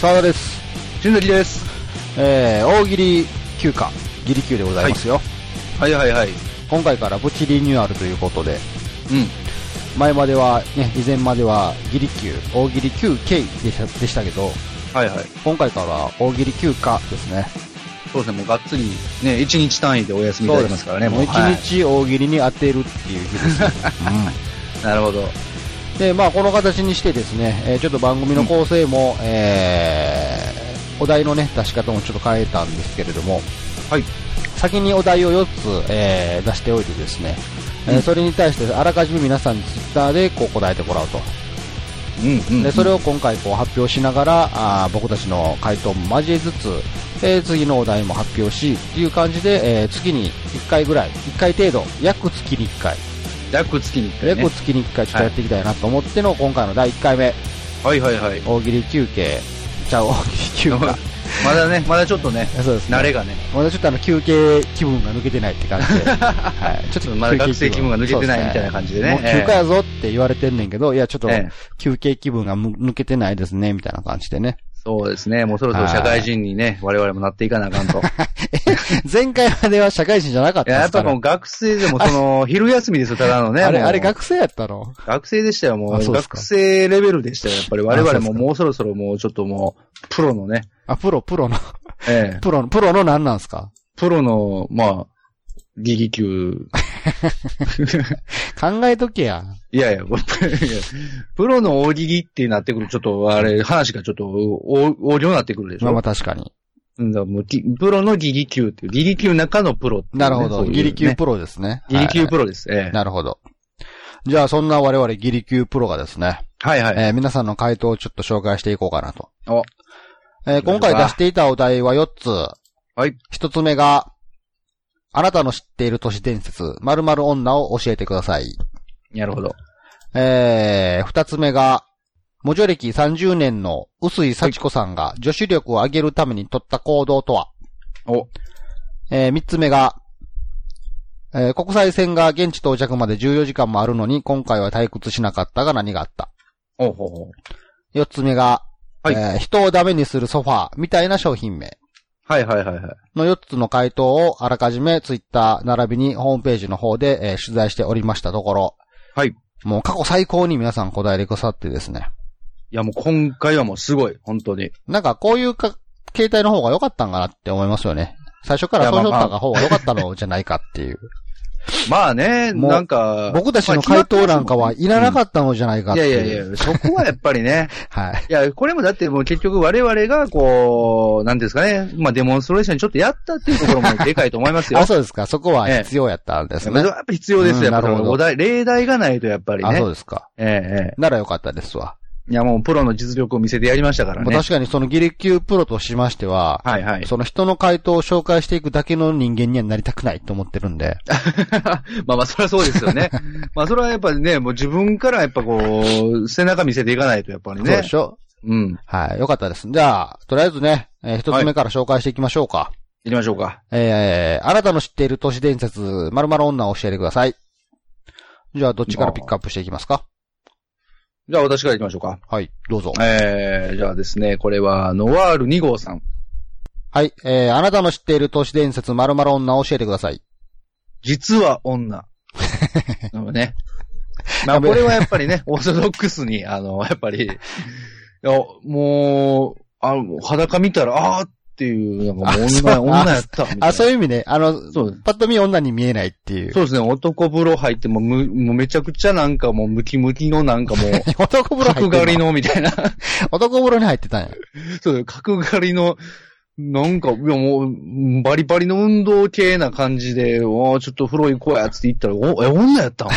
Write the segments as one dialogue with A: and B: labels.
A: 沢田です。
B: しんどきです。
A: えー、大喜利休暇、ギリ休でございますよ。
B: はいはいはい。うん。
A: 今回からブチリニューアルということで、前までは、ね、以前まではギリ休、大喜利休 K でしたでしたけど、
B: はいはい。
A: 今回から大喜利休暇ですね。
B: そうですね、もうがっつり、ね、一日単位でお休みいただきますからね、
A: もう一
B: 一はい
A: 日大喜利に当てるっていう日 ですね。うん
B: なるほど。
A: で、まあ、この形にしてですね、えーちょっと番組の構成も、えーお題のね、出し方もちょっと変えたんですけれども、
B: はい。
A: 先にお題を4つ、えー出しておいてですね、えー
B: うん
A: それに対してあらかじめ皆さんにツイッターでこう答えてもらうと。
B: うんうん、
A: で、それを今回こう発表しながら、あー僕たちの回答も交えつつ、えー次のお題も発表し、っていう感じで、えー月に1回ぐらい、1回程度、約月に1回、
B: 約月に一回、ね。
A: 約月に1回ちょっとやっていきたいなと思っての、今回の第1回目、
B: はいはいはい。
A: 大喜利休憩、ちゃう、大喜利休 暇。
B: まだね、まだちょっとね、
A: そうですね
B: 慣れがね。
A: まだちょっとあの休憩気分が抜けてないって感じで、 はい、ちょっと
B: まだ学生気分が抜けてないみたいな感じでね
A: そうすもう休暇やぞって言われてんねんけど、いや、ちょっと
B: ええ
A: 休憩気分がむ抜けてないですね、みたいな感じでね。
B: そうですね、もうそろそろ社会人にね、我々もなっていかなあか んと。い
A: 前回までは社会人じゃなかっ
B: や、
A: た
B: や
A: で
B: っ
A: すか
B: ぱ
A: ら。
B: もう学生でもその、昼休みですよ、ただのね。
A: あれ、
B: もう
A: あれ学生やったの
B: 学生でしたよ、も
A: あ
B: う。
A: そうですか
B: 学生レベルでしたよ、やっぱり。我
A: あそ
B: 々
A: うです
B: も
A: か
B: もうそろそろもうちょっともう、プロのね、
A: あ、プロ、プロの、
B: ええ、
A: プロの、プロの何なんすか
B: プロの、まあ、ギギ級。
A: 考えとけや。
B: いやいや、 僕いやプロの大喜利ってなってくる、ちょっと、あれ、話がちょっと、お大量になってくるでしょ。
A: まあまあ確かに。
B: うんだからもうぎプロのギギ級っていう、ギギ級の中のプロっていうね、
A: なるほど。ギリ級
B: プ
A: プロですね。
B: ロ。ギリ級
A: ロ。
B: プロです。ええ
A: なるほど。じゃあそんな我々ギリ級プロがですね、
B: はいはい。
A: えー皆さんの回答をちょっと紹介していこうかなと。
B: お
A: えー今回出していたお題は4つ。
B: はい。
A: 1つ目が、あなたの知っている都市伝説、〇〇女を教えてください。
B: なるほど。
A: えー、2つ目が、文女歴30年の薄井幸子さんが女子力を上げるために取った行動とは、
B: お、
A: えー、3つ目が、えー国際線が現地到着まで14時間もあるのに、今回は退屈しなかったが何があった
B: おうほうほう。
A: 四つ目が、
B: はい
A: えー人をダメにするソファーみたいな商品名
B: はいはいはいはい。
A: の四つの回答をあらかじめツイッター並びにホームページの方で、えー取材しておりましたところ、
B: はい。い
A: もう過去最高に皆さん答えてくださってですね。
B: やもう今回はもうすごい、本当に。
A: なんかこういうか、携帯の方が良かったんかなって思いますよね。最初からそうしとった方が良かったのじゃないかっていう。
B: まあね、
A: もう
B: なんか。
A: 僕たちの回答なんかはいらな
B: っ
A: かったのじゃないかって
B: い
A: い
B: や
A: う。
B: いやいや、そこはやっぱりね。
A: はい。
B: いや、これもだってもう結局我々がこう、なんていうんですかね、まあデモンストレーションちょっとやったっていうところもでかいと思いますよ。
A: あ、そうですか。そこは必要やったんです
B: やっぱ
A: ね。
B: やっぱ必要ですよ。
A: うん
B: やっぱ
A: なるほど
B: お題、例題がないとやっぱり
A: あ、
B: ね
A: そう。ですか。
B: えええ
A: なら良かったですわ。
B: え。いや、もうプロの実力を見せてやりましたから
A: もう
B: ね。
A: 確かにそのギリ級プロとしましては、
B: はいはい。
A: その人の回答を紹介していくだけの人間にはなりたくないと思ってるんで、
B: まあまあ、それはそうですよ ね。まあ、それはやっぱりね、もう自分からやっぱこう、背中見せていかないとやっぱり
A: そ
B: ね。
A: うでしょ
B: うん。行
A: はい、よかったです。じゃあ、とりあえずね、えー一つ目から紹介していきましょうか。
B: きましょうか。
A: えー、あなたの知っている都市伝説、〇〇女を教えてください。じゃあ、どっちからピックアップしていきますか
B: じゃあ私から行きましょうか。
A: はい、どうぞ。
B: ええじゃあですね、これは、ノワール2号さん。
A: はい、えー、あなたの知っている都市伝説、〇〇女を教えてください。
B: 実は女。 なのね。ま
A: や
B: あ、
A: べえ
B: これはやっぱりね、 オーソドックスに、あの、やっぱり、いや、もう、あの、裸見たら、ああーっていう、なんかもう
A: あ
B: 女、
A: そう
B: 女やったみたいな。
A: あ、そう
B: う
A: いう意味ね、あの、
B: そう
A: パッと見女に見えないっていう。
B: そうですね、男風呂入っても、む、もうめちゃくちゃなんかもうムキムキのなんかもう、
A: 男風呂 入
B: 角
A: って
B: 刈
A: ん
B: り
A: の
B: のみたいな。
A: 男風呂に入ってたんや。
B: そう、角刈りの、なんか、いやもう、バリバリの運動系な感じで、おーちょっと風呂行こうや、つって言ったら、お、え、女やっ たん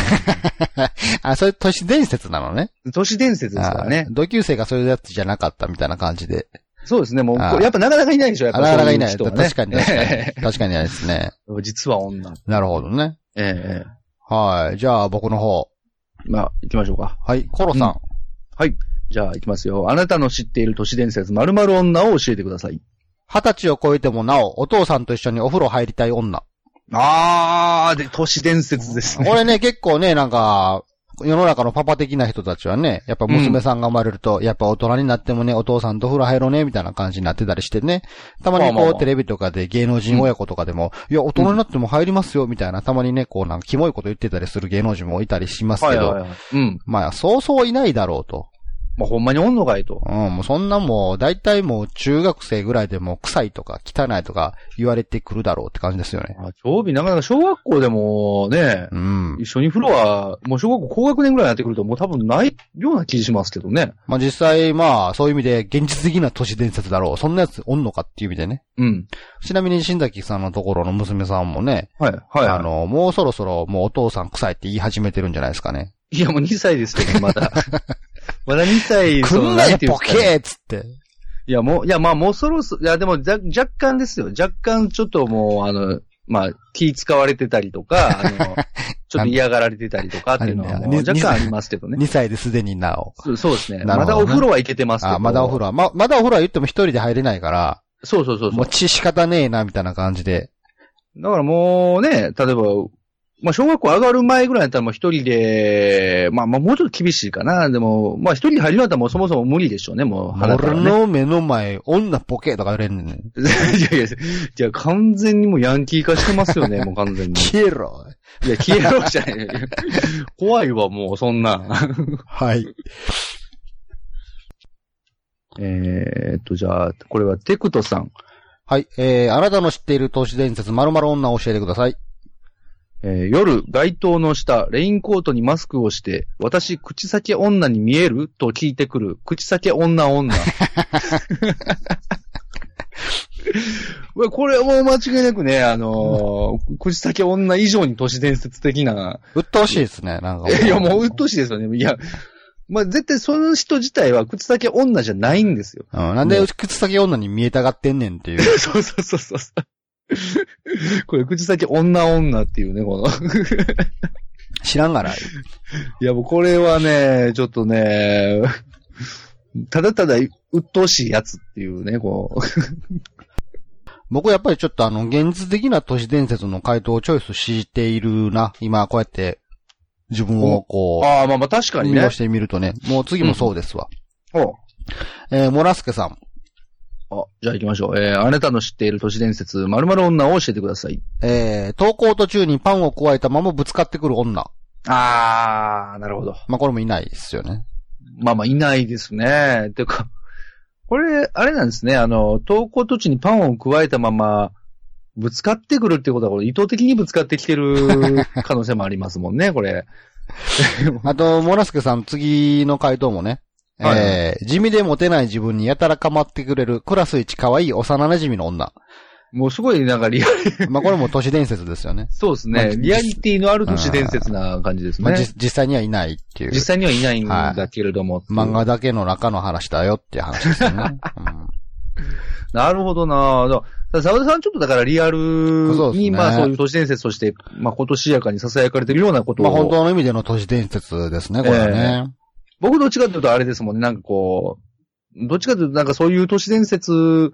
A: あ、それ都市伝説なのね。
B: 都市伝説ですからね
A: あ。同級生がそういうやつじゃなかったみたいな感じで。
B: そうですね、もう、
A: あー
B: やっぱなかなかいないでしょ、やっ
A: あ
B: ぱ
A: らあらがい
B: そう
A: ない。
B: 人は
A: 確
B: ね
A: かに確か に。確かにないですね。
B: 実は女。
A: なるほどね。
B: ええ
A: はい。じゃあ僕の方。
B: まあ、行きましょうか。
A: はい。コロさん。
B: はい。じゃあ、行きますよ。あなたの知っている都市伝説、〇〇女を教えてください。
A: 二、十、歳を超えてもなお、お父さんと一緒にお風呂入りたい女。
B: あー、で、都市伝説です ね。
A: これね、結構ね、なんか、世の中のパパ的な人たちはね、やっぱ娘さんが生まれると、やっぱ大人になってもね、お父さんと風呂入ろうね、みたいな感じになってたりしてね。たまに
B: まあま
A: こ
B: あま
A: う、
B: あ
A: テレビとかで芸能人親子とかでも、いや、大人になっても入りますよ、みたいな、たまにね、こう、なんか、キモいこと言ってたりする芸能人もいたりします
B: は
A: け
B: いはい
A: ど、
B: はい。うん。
A: まあ、そうそういないだろうと。
B: まあ、ほんまにおんのかいと。
A: うん、もうそんなもう、大体もう中学生ぐらいでもう臭いとか汚いとか言われてくるだろうって感じですよね。
B: あ、常備、なかなか小学校でもね、
A: うん。
B: 一緒に風呂は、もう小学校高学年ぐらいになってくるともう多分ないような気しますけどね。
A: まあ、実際、まあ、そういう意味で現実的な都市伝説だろう。そんなやつおんのかっていう意味でね。
B: うん。
A: ちなみに、新崎さんのところの娘さんもね、
B: はい、はい。
A: あの、もうそろそろもうお父さん臭いって言い始めてるんじゃないですかね。
B: いや、もう2歳ですけど、ま だ。まだ2歳、
A: く
B: その
A: んな
B: な
A: んい
B: ていうん
A: ボ
B: ですかね
A: ケーっつって。
B: いや、もう、いや、まあ、もうそろそろ、いや、でも、じゃ、若干ですよ。若干、ちょっともう、あの、まあ、気使われてたりとか、あ の、ちょっと嫌がられてたりとかっていうのは、
A: なんだ
B: もう若
A: に
B: 干ありますけどね。
A: 2歳ですでになお。
B: そうそうですね。
A: なる
B: ま
A: ほど
B: だ
A: ね
B: お風呂はいけてますけど。
A: あ、まだお風呂
B: 呂。
A: は。ま、まだお風呂は言っても一人で入れないから、
B: そうそうそうそ
A: も
B: う
A: う。血仕方ねえな、みたいな感じで。
B: だからもうね、例えば、まあ、小学校上がる前ぐらいだったらもう一人で、まあ、まあ、もうちょっと厳しいかな。でも、まあ、一人で入るようだったらもうそもそも無理でしょうね、もう腹から
A: 俺
B: ね。
A: の目の前、女ボケーとか言われんねん。
B: いやいや、じゃあ完全にもうヤンキー化してますよね、もう完全に。
A: 消えろ。
B: いや、消えろじゃない。怖いわ、もう、そんな。
A: はい。
B: えーっと、じゃあ、これはテクトさん。
A: はい。えー、あなたの知っている都市伝説、まるまる女を教えてください。
B: えー夜、街灯の下、レインコートにマスクをして、私、口先女に見えると聞いてくる。口先女女。うわ これはもう間違いなくね、あのー口先女以上に都市伝説的な
A: 鬱陶しいですね、なんか。
B: いや、もう鬱陶しいですよね。いや、まあ、絶対その人自体は口先女じゃないんですよ。
A: うん、なんで、口先女に見えたがってんねんっていう。
B: そうそうそうそうそう。これ、口先女女っていうね、この。
A: 知らんがら。
B: いや、もうこれはね、ちょっとね、ただただ鬱陶しいやつっていうね、こう。
A: 僕やっぱりちょっとあの、現実的な都市伝説の回答をチョイスしているな。今、こうやって、自分をこ
B: ああ、まあまあ確
A: う、
B: か
A: 見
B: にね
A: 直し。てみるとね、もう次もそうですわ。
B: お
A: えー、モラスケさん。
B: あ、じゃあ行きましょう。えー、あなたの知っている都市伝説、まる女を教えてください。
A: えー、登校途中にパンを加えたままぶつかってくる女。
B: ああ、なるほど。
A: まあ、これもいないですよね。
B: まあまあ、いないですね。てか、これ、あれなんですね。あの、投稿途中にパンを加えたまま、ぶつかってくるってことは、これ意図的にぶつかってき てる可能性もありますもんね、これ。
A: あと、モラスケさん、次の回答もね。
B: はい
A: えー、地味でモテない自分にやたらかまってくれる、クラス一可愛い幼馴染の女。
B: もうすごい、なんかリアル、
A: まあ、これも都市伝説ですよね。
B: そうです
A: まあ
B: ね。
A: 実
B: リアリティのある都市伝説な感じです
A: まあ、
B: ね。
A: じ実際にはいないっていう。
B: 実際にはいないんだけれども。
A: 漫画だけの中の話だよっていう話ですよね。
B: なるほどなだから沢田さんちょっとだからリアル
A: そうですね
B: に、まあそういう都市伝説として、まあ今年やかに囁かれてるようなこ
A: う
B: と
A: ん、
B: を。
A: まあ、本当の意味での都市伝説ですね、これはね。
B: 僕どっちかというとあれですもんね、なんかこう、どっちかというとなんかそういう都市伝説、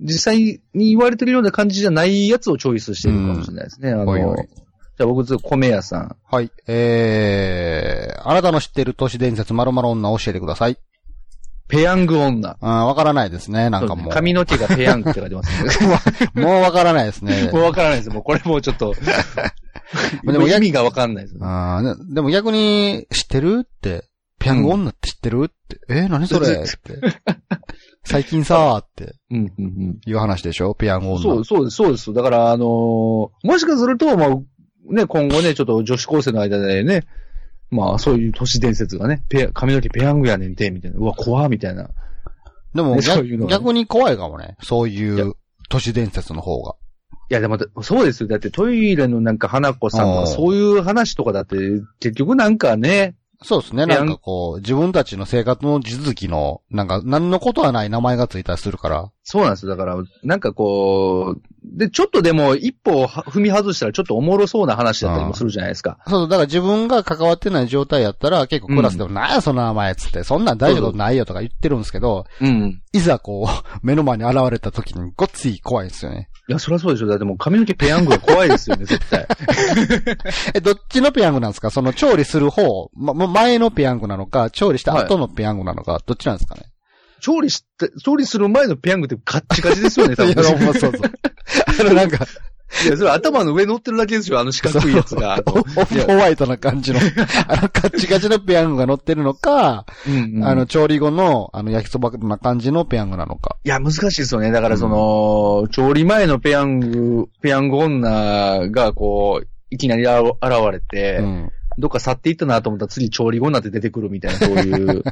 B: 実際に言われてるような感じじゃないやつをチョイスしてるかもしれないですね。あの、
A: おいおい
B: じゃあ僕ちょっと米屋さん。
A: はい。えー、あなたの知っている都市伝説、まるまる女を教えてください。
B: ペヤング女。
A: あーわからないですね、なんか
B: そうです
A: も
B: ね
A: う。
B: 髪の毛がペヤングって書いてますね。
A: もうわからないですね。
B: もうわからないです。もうこれもうちょっと、
A: で
B: で
A: も
B: も意味がわかんないです。
A: あーねでも逆に、知ってるって、ピアンゴ女って知ってるって、えー何 それ
B: うん
A: って。最近さーって
B: うん、うん、うん。
A: いう話でしょピアンゴ女。
B: そう、そうです、そうです。だから、あのーもしかすると、まあ、ね、今後ね、ちょっと女子高生の間でね、まあ、そういう都市伝説がね、ペア髪の毛ペヤングやねんて、みたいな。うわ、怖みたいな。
A: でも
B: ね
A: 逆
B: そういうのはね
A: 逆に怖いかもね。そうい
B: いや
A: う都市伝説の方が。
B: いや、でも、そうですよ。だってトイレのなんか花子さんと
A: うん
B: か、そういう話とかだって、結局なんかね、
A: そうですね。
B: ペ
A: な
B: ヤン
A: んかこう、自分たちの生活の地続きの、なんか何のことはない名前がついたりするから。
B: そうなんですよ。だから、なんかこう、で、ちょっとでも一歩は踏み外したらちょっとおもろそうな話だったりもするじゃないですか。
A: そうそう、だから自分が関わってない状態やったら、結構クラスでも、なんやその名前っつって、そんなん大丈夫ないよとか言ってるんですけど、
B: うん。
A: いざこう、 目の前に現れた時にごっつい怖いんですよね。
B: いや、そりゃそうでしょ。だってもう髪の毛ペヤングは怖いですよね、絶対。
A: え、どっちのペヤングなんですかその調理する方、ま、もう前のペヤングなのか、調理した後のペヤングなのか、どっちなんですかね
B: 調理して、調理する前のペヤングってカッチカチ ですよね、多
A: い
B: 分。
A: や、ほんまそうそう。 あの、なんか、
B: いや、それ頭の上乗ってるだけですよ、あの四角いやつが。
A: オオフホワイトな感じの、あの、カッチカチのペヤングが乗ってるのか、
B: うんうん
A: あの、調理後の、あの、焼きそばな感じのペヤングなのか。
B: いや、難しいですよね。だから、その、調理前のペヤング、ペヤング女が、こう、いきなりあら現れて、
A: うん。
B: どっか去っていったなと思ったら次調理後になって出てくるみたいな、そういう。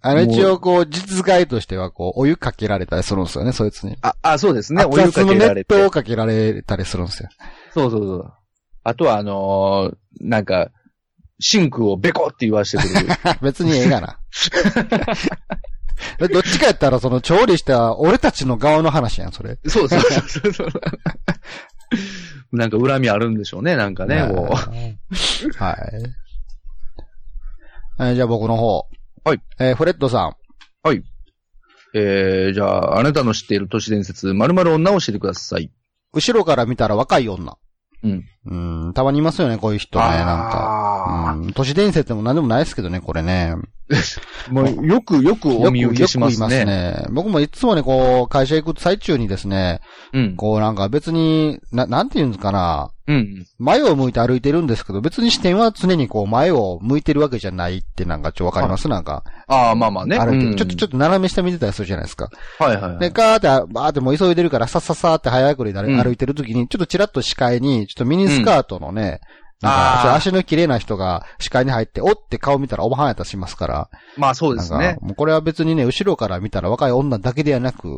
A: あの、一応、こう、実害としては、こう、お湯かけられたりするんですよね、そいつに。
B: あ、あ、そうですね。お湯
A: 熱
B: か
A: 々
B: け
A: の
B: ら
A: 熱
B: れ
A: 湯
B: て
A: を。かけられたりするんです よ。
B: そうそうそう。あとは、あのーなんか、シンクをベコって言わしてくる。
A: 別にええがな。どっちかやったら、その、調理した俺たちの側の話やん、それ。
B: そうそうそうそう。 なんか恨みあるんでしょうね、なんかね、こう。
A: う。はい。えーじゃあ僕の方。
B: はい。
A: えーフレッドさん。
B: えー、じゃあ、あなたの知っている都市伝説、まるまる女を教えてください。
A: 後ろから見たら若い女。
B: うん。
A: うん、たまにいますよね、こういう人ね、なんか。
B: か
A: うん、都市伝説でも何でもないですけどね、これね。
B: もうよくよくお見受けします
A: よくよくい
B: ね。
A: ますね。僕もいつもね、こう、会社行く最中にですね、
B: うん。
A: こうなんか別に、な、なんて言うんですかな、
B: うん。
A: 前を向いて歩いてるんですけど、別に視点は常にこう前を向いてるわけじゃないってなんかちょっとわかりますなんか。
B: ああ、まあまあね。
A: 歩いて
B: う
A: る。
B: ん
A: ちょっと、ちょっと斜め下見てたりするじゃないですか。
B: はいはいはい。
A: で、ガーって、バーってもう急いでるから、さっさっさって早送りで
B: うん
A: 歩いてる時に、ちょっとチラッと視界に、ちょっとミニスカートのね、なんか
B: あー
A: そう足の綺麗な人が視界に入って、おって顔見たらおばはんやったりしますから。
B: まあそうです
A: なん
B: ね
A: か。もうこれは別にね、後ろから見たら若い女だけではなく、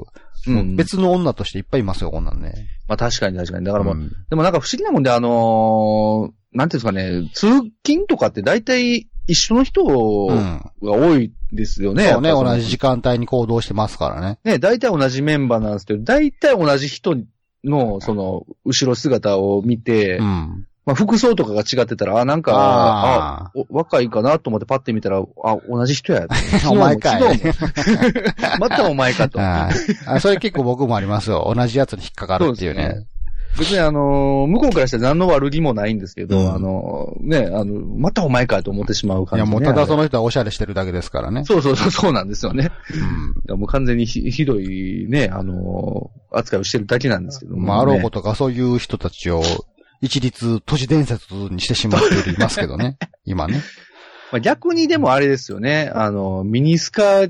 B: うん
A: もう別の女としていっぱいいますよ、こんなんね。
B: まあ確かに確かに。
A: だ
B: だからもう、でもなんか不思議なもんで、あのーなんていうんですかね、通勤とかって大体一緒の人
A: う
B: が
A: ん。
B: 多いですよね。
A: そうね、
B: やっぱの
A: 同じ時間帯に行動してますからね。
B: ね、大体同じメンバーなんですけど、大体同じ人の、その、後ろ姿を見て、
A: うん。
B: まあ服装とかが違ってたら、あ、なんか、あ
A: あ
B: お若いかなと思ってパッて見たら、あ、同じ人や。
A: お前かい
B: 昨日も。昨日もまたお前か と。
A: あー。あそれ結構僕もありますよ。同じやつに引っかかるっていう
B: そう
A: ね
B: で。別にあのー向こうからしたら何の悪気もないんですけど、
A: うん
B: あのーね、あの、またお前かと思ってしまう
A: い
B: 感じ、
A: や、
B: ね。
A: もうただそ
B: の、
A: の人はおしゃれしてるだけですからね。
B: そうそうそう、そうなんですよね。
A: うん
B: いやもう完全にひひどいね、あのー扱いをしてるだけなんですけども、ね。
A: まあ、あろうことかそういう人たちを一律都市伝説にしてしまっていますけどね。今ね。
B: まあ逆にでもあれですよね、あのーミニスカ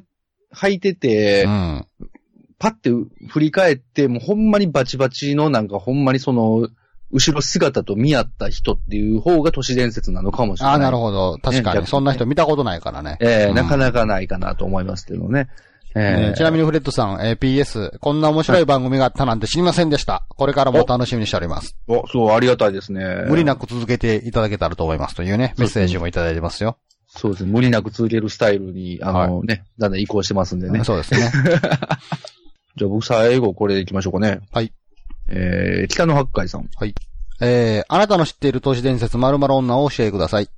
B: 履いてて、
A: うん。
B: パッて振り返って、もうほんまにバチバチのなんかほんまにその、後ろ姿と見合った人っていう方が都市伝説なのかもしれな
A: あ
B: い。
A: あ、なるほど。確か
B: ね
A: に。そんな人見たことないからね。
B: ええ
A: うん
B: なかなかないかなと思いますけどね。ええ
A: ねちなみにフレッドさん、えー PS、こんな面白い番組があったなんて知りませんでした。これからも楽しみにしております。
B: お、そう、ありがたいですね。
A: 無理なく続けていただけたらと思いますというね、メッセージもいただいてますよ。
B: そうですね。無理なく続けるスタイルに、あのね、だんだん移行してますんでね。
A: そうですね。
B: じゃあ僕最後これでいきましょうかね。
A: はい。
B: えー、北野八海さん。
A: えー、あなたの知っている都市伝説〇〇女を教えてください。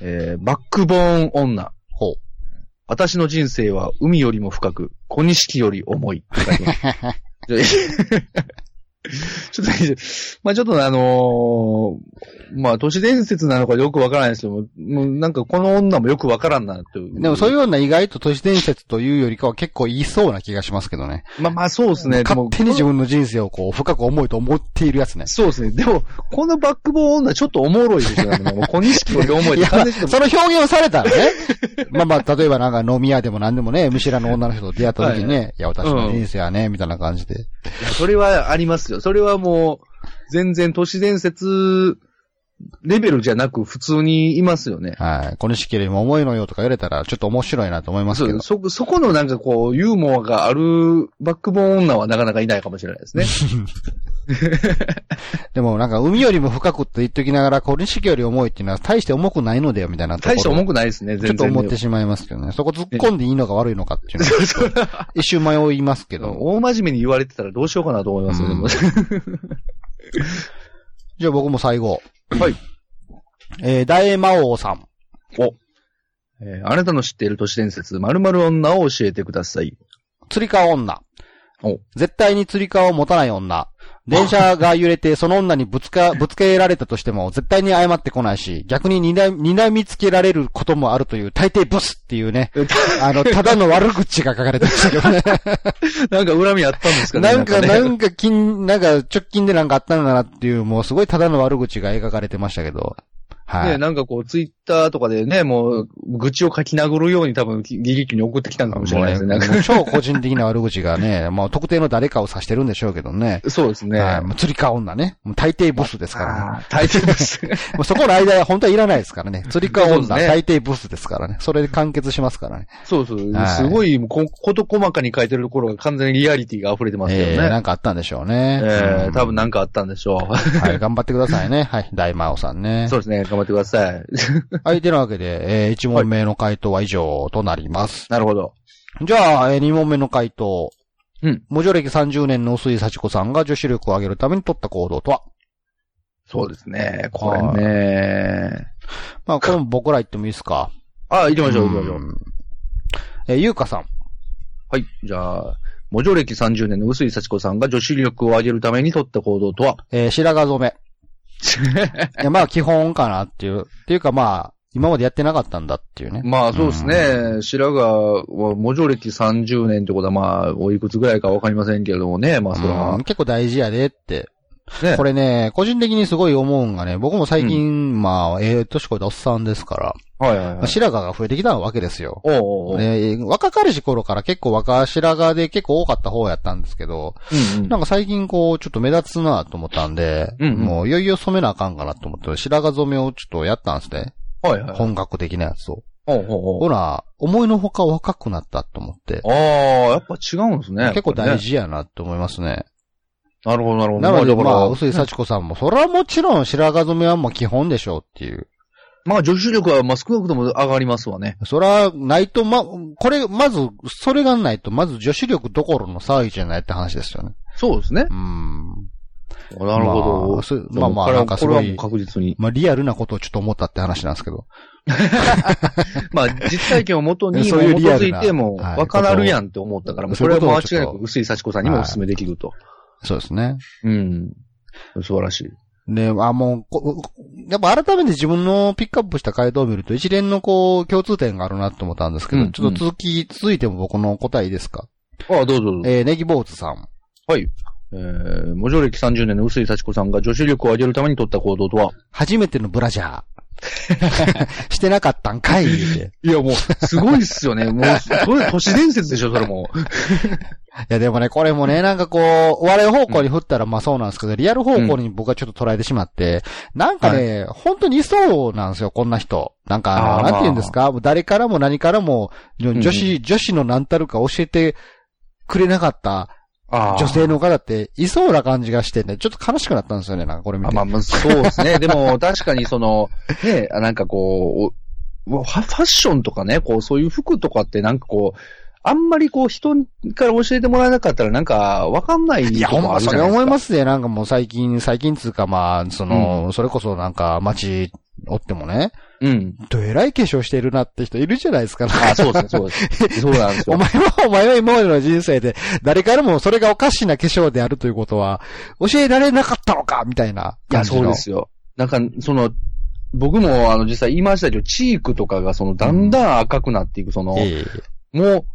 B: えー、バックボーン女。
A: ほう。
B: 私の人生は海よりも深く、小錦より重いって書いてます。ちょちょっと、まあちょっとあのーまあ都市伝説なのかよくわからないですけども、もうなんかこの女もよくわからんなという。
A: でもそういうような意外と都市伝説というよりかは結構言いそうな気がしますけどね。
B: まあまあそうですね。でも
A: 勝手に自分の人生をこう深く思いと思っているやつね。
B: そうですね。でも、このバックボーン女ちょっとおもろいですよね。もう小錦より重い
A: い
B: で
A: や、
B: す。
A: ま
B: 完
A: あ
B: 全にちょっと
A: その表現をされたらね。まあまあ、例えばなんか飲み屋でも何でもね、見知らぬ女の人と出会った時にね、いや、私の人生はね、みたいな感じで。
B: いやそれはありますよ。それはもう、全然都市伝説レベルじゃなく普通にいますよね。
A: はい。この式よりも重いのよとか言われたら、ちょっと面白いなと思います
B: そ
A: けど
B: う、。そ、そこのなんかこう、ユーモアがあるバックボーン女はなかなかいないかもしれないです ね。
A: でもなんか、海よりも深くって言っときながら、この式より重いっていうのは、大して重くないのだよ、みたいなところ。
B: 大して重くないですね、
A: ちょっ
B: 全然ね。
A: と思ってしまいますけどね。そこ突っ込んでいいのか悪いのかっていうのは、
B: そうそう
A: 一瞬迷いますけど。
B: 大真面目に言われてたらどうしようかなと思いますよね。
A: うんじゃあ僕も最後。
B: はい。
A: えー、大魔王さん。
B: えーあなたの知っている都市伝説、〇〇女を教えてください。
A: 釣り革女
B: お。
A: 絶対に釣り革を持たない女。電車が揺れ て、その女にぶつか、ぶつけられたとしても、絶対に謝ってこないし、逆ににら、にらみつけられることもあるという、大抵ブスっていうね、あ の、ただの悪口が書かれてましたけどね。
B: なんか恨みあったんですかね
A: なんか、
B: ね
A: なんか、近、なんか、直近でなんかあったんだなっていう、もうすごいただの悪口が描かれてましたけど。はい。
B: ね、なんかこう、ツイッターとかでね、もう、愚痴を書き殴るように多分、ギリギリに送ってきたのかもしれないですね。
A: も
B: な
A: うんね
B: か
A: もう超個人的な悪口がね、まあ特定の誰かを指してるんでしょうけどね。
B: そうですね。
A: はい。もう釣り革女ね。もう大抵ブスですからね。
B: あー大抵です。
A: もうそこの間は本当はいらないです からね。釣り革
B: そうです
A: 女、
B: ね
A: 大抵ブスですからね。それで完結しますからね。
B: そうそう。
A: はい
B: すごい、こ、こと細かに書いてるところが完全にリアリティが溢れてますよ
A: えー、な
B: ね。
A: んかあったんでしょう ね。
B: え
A: う
B: ー、多分なんかあったんでしょう。。
A: はい、頑張ってくださいね。はい、大魔王さんね
B: そうですね。頑張ってくださ い。
A: はい、てなわけで、えー、1問目の回答は以上となります。
B: なるほど。
A: じゃあ、えー、2問目の回答。
B: うん。
A: 無女歴30年の薄井幸子さんが女子力を上げるために取った行動とは
B: そうですね。これね。
A: まあ、これも僕ら言ってもいいですか
B: あ、行きましょう、
A: ん
B: 行きましょう。
A: えー、ゆうかさん。
B: はい。じゃあ、模女歴30年の薄井幸子さんが女子力を上げるために取った行動とは
A: えー白髪染め。 いや、まあ、基本かなっていう。っていうか、まあ、今までやってなかったんだっていうね。
B: まあそうですね。白髪は、模女歴30年ってことは、まあ、おいくつぐらいかわかりませんけれどもね。まあそれ
A: う
B: は
A: ん。結構大事やでって。
B: ね
A: これね、個人的にすごい思うんがね、僕も最近、まあ、ええ年越えたおっさんですから、
B: はいはいはい。
A: 白髪が増えてきたわけですよ。
B: おうおうおう
A: ね、若かりし頃から結構若白髪で結構多かった方やったんですけど、
B: うんうん
A: なんか最近こう、ちょっと目立つなと思ったんで、
B: うんうん
A: もういよいよ染めなあかんかなと思って、白髪染めをちょっとやったんですね。
B: はいはい。
A: 本格的なやつを。
B: おうおうおう
A: ほら、思いのほか若くなったと思って、
B: ああ、やっぱ違うんですね。
A: 結構大
B: 事。
A: 事やなって思いますね。
B: なるほど、なるほど。
A: なので、
B: まあ
A: ま
B: だから
A: あ、薄井幸子さんも、それはもちろん白髪染めはもう基本でしょうっていう。
B: まあ女子力は、まあ少なくとも上がりますわね。
A: それはないと、ま、これ、まず、それがないと、まず女子力どころの騒ぎじゃないって話ですよね。
B: そうですね
A: う。ん。
B: なる
A: ま
B: ほど
A: あ。そうまあまあ
B: これは
A: なんかすごい
B: これはもう確実 に。
A: まあ、リアルなことをちょっと思ったって話なんですけど。
B: まあ、実体験をもとに、基
A: そういうリア
B: づ
A: ルない
B: ても、
A: はい
B: わからるやんって思ったから、もう
A: そ
B: そう
A: い
B: れ
A: う
B: は
A: ことをちょ
B: 間違
A: っ
B: い
A: と
B: なく、薄井幸子さんにもお勧めできると。
A: そうですね。
B: うん。素晴らしい。
A: で、あ、もうこ、やっぱ改めて自分のピックアップした回答を見ると、一連のこう、共通点があるなと思ったんですけど、
B: うん
A: ちょっと続き、続いても僕の答えいいですか
B: ああ、どうぞどうぞ。
A: えー、ネギ坊主さん。
B: はい。えー、無常歴30年の薄井幸子さんが女子力を上げるために取った行動とは
A: 初めてのブラジャ ー。してなかったんかい言うて。
B: いや、もう、すごいっすよね。もう、それ都市伝説でしょ、それ も。
A: いや、でもね、これもね、なんかこう、我々方向に振ったらまあそうなんですけど、リアル方向に僕はちょっと捉えてしまって、なんかね、本当にいそうなんですよ、こんな人。なんか
B: あ
A: あ
B: ー
A: の、なんて言うんですか、もう誰からも何からも、
B: ん
A: 女子、女子の何たるか教えてくれなかった
B: あ
A: 女性の方って、いそうな感じがしてね、ちょっと悲しくなったんですよね、なんかこれ見
B: あ
A: て。
B: まあまあ、そうですね。でも、確かにその、ね、あなんかこう、おファファッションとかね、こう、そういう服とかってなんかこう、あんまりこう、人から教えてもらえなかったらなんか、わかんない
A: いや、ほんま、それ思いますね。なんかもう最近、最近つうかまあ、その、それこそなんか街おってもね、
B: す。うん。
A: どえらい化粧してるなって人いるじゃないですか。
B: あ、そうですね、そうです。そう なんです
A: お
B: よ。
A: 前は、お前は今までの人生で、誰からもそれがおかしな化粧であるということは、教えられなかったのかみたいない感
B: や、
A: じの。
B: そうですよ。なんか、その、僕も、あの、実際言いましたけど、チークとかが、その、だんだん赤くなっていく、その、
A: ええ
B: もう、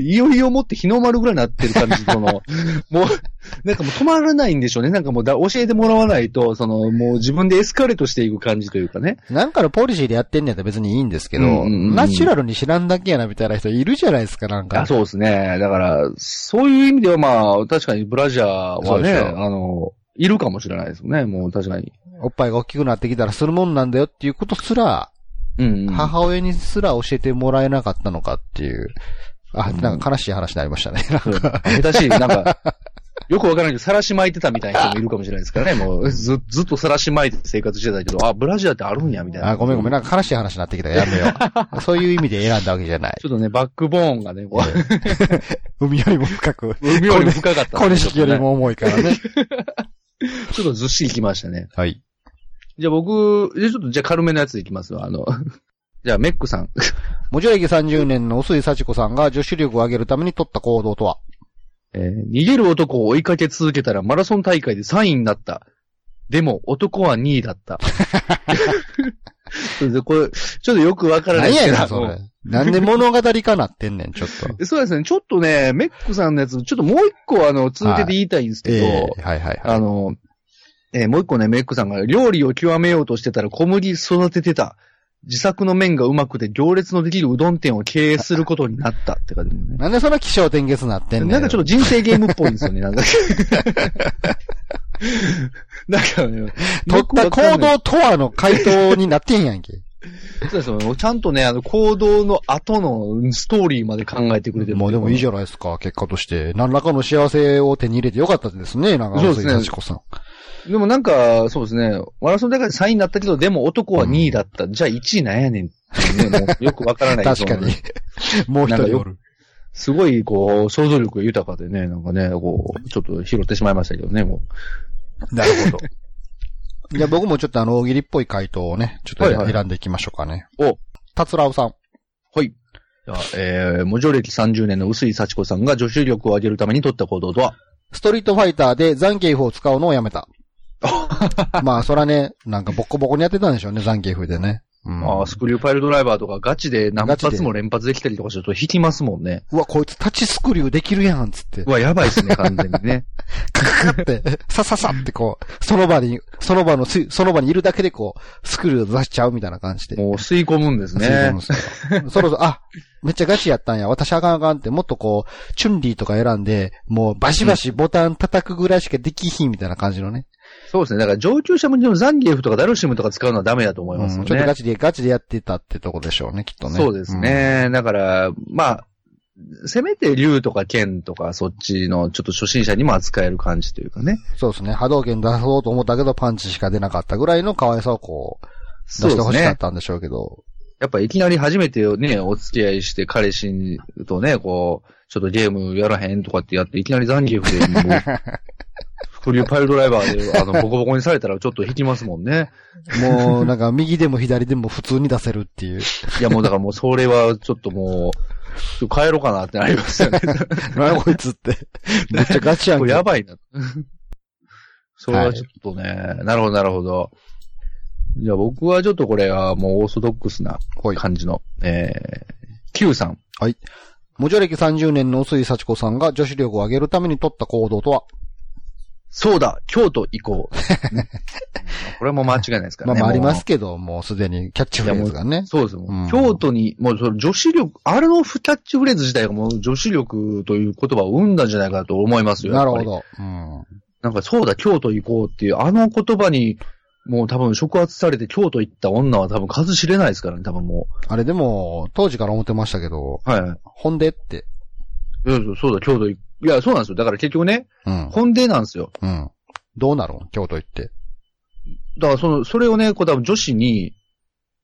B: いよいよもって日の丸ぐらいになってる感じ、その、もう、なんかもう止まらないんでしょうね。なんかもうだ教えてもらわないと、その、もう自分でエスカレートしていく感じというかね。
A: なんかのポリシーでやってんねやったら別にいいんですけど、
B: うんうんうんうん
A: ナチュラルに知らんだけやなみたいな人いるじゃないですか、なんか。
B: あそうですね。だから、そういう意味ではまあ、確かにブラジャー
A: そ
B: は
A: うで
B: ね、
A: しょ
B: あの、いるかもしれないですね。もう確かに。
A: おっぱいが大きくなってきたらするもんなんだよっていうことすら、
B: うん、うん。
A: 母親にすら教えてもらえなかったのかっていう。あ、なんか悲しい話になりましたね。
B: そう下手しい、なんか、よくわからないけど、さらし巻いてたみたいな人もいるかもしれないですからね。もう、ず、ずっとさらし巻いて生活してたけど、あ、ブラジアってあるんや、みたいな。
A: あ、ごめんごめん。
B: な。
A: なんか悲しい話になってきたからやめよ う。そういう意味で選んだわけじゃない
B: ち。ょっとね、バックボーンがね、こう、
A: 海よりも深 く。
B: 海よりも深かった、
A: これ式より。も重いからね。
B: ちょっとずっしりきましたね。
A: はい。
B: じゃあ僕、じゃあちょっと、じゃあ軽めのやついきますわ。あの、 じゃあメックさん。
A: もじゃ駅30年の薄井幸子さんが女子力を上げるために取った行動とは
B: えー逃げる男を追いかけ続けたらマラソン大会で3位になった。でも、男は2位だ った。そうですこれ、ちょっとよくわからない
A: 何
B: です
A: や
B: けど
A: ねん、それ。なんで物語化なってんねん、ちょっ と。
B: そうですね。ちょっとね、メックさんのやつ、ちょっともう一個、あの、続けて言いたいんですけど、
A: はいはいはい。
B: あの、えーもう一個ね、メックさんが、料理を極めようとしてたら小麦育ててた。自作の麺がうまくて行列のできるうどん店を経営することになったって感じね。
A: なんでそんな気象転結なってんねん。
B: なんかちょっと人生ゲームっぽいんですよ ね、なんか。なんかね、
A: 取った行動とはの回答になってんやんけ。
B: そうですよちゃんとね、あの、行動の後のストーリーまで考えてくれてる
A: もうでもいいじゃないですか、結果として。何らかの幸せを手に入れてよかったですね、なんか、
B: そうですね
A: 松井幸子さん。
B: でもなんか、そうですね、マラソン大会で3位になったけど、でも男は2位だった。じゃあ1位なんやねんっていうね。もうよくわ からない。
A: 確かに
B: そ の。
A: もう一
B: なんか
A: 人
B: よ
A: おる。
B: すごい、こう、想像力が豊かでね、なんかね、こう、ちょっと拾ってしまいましたけどね、も
A: なるほど。 じゃあ僕もちょっとあの、大喜利っぽい回答をね、ちょっと
B: はいはい
A: 選んでいきましょうかね。
B: お
A: たつらおさん。
B: う。はい。じゃあえー、無常歴30年の薄井幸子さんが女子力を上げるために取った行動とは
A: ストリートファイターでザンケイフを使うのをや めた。まあ、そらね、なんかボッコボコにやってたんでしょうね、ザンケイフでね。うん、
B: ああ、スクリューパイルドライバーとかガチで何
A: ガチ
B: 発
A: で
B: も連発できたりとかすると引きますもんね。
A: うわ、こいつタッチスクリューできるやん、つって
B: う。わ、やばいっすね、完全にね。
A: カカカって、さささってこう、その場に、その場のす、その場にいるだけでこう、スクリューを出しちゃうみたいな感じで。
B: もう吸い込むんです
A: そうな
B: ね
A: ん。ですよそろそろ、あ、めっちゃガチやったんや。私あかんあかんって、もっとこう、チュンリーとか選んで、もうバシバシボタン叩くぐらいしかできひんみたいな感じのね。
B: そうですね。だから上級者向けのザンギエフとかダルシムとか使うのはダメだと思います
A: う
B: よ
A: ん
B: ね。
A: ちょっとガチで、ガチでやってたってとこでしょうね、きっとね。
B: そうですね。だから、まあ、せめて竜とか剣とかそっちのちょっと初心者にも扱える感じというかね。
A: うん。そうですね。波動拳出そうと思ったけど、パンチしか出なかったぐらいの可愛さをこう、
B: そ
A: 出し
B: う
A: て
B: で
A: ほ
B: す
A: しか
B: ね
A: っ。たんでしょうけど。
B: やっぱいきなり初めてね、お付き合いして彼氏とね、こう、ちょっとゲームやらへんとかってやって、いきなりザンギエフで、も うフリューパイルドライバーで、あの、ボコボコにされたらちょっと引きますもんね。
A: もう、なんか右でも左でも普通に出せるっていう。
B: いやもうだからもうそれはちょっともう、ちょっと帰ろうかなってなりますよ ね。
A: なにこいつって。めっちゃガチやん
B: こ
A: け。
B: れやばいな。それはちょっとね、なるほど、なるほど。じゃあ僕はちょっとこれはもうオーソドックスな
A: はい。
B: 感じの、えー、Q さん。
A: 無常歴30年の薄井幸子さんが女子力を上げるために取った行動とは、
B: そうだ、京都行こう。ね これはもう間違いないですか
A: ま
B: ら
A: あ
B: ね。
A: まああります
B: も
A: けど、もうすでにキャッチフレーズがね
B: う。。そうですもん
A: うん
B: 京都に、もうその女子力、あれのキャッチフレーズ自体がもう女子力という言葉を生んだんじゃないかと思いますよ。や
A: な
B: っぱ
A: る
B: り
A: ほ。ど。うん。
B: なんかそうだ、京都行こうっていう、あの言葉に、もう多分触発されて京都行った女は多分数知れないですからね、多分も
A: あれでも、当時から思ってましたけど、
B: う。はい。
A: ほんでって。
B: そうそうだ、京都行く。いや、そうなんですよ。だから結局ね、
A: うん。
B: 本音なんですよ。
A: うん。どうなるん京都行って。
B: だからその、それをね、こう多分女子に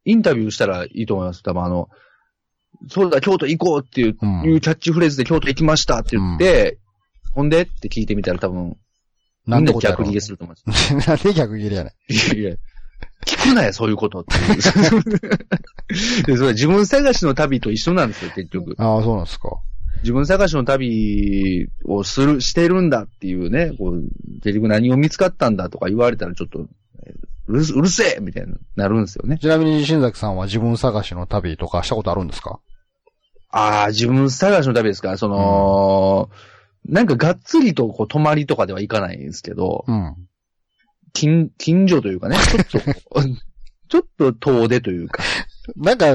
B: インタビューしたらいいと思います。多分あの、そうだ、京都行こうっていう,、
A: うん
B: いうキャッチフレーズで京都行きましたって言って、ほんでって聞いてみたら多分、みんな
A: てことや
B: 逆
A: ろ
B: ギレ すると思います。
A: なんで逆切れやねん。
B: いやいや、聞くなよ、そういうことっていう。でそれ自分探しの旅と一緒なんですよ、結局。
A: ああ、そうなんですか。
B: 自分探しの旅をする、してるんだっていうね、こう、結局何を見つかったんだとか言われたらちょっと、えうるすうるせえみたいになるんですよね。
A: ちなみに新崎さんは自分探しの旅とかしたことあるんですか
B: ああ、自分探しの旅ですから、その、なんかがっつりとこう泊まりとかでは行かないんですけど、
A: うん。
B: 近、近所というか ね、ちょっとこう、ちょっと遠出というか。
A: なんか、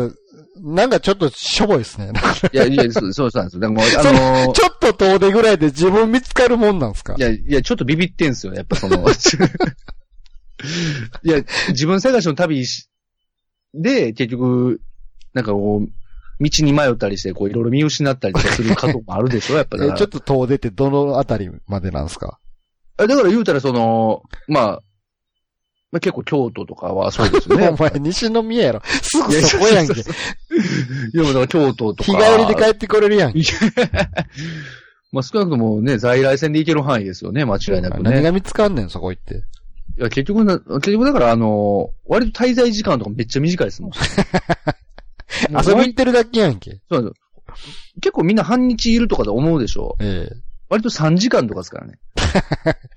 A: なんかちょっとしょぼいですね。
B: いや、いや、そうそうなんですよ。だからもう、あのー
A: ちょっと遠出ぐらいで自分見つかるもんなんですか
B: いや、いや、ちょっとビビってんすよ、やっぱその。いや、自分探しの旅しで、結局、なんかこう、道に迷ったりして、こういろいろ見失ったりとかする過去もあるでしょ、やっぱ
A: え
B: だから
A: ちょっと遠出ってどのあたりまでなんですか
B: えだから言うたらその、まあ、まあ結構京都とかはそうですよ ね。
A: お前、西宮やろ。すぐそこやんけ。日
B: いや、だから京都とか。
A: 帰りで帰ってこれるやんけ。
B: まあ少なくともね、在来線で行ける範囲ですよね、間違いなく
A: 何
B: ね。
A: が見つかんねん、そこ行って。
B: いや、結局な、結局だからあの、割と滞在時間とかめっちゃ短 いですもん。もう
A: 遊び行ってるだけやんけ。
B: そうなんですよ結構みんな半日いるとかと思うでしょ
A: え
B: 割と3時間とかで すからね。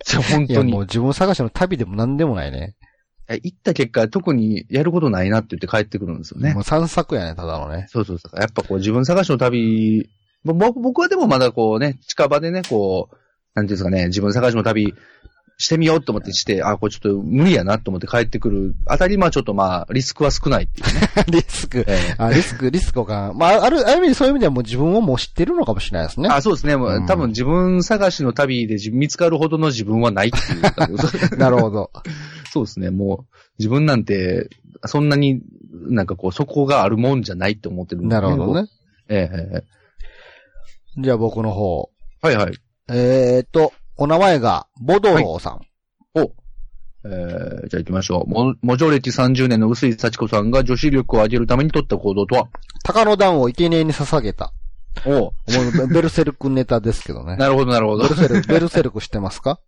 B: そう本
A: え。い
B: 当
A: や、
B: に。い
A: もう自分探しの旅でも何でもないね。
B: や行った結果、特にやることないなって言って帰ってくるんですよね。
A: もう散策やね、ただのね。
B: そうそうそう。やっぱこう自分探しの旅、ぼぼ僕はでもまだこうね、近場でね、こう、なんていうんですかね、自分探しの旅してみようと思ってして、あ、これちょっと無理やなと思って帰ってくる。あたり、まあちょっとまあ、リスクは少ないっていう。
A: リスク。
B: え
A: あ、リスク、リ スクをか。まあ、ある、ある意味でそういう意味ではもう自分をもう知ってるのかもしれないです
B: え
A: ね。
B: あ、そうですね。もう
A: うん
B: 多分自分探しの旅で自見つかるほどの自分はないっていうか。
A: なるほど。
B: そうですね。もう、自分なんて、そんなに、なんかこう、そこがあるもんじゃないって思ってるんで
A: なるほど。ね。
B: えええええ
A: じゃあ僕の方。
B: えはいはい。
A: えーと、お名前が、ボドローさん。
B: お。えー、じゃあ行きましょう。も、模助歴30年の薄井幸子さんが女子力を上げるために取った行動とは
A: 鷹の段を生贄に捧げた。
B: お
A: もうベルセルクネタですけどね。
B: なるほど、なるほど。
A: ベル
B: い
A: セルク、ベルセルクしてますか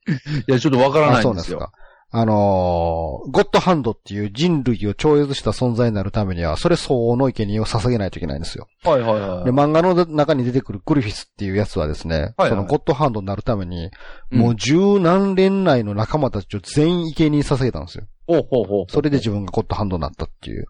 B: や、ちょっとわから
A: あ、
B: ない
A: そうんなんで
B: で
A: すす
B: よ。
A: か。あのーゴッドハンドっていう人類を超越した存在になるためには、それ相応の生贄を捧げないといけないんですよ。
B: はいはいは
A: で、漫画の中に出てくるグリフィスっていうやつはですね、
B: はいはい
A: そのゴッドハンドになるために、
B: うん
A: もう十何連内の仲間たちを全員生贄に捧げたんですよ。
B: おうほうほう。
A: それで自分がゴッドハンドになったっていう。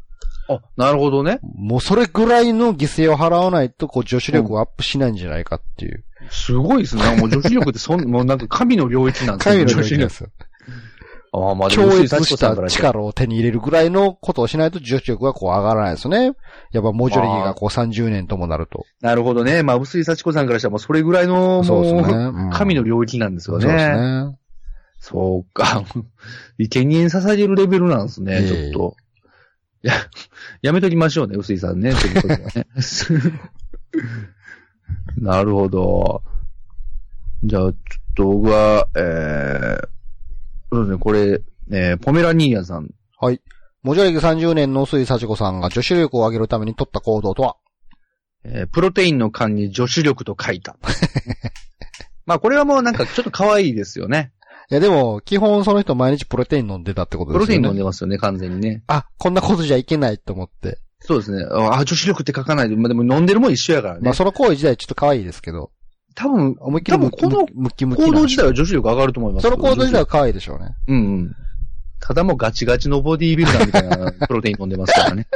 B: あ、なるほどね。
A: もうそれぐらいの犠牲を払わないと、こう、女子力をアップしないんじゃないかっていう。
B: すごいです ね。もう女子力ってそん、もうなんか神の領域なんです
A: 神
B: ね。
A: の領
B: 女
A: 域で
B: 子力。
A: すよ。
B: ああ、まあで
A: 超
B: も、
A: 越
B: 吉井
A: し
B: 幸子さんか
A: た
B: らしたら
A: 力を手に入れるぐらいのことをしないと女子力はこう上がらないですね。やっぱ文字力がこう30年ともなると。
B: なるほどね。まあ、薄井幸子さんからしたら、もうそれぐらいの、
A: そうです
B: も
A: ね。
B: う、
A: うん
B: 神の領域なんですよ
A: そうです
B: ね。
A: ね。
B: そうか。 生贄に捧げるレベルなんです
A: ええ
B: ね、ちょっと。いや、やめときましょうね、薄井さんね。ちょっとそれはね なるほど。じゃあ、ちょっと僕は、えー、そうですね、これ、えー、ポメラニーヤさん。
A: 文字力30年の水幸子さんが女子力を上げるために取った行動とは
B: えープロテインの缶に女子力と書 いた。まあ、これはもうなんかちょっと可愛いですよね。
A: いやでも、基本その人毎日プロテイン飲んでたってこと
B: プ
A: で
B: ロ
A: す
B: テイ
A: よ
B: ン
A: ね。
B: 飲んでますよね、完全にね。
A: あ、こんなことじゃいけないと思って。
B: そうですね。あ、女子力って書かないで、まあ、でも飲んでるもん一緒やからね。
A: まあその行為自体ちょっと可愛いですけど、
B: 多分、
A: 思いっきりムキ
B: 多分こ
A: ムキムキ
B: 行
A: な
B: 動自体は女子力上がると思います
A: そ
B: よ。
A: の行動自体
B: 女子力
A: は可愛いでしょうね。
B: うんうん。ただもうガチガチのボディービルダーみたいなプロテイン飲んでますから ね。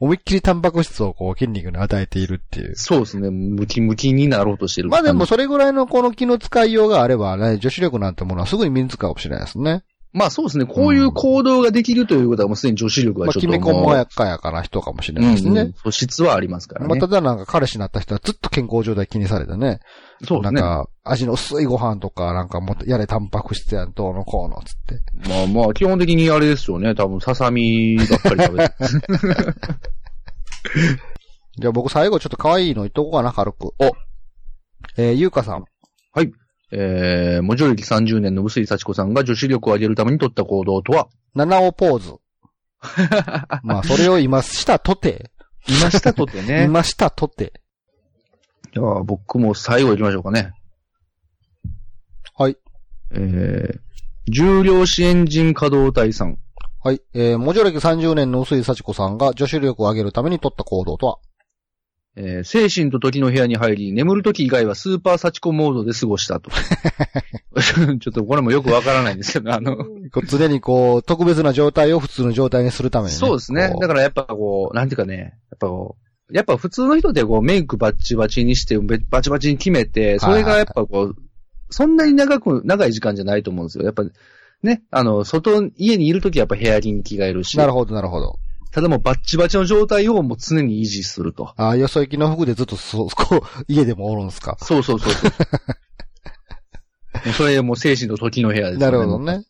A: 思いっきりタンパク質をこう筋肉に与えているっていう。
B: そうですね。ムキムキになろうとしてる。
A: まあでも、それぐらいのこの気の使いようがあればね、女子力なんてものはすぐに身につくかもしれないですね。
B: まあそうですね。こういう行動ができるということはもうすでに女子力
A: まあ
B: はちょっ
A: き
B: と
A: め
B: もう。
A: 細やかやかな人かもしれ
B: う
A: ない
B: ん、
A: ですね。
B: うんそう質はありますから
A: まあ
B: ね。
A: ただなんか彼氏になった人はずっと健康状態気にされてね。
B: そうで
A: な
B: す
A: ん
B: ね。
A: か、味の薄いご飯とか、なんかもっとやれタンパク質やん、どうのこうの、つって。
B: まあまあ、基本的にあれですよね。多分、ささみばっかり食 べて。
A: じゃあ僕最後ちょっと可愛いの言っとこうかな、軽く。
B: お
A: えー、ゆうかさん。
B: えー、文字歴30年の薄井幸子さんが女子力を上げるために取った行動とは、
A: 七尾ポー ズ。まあ、それを今したとて、
B: いましたとて ね。
A: 今したとて。
B: じゃあ、僕も最後行きましょうかね。
A: はい。
B: えー、重量支援人稼働隊さん。
A: はい。えー、文字歴30年の薄井幸子さんが女子力を上げるために取った行動とは
B: えー、精神と時の部屋に入り、眠る時以外はスーパーサチコモードで過 ごしたと。 ちょっとこれもよくわからないんですけど、あの、
A: こう常にこう、特別な状態を普通の状態にするために、ね。
B: そうですね。だ
A: か
B: からやっぱこう、なんていうかね、やっぱこう、やっぱ普通の人ってこう、メイクバッチバチにして、べバチバチに決めて、それがやっぱこう、そんなに長く、長い時間じゃないと思うんですよ。やっぱ、ね、あの、外、家にいるときやっぱ部屋着に着替えるし、
A: なるほど、なるほど。
B: ただもうバッチバチの状態をもう常に維持すると。
A: ああ、よそ行きの服でずっとそ、こう、家でもおるんすか。
B: そ うそうそうそう。もうそれもう精神と時の部屋です、
A: なるほど。ね。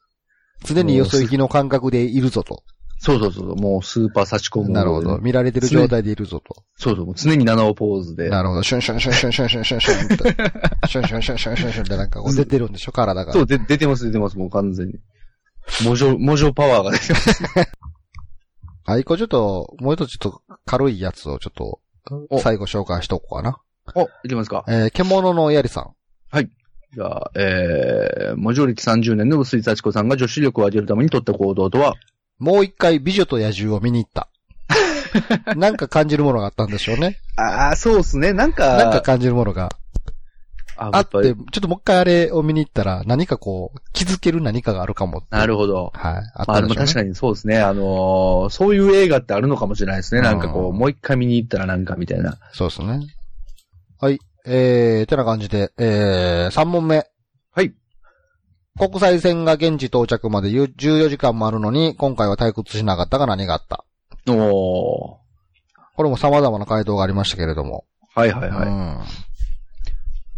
A: 常によそ行きの感覚でいるぞと。
B: そうそうそう。もうスーパー差し込む。
A: なるほど。。見られてる状態でいるぞと。
B: そうそう。もう常に七尾ポーズで。
A: なるほど。シュンシュンシュンシュンシュンシュンシュンシュンって。シュンシュンシュンシュンシュンシュンってなんかこう出てるんでしょ体が。
B: そう、で、出てます、出てます、もう完全に。モジョ、モジョパワーが出てます。
A: はい、これちょっと、もう一つちょっと軽いやつをちょっと、
B: お、
A: 最後紹介しとこうかな。
B: お、いきますか。
A: えー、獣のやりさん。
B: じゃあ、えー、モジョ歴30年の薄井幸子さんが女子力を上げるために取った行動とは、
A: もう一回美女と野獣を見に行 った。なんか感じるものがあったんでしょうね。
B: ああ、そうっすね。なんか、
A: なんか感じるものが
B: あ
A: あ
B: や
A: っ、
B: って
A: ち
B: ぱ
A: ょ
B: り
A: っともう一回あれを見に行ったら、何かこう、気づける何かがあるかもっていう
B: なるほど。
A: はい。あった
B: まあ、で
A: んで
B: も
A: しょう
B: 確
A: ね。
B: かにそうですね。あのーそういう映画ってあるのかもしれないですね。なんかこ
A: う
B: う、
A: ん
B: もう一回見に行ったらなんかみたいな。
A: そうですね。はい。えー、てな感じで、えー、3問目。
B: はい。
A: 国際線が現地到着まで14時間もあるのに、今回は退屈しなかったが何があった
B: お
A: これも様々な回答がありましたけれども。
B: ー。はいはいはい。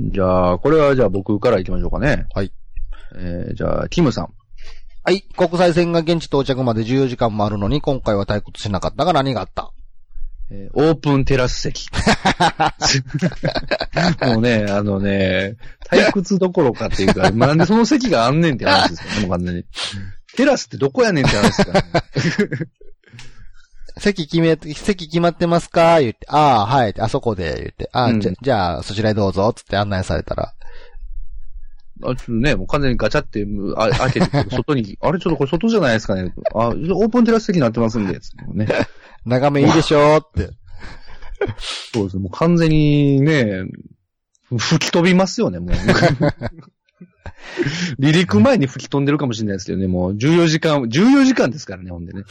A: うん。
B: じゃあ、これはじゃあ僕から行きましょうかね。
A: はい。
B: えー、じゃあ、キムさん。
A: はい。国際線が現地到着まで14時間もあるのに、今回は退屈しなかったが何があった
B: えーオープンテラス席。 もうね、あのね、退屈どころかっていうか、なんでその席があんねんって話ですよね、もう完全に。テラスってどこやねんって話ですから、 ね。
A: 席決め、席決まってますか言って、ああ、はい、あそこで、言って、ああ、
B: うん
A: じゃ、じゃあ、そちらへどうぞ、つって案内されたら、
B: あ、ちょっとね、もう完全にガチャってむあ開けて、外に、あれちょっとこれ外じゃないですかね。あ、オープンテラス席になってますんで、つってね。
A: 眺めいいでしょーって。
B: そうですね、もう完全にね、吹き飛びますよね、もう。離陸前に吹き飛んでるかもしれないですけどね、もう14時間、14時間ですからね、ほんでね。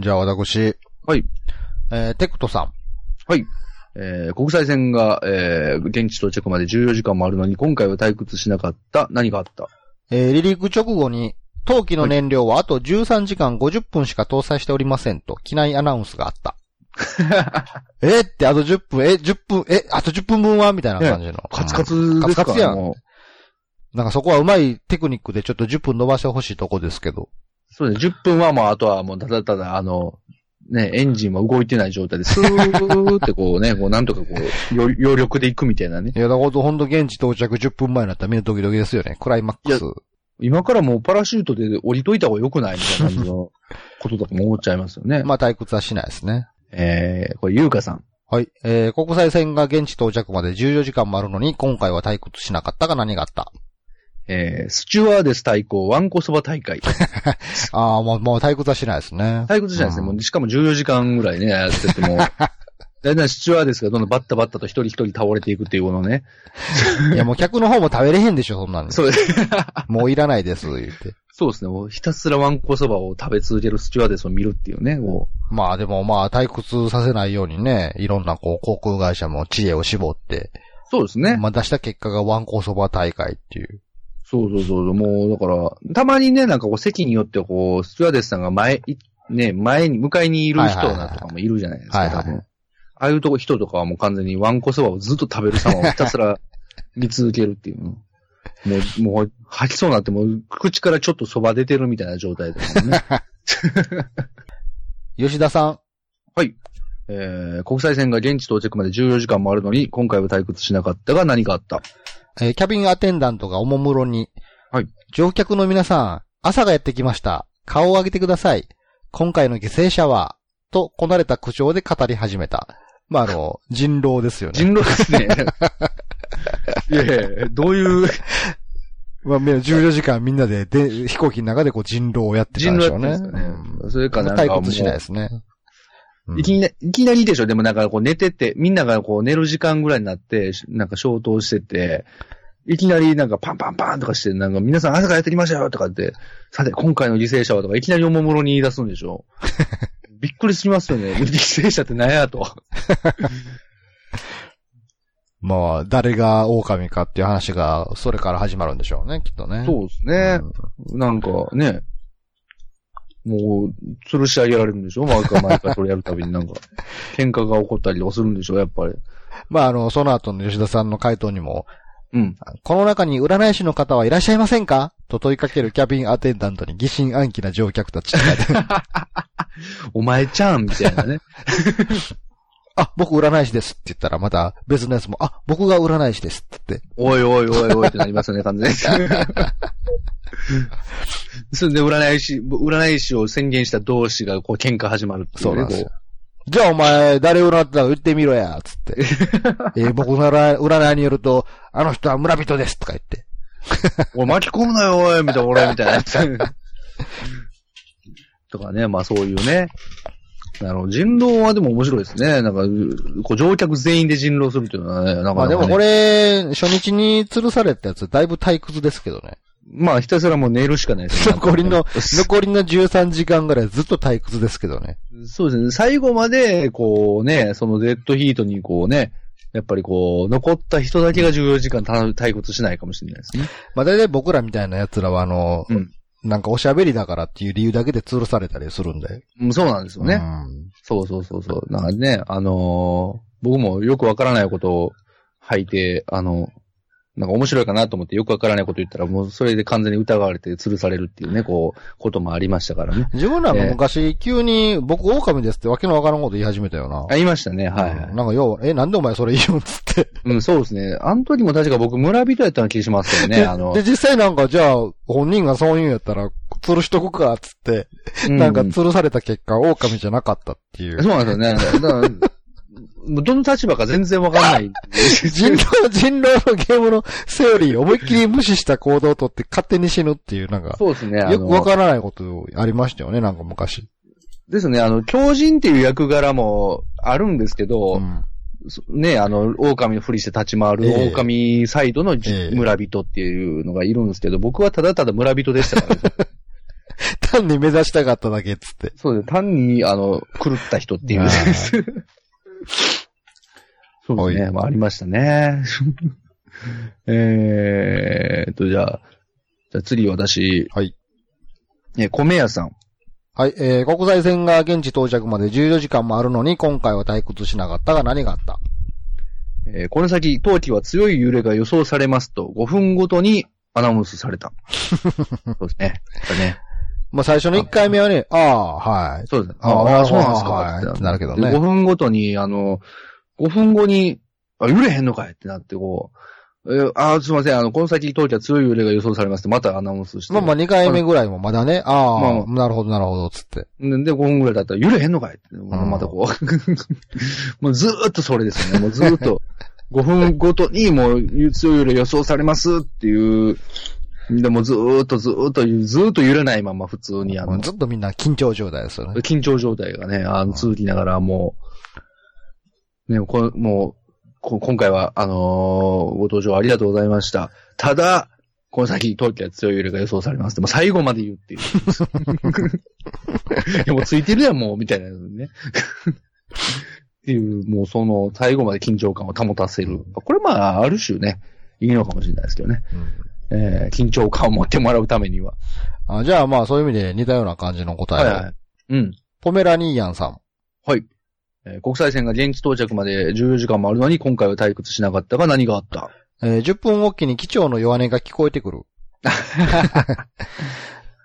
A: じゃあ、私。
B: はい。
A: えー、テクトさん。
B: えー国際線が、えー現地到着まで14時間もあるのに、今回は退屈しなかった。何があった
A: えー、離陸直後に、陶器の燃料はあと13時間50分しか搭載しておりませんと、機内アナウンスがあ った。えーって、あと10分、え、10分、え、あと10分分はみたいな感じの。
B: カツカツですか、
A: カツカツやん
B: もう
A: うんなんかそこはうまいテクニックでちょっと10分伸ばしてほしいとこですけど。
B: そうですね、10分はもう、あとはもう、ただただ、あの、ね、エンジンは動いてない状態で、スーってこうね、 こう、なんとかこう、よ余力で行くみたいなね。
A: いや、だからほんと現地到着10分前になったらみんなドキドキですよね。クライマックス。
B: 今からもうパラシュートで降りといた方が良くないみたいな 感じのこととかも思っちゃいますよね。
A: まあ退屈はしないですね。
B: えー、これ、ゆうかさん。
A: はい。えー、国際線が現地到着まで14時間もあるのに、今回は退屈しなかったが何があった
B: えー、スチュワーデス対抗、ワンコそば大会。
A: ああ、もう、もう退屈はしないですね。
B: 退屈じゃないですね。
A: うん
B: もう、しかも14時間ぐらいね、やってても。 だんだんシチュワーですが、どんどんバッタバッタと一人一人倒れていくっていうこのね。
A: いや、もう客の方も食べれへんでしょ、そんなの。
B: そうです。
A: もういらないです、言って。
B: そうですね。もうひたすらワンコそばを食べ続けるスチュワーデスを見るっていうね。こ
A: まあでもまあ退屈させないようにね、いろんなこう航空会社も知恵を絞って、
B: うそうですね。
A: まあ出した結果がワンコそば大会っていう。
B: そうそうそうそう。もう、だから、たまにね、なんかこう席によってこう、スチュワーデスさんが前、いね、前に、迎えにいる人なんとかもいるじゃないです
A: は
B: か、
A: いはいはい
B: 多
A: はい
B: 分。ああいうとこ人とかはもう完全にワンコそばをずっと食べる様をひたす ら見続けるっていう。もう、もう、吐きそうになって、もう、口からちょっとそば出てるみたいな状態です もんね。
A: 吉田さん。
B: えー、国際線が現地到着まで14時間もあるのに、今回は退屈しなかったが何かあった。
A: えーキャビンアテンダントがおもむろに、
B: はい
A: 乗客の皆さん、朝がやってきました。顔を上げてください。今回の犠牲者は、と、こなれた口調で語り始めた。まあ、あの、人狼ですよね。
B: 人狼です ね。いやいや、どういう、
A: まあ、みんな14時間みんなで、で、飛行機の中でこう人狼をやってた
B: 人
A: んで
B: 狼
A: しょ
B: やっ
A: う
B: て
A: ね。
B: るんですかね
A: うん。
B: それかなんか
A: 退
B: もう。
A: 屈しないですね。うん
B: いきなり、いきなりでしょでもなんかこう寝てて、みんながこう寝る時間ぐらいになって、しなんか消灯してて、いきなりなんかパンパンパンとかして、なんか皆さん朝からやってきましたよとかって、さて今回の犠牲者はとかいきなりおもむろに言い出すんでし ょびっくりしますよね。 犠牲者って何やと。
A: まあ、誰が狼かっていう話が、それから始まるんでしょうね、きっとね。
B: そうですね
A: う。ん
B: なんかね、もう、吊るし上げられるんでしょ毎回毎回それやるたびに なんか、喧嘩が起こったりとかするんでしょやっぱり。
A: まあ、あの、その後の吉田さんの回答にも、
B: うん。
A: この中に占い師の方はいらっしゃいませんかと問いかけるキャビンアテンダントに疑心暗鬼な乗客たち。
B: お前ちゃんみたいなね。
A: あ、僕占い師ですって言ったらまた別のやつも、あ、僕が占い師ですって言って。
B: おいおいおいおいってなりますよね、完全に。それで占い師、占い師を宣言した同士がこう喧嘩始まるっていう、ね。
A: そうなんです
B: こ
A: じゃあお前、誰占ってたか言ってみろや、つ って。えー僕の占い占いによると、あの人は村人ですとか言って。
B: おい巻き込むなよ、おい、みたいな、俺、みたいな やつ。とかね、まあそういうね。なるほど。人狼はでも面白いですね。なんか、こう乗客全員で人狼するっていうのはね、なかなか、ね。
A: まあでもこれ、初日に吊るされたやつ、だいぶ退屈ですけど ね。
B: まあひたすらもう寝るしかない ですね。
A: 残りの、残りの13時間ぐらいずっと退屈ですけどね。
B: そうですね。最後まで、こうね、そのデッドヒートにこうね、やっぱりこう、残った人だけが14時間た退屈しないかもしれないですね。
A: まあ大体僕らみたいな奴らはあの、
B: うん
A: なんかおしゃべりだからっていう理由だけで吊るされたりするんで。
B: うん、そうなんですよね。
A: うん
B: そうそうそうそう。なんかね、あのー僕もよくわからないことを吐いて、あの、なんか面白いかなと思ってよくわからないこと言ったら、もうそれで完全に疑われて吊るされるっていうね、こう、こともありましたからね。
A: 自分らも
B: ええ
A: 昔、急に僕狼ですってわけのわからんこと言い始めたよな。
B: ありましたね、はい、はい
A: うん。なんか要は、え、なんでお前それ言うんつ って。
B: うん、そうですね。あの時も確か僕村人やったような気がしますけどね、
A: で
B: あの
A: で、、実際なんか、じゃあ、本人がそう言うんやったら、吊るしとくか、つって、なんか
B: う
A: 吊るされた結果、狼じゃなかったっていう。
B: そうなんですよね。だから、もうどの立場か全然わかんない。
A: 人狼、人狼のゲームのセオリー、思いっきり無視した行動をとって勝手に死ぬっていう、なんか、
B: そうですね。あ
A: よく
B: の
A: わからないことありましたよね、なんか昔。
B: ですね、あの、狂人っていう役柄もあるんですけど、
A: うん
B: そね、あの、狼のふりして立ち回る、
A: ええ
B: 狼サイドのじ、
A: ええ
B: 村人っていうのがいるんですけど、僕はただただ村人でしたから、ね、
A: 単に目指したかっただけ、つって。
B: そうです。単に、あの、狂った人ってい
A: あ
B: う。
A: ー
B: そうです
A: は
B: ね。まあ、ありましたね。 えーっと、じゃあ、じゃあ次私、
A: はい。
B: え、米屋さん。
A: はい、えー、国際線が現地到着まで14時間もあるのに、今回は退屈しなかったが何があった
B: えーこの先、冬季は強い揺れが予想されますと、5分ごとにアナウンスされ た。そうですね。やっぱね。
A: まあ、最初の1回目はね、ああ、はい。
B: そうです。
A: ああそうなんですか
B: はい
A: ってなるけどね
B: で5分ごとに、あの、5分後に、あ、揺れへんのかいってなって、こう、えーあ、すいません、あの、この先、冬季は強い揺れが予想されますと、またアナウンスして。
A: まあまあ、2回目ぐらいもまだね、ああ、
B: まあまあ
A: なるほど、なるほど、つって。
B: で、5分ぐらい経ったら、揺れへんのかいって、またこう。 もうずーっとそれですね。もうずーっと。5分ごとに、もう、強い揺れ予想されますっていう。でもずーっとずーっと、ずーっと揺れないまま普通に、あの、
A: ずっとみんな緊張状態ですよね。
B: 緊張状態がね、あの、続きながらもう、ね、こもう、こ今回は、あのーご登場ありがとうございました。ただ、この先、冬季は強い揺れが予想されます。でも最後まで言うっていう。いやもうついてるやん、もう、みたいなのね。っていう、もうその、最後まで緊張感を保たせる。これまあ、ある種ね、いいのかもしれないですけどね。
A: うん
B: えー緊張感を持ってもらうためには。
A: あじゃあまあ、そういう意味で似たような感じの答えを。
B: い。うん。
A: ポメラニーヤンさん。
B: はい。えー国際線が現地到着まで14時間もあるのに、今回は退屈しなかったが何があった
A: えー10分おきに機長の弱音が聞こえてくる。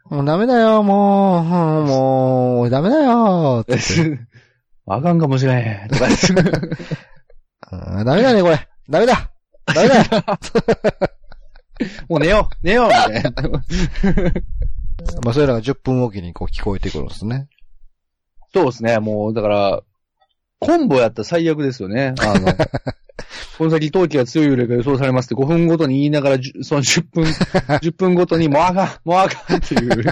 A: もうダメだよ、もう、うんもう、ダメだよ、つって
B: あかんかもしれん。とか言って
A: うんダメだね、これ。ダメだダメだよ
B: もう寝よう寝ようみたいな。
A: まあ、それらが10分おきにこう聞こえてくるんですね。
B: そうですね。もう、だから、コンボやったら最悪ですよね。あの、この先、冬季は強い揺れが予想されますって5分ごとに言いながら、じゅその10分、10分ごとに、もうあかん、もうあかんっていう。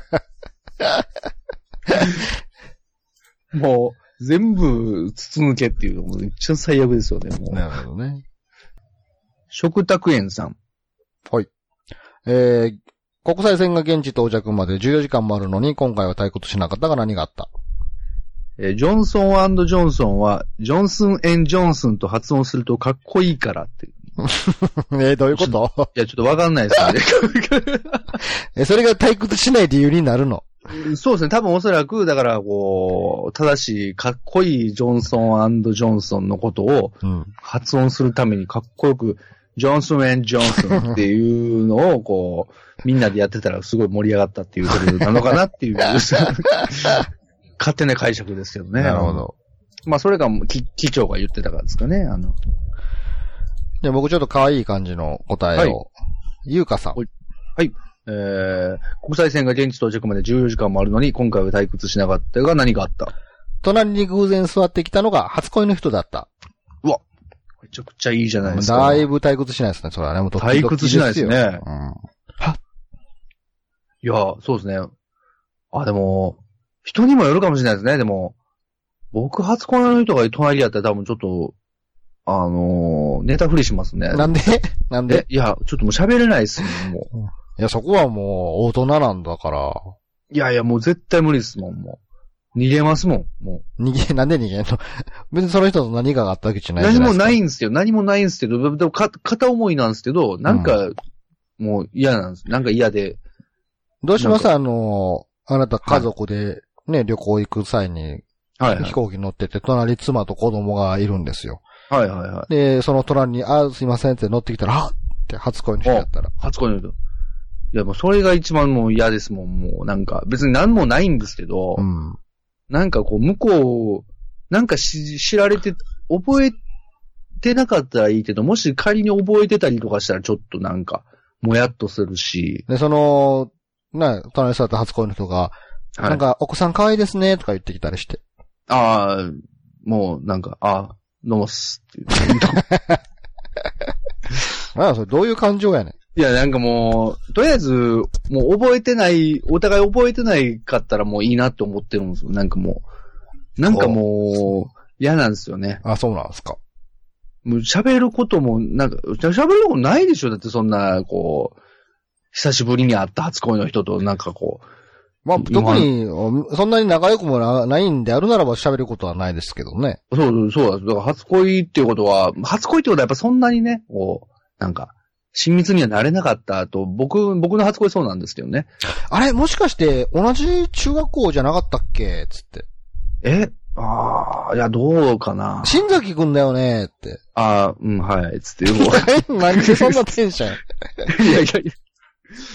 B: もう、全部、筒抜けっていうのも、一番最悪ですよね、もう。
A: なるほどね。
B: 食卓園さん。
A: えー国際線が現地到着まで14時間もあるのに、今回は退屈しなかったが何があった
B: えージョンソンジョンソンは、ジョンソンエンジョンソンと発音するとかっこいいからって。い
A: えーどういうこと
B: や、ちょっとわかんないですよ
A: え、それが退屈しない理由になるの
B: ね。 そうですね。多分おそらく、だから、こう、正しい、かっこいいジョンソンジョンソンのことを
A: うん。
B: 発音するためにかっこよく、ジョンソン・エン・ジョンソンっていうのを、こう、みんなでやってたらすごい盛り上がったっていうことなのかな っていう、勝手な解釈ですけどね。
A: なるほ。ど。
B: まあ、それが、き機長が言ってたからですかね。あの、
A: じゃあ僕ちょっと可愛い感じの答えを。ゆうかさん
B: お。えー、国際線が現地到着まで14時間もあるのに、今回は退屈しなかったが何があった
A: 隣に偶然座ってきたのが初恋の人だった。
B: めちゃくちゃいいじゃないですか。
A: だいぶ退屈しないですね、それはね。もうドキ
B: 退
A: ドキ
B: 屈しないです
A: よ
B: ね。
A: うん。
B: いや、そうですね。あ、でも、人にもよるかもしれないですね。でも、僕初恋の人が隣やったら多分ちょっと、あのーネタフリしますね。
A: なんでなん
B: え
A: で
B: いや、ちょっともう喋れないですもん、も
A: いや、そこはもう大人なんだから。
B: う。いやいや、もう絶対無理ですもん、もう。逃げますもん、も
A: 逃げ、なんで逃げんの 別にその人の何かがあったわけじゃ
B: う。
A: ないじ
B: 何
A: ゃないで
B: も
A: すか。
B: ないんですよ、何もないんですけど、でもか片思いなんですけど、なんか、もう嫌なんです。なんか嫌で。
A: どうしますあの、あなた家族でね、旅行行く際に
B: はいはい
A: 飛。行機乗ってて、隣妻と子供がいるんですよ。
B: はいはいはい。
A: で、その隣に、あ、すいませんって乗ってきたら、あって初恋の人だったら。
B: 初恋の人。いや、もうそれが一番もう嫌ですもん、もう。なんか、別に何もないんですけど、
A: うん。
B: なんかこう、向こう、なんかし知られて、覚えてなかったらいいけど、もし仮に覚えてたりとかしたらちょっとなんか、もやっとするし、
A: で、その、な、隣に座った初恋の人が、
B: はい
A: なんか、奥さん可愛いですね、とか言ってきたりして。
B: ああ、もうなんか、ああ、どうもっすっていう。
A: ああ、それどういう感情やね
B: いや、なんかもう、とりあえず、もう覚えてない、お互い覚えてないかったらもういいなって思ってるんですよ。なんかもう、なんかもう、嫌なんですよね。
A: ん。あ、そうなんですか。
B: もう喋ることも、なんか、喋ることないでしょだってそんな、こう、久しぶりに会った初恋の人と、なんかこ
A: まあ、
B: うん
A: 特に、そんなに仲良くもなないんであるならば喋ることはないですけどね。
B: う、そう、そうだ、だから初恋っていうことは、初恋ってことはやっぱそんなにね、こう、なんか、親密にはなれなかったと、僕、僕の初恋そうなんですけどね。
A: あれもしかして、同じ中学校じゃなかったっけつって。
B: えああ、いや、どうかな。
A: 新崎くんだよねって。
B: ああ、うん、はい、つって、もう
A: え なんでそんなテンション
B: いやいやいや。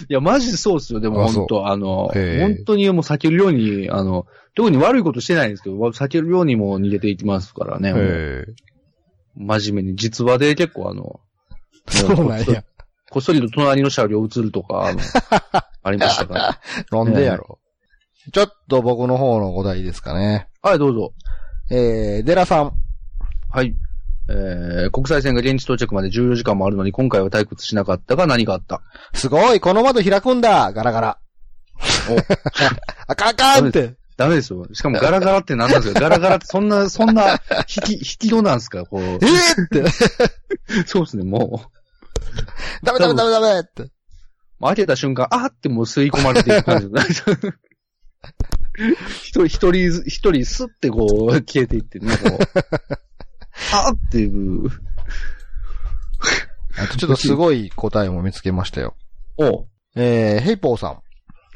B: いや、マジそうっすよ。でも
A: あそう
B: 本当、あの、
A: へえ
B: 本当にもう避けるように、あの、特に悪いことしてないんですけど、避けるようにも逃げていきますから ね。もう真面目に、実話で結構あの、
A: そうなんや。
B: こっそりと隣の車両映るとか、あの、ありましたから。
A: なんでやろ。ちょっと僕の方のお題ですかね。
B: はい、どうぞ。
A: えー、デラさん。
B: はい。えー、国際線が現地到着まで14時間もあるのに、今回は退屈しなかったが何があった
A: すごいこの窓開くんだガラガラ。
B: お
A: あかんあか んって。
B: ダメですよ。しかもガラガラって何なんで すかガラガラってそんな、そんな、引き、引き戸なんですかこ
A: え
B: う、
A: ー、って。
B: そうですね、もう。
A: ダメダメダメダメって。
B: もう開けた瞬間、あーってもう吸い込まれていく 感じ。一人、一人ず、一人スッてこう消えていってね、こう。 あーっていう。
A: あとちょっとすごい答えも見つけましたよ。
B: おう
A: えー、ヘイポーさん。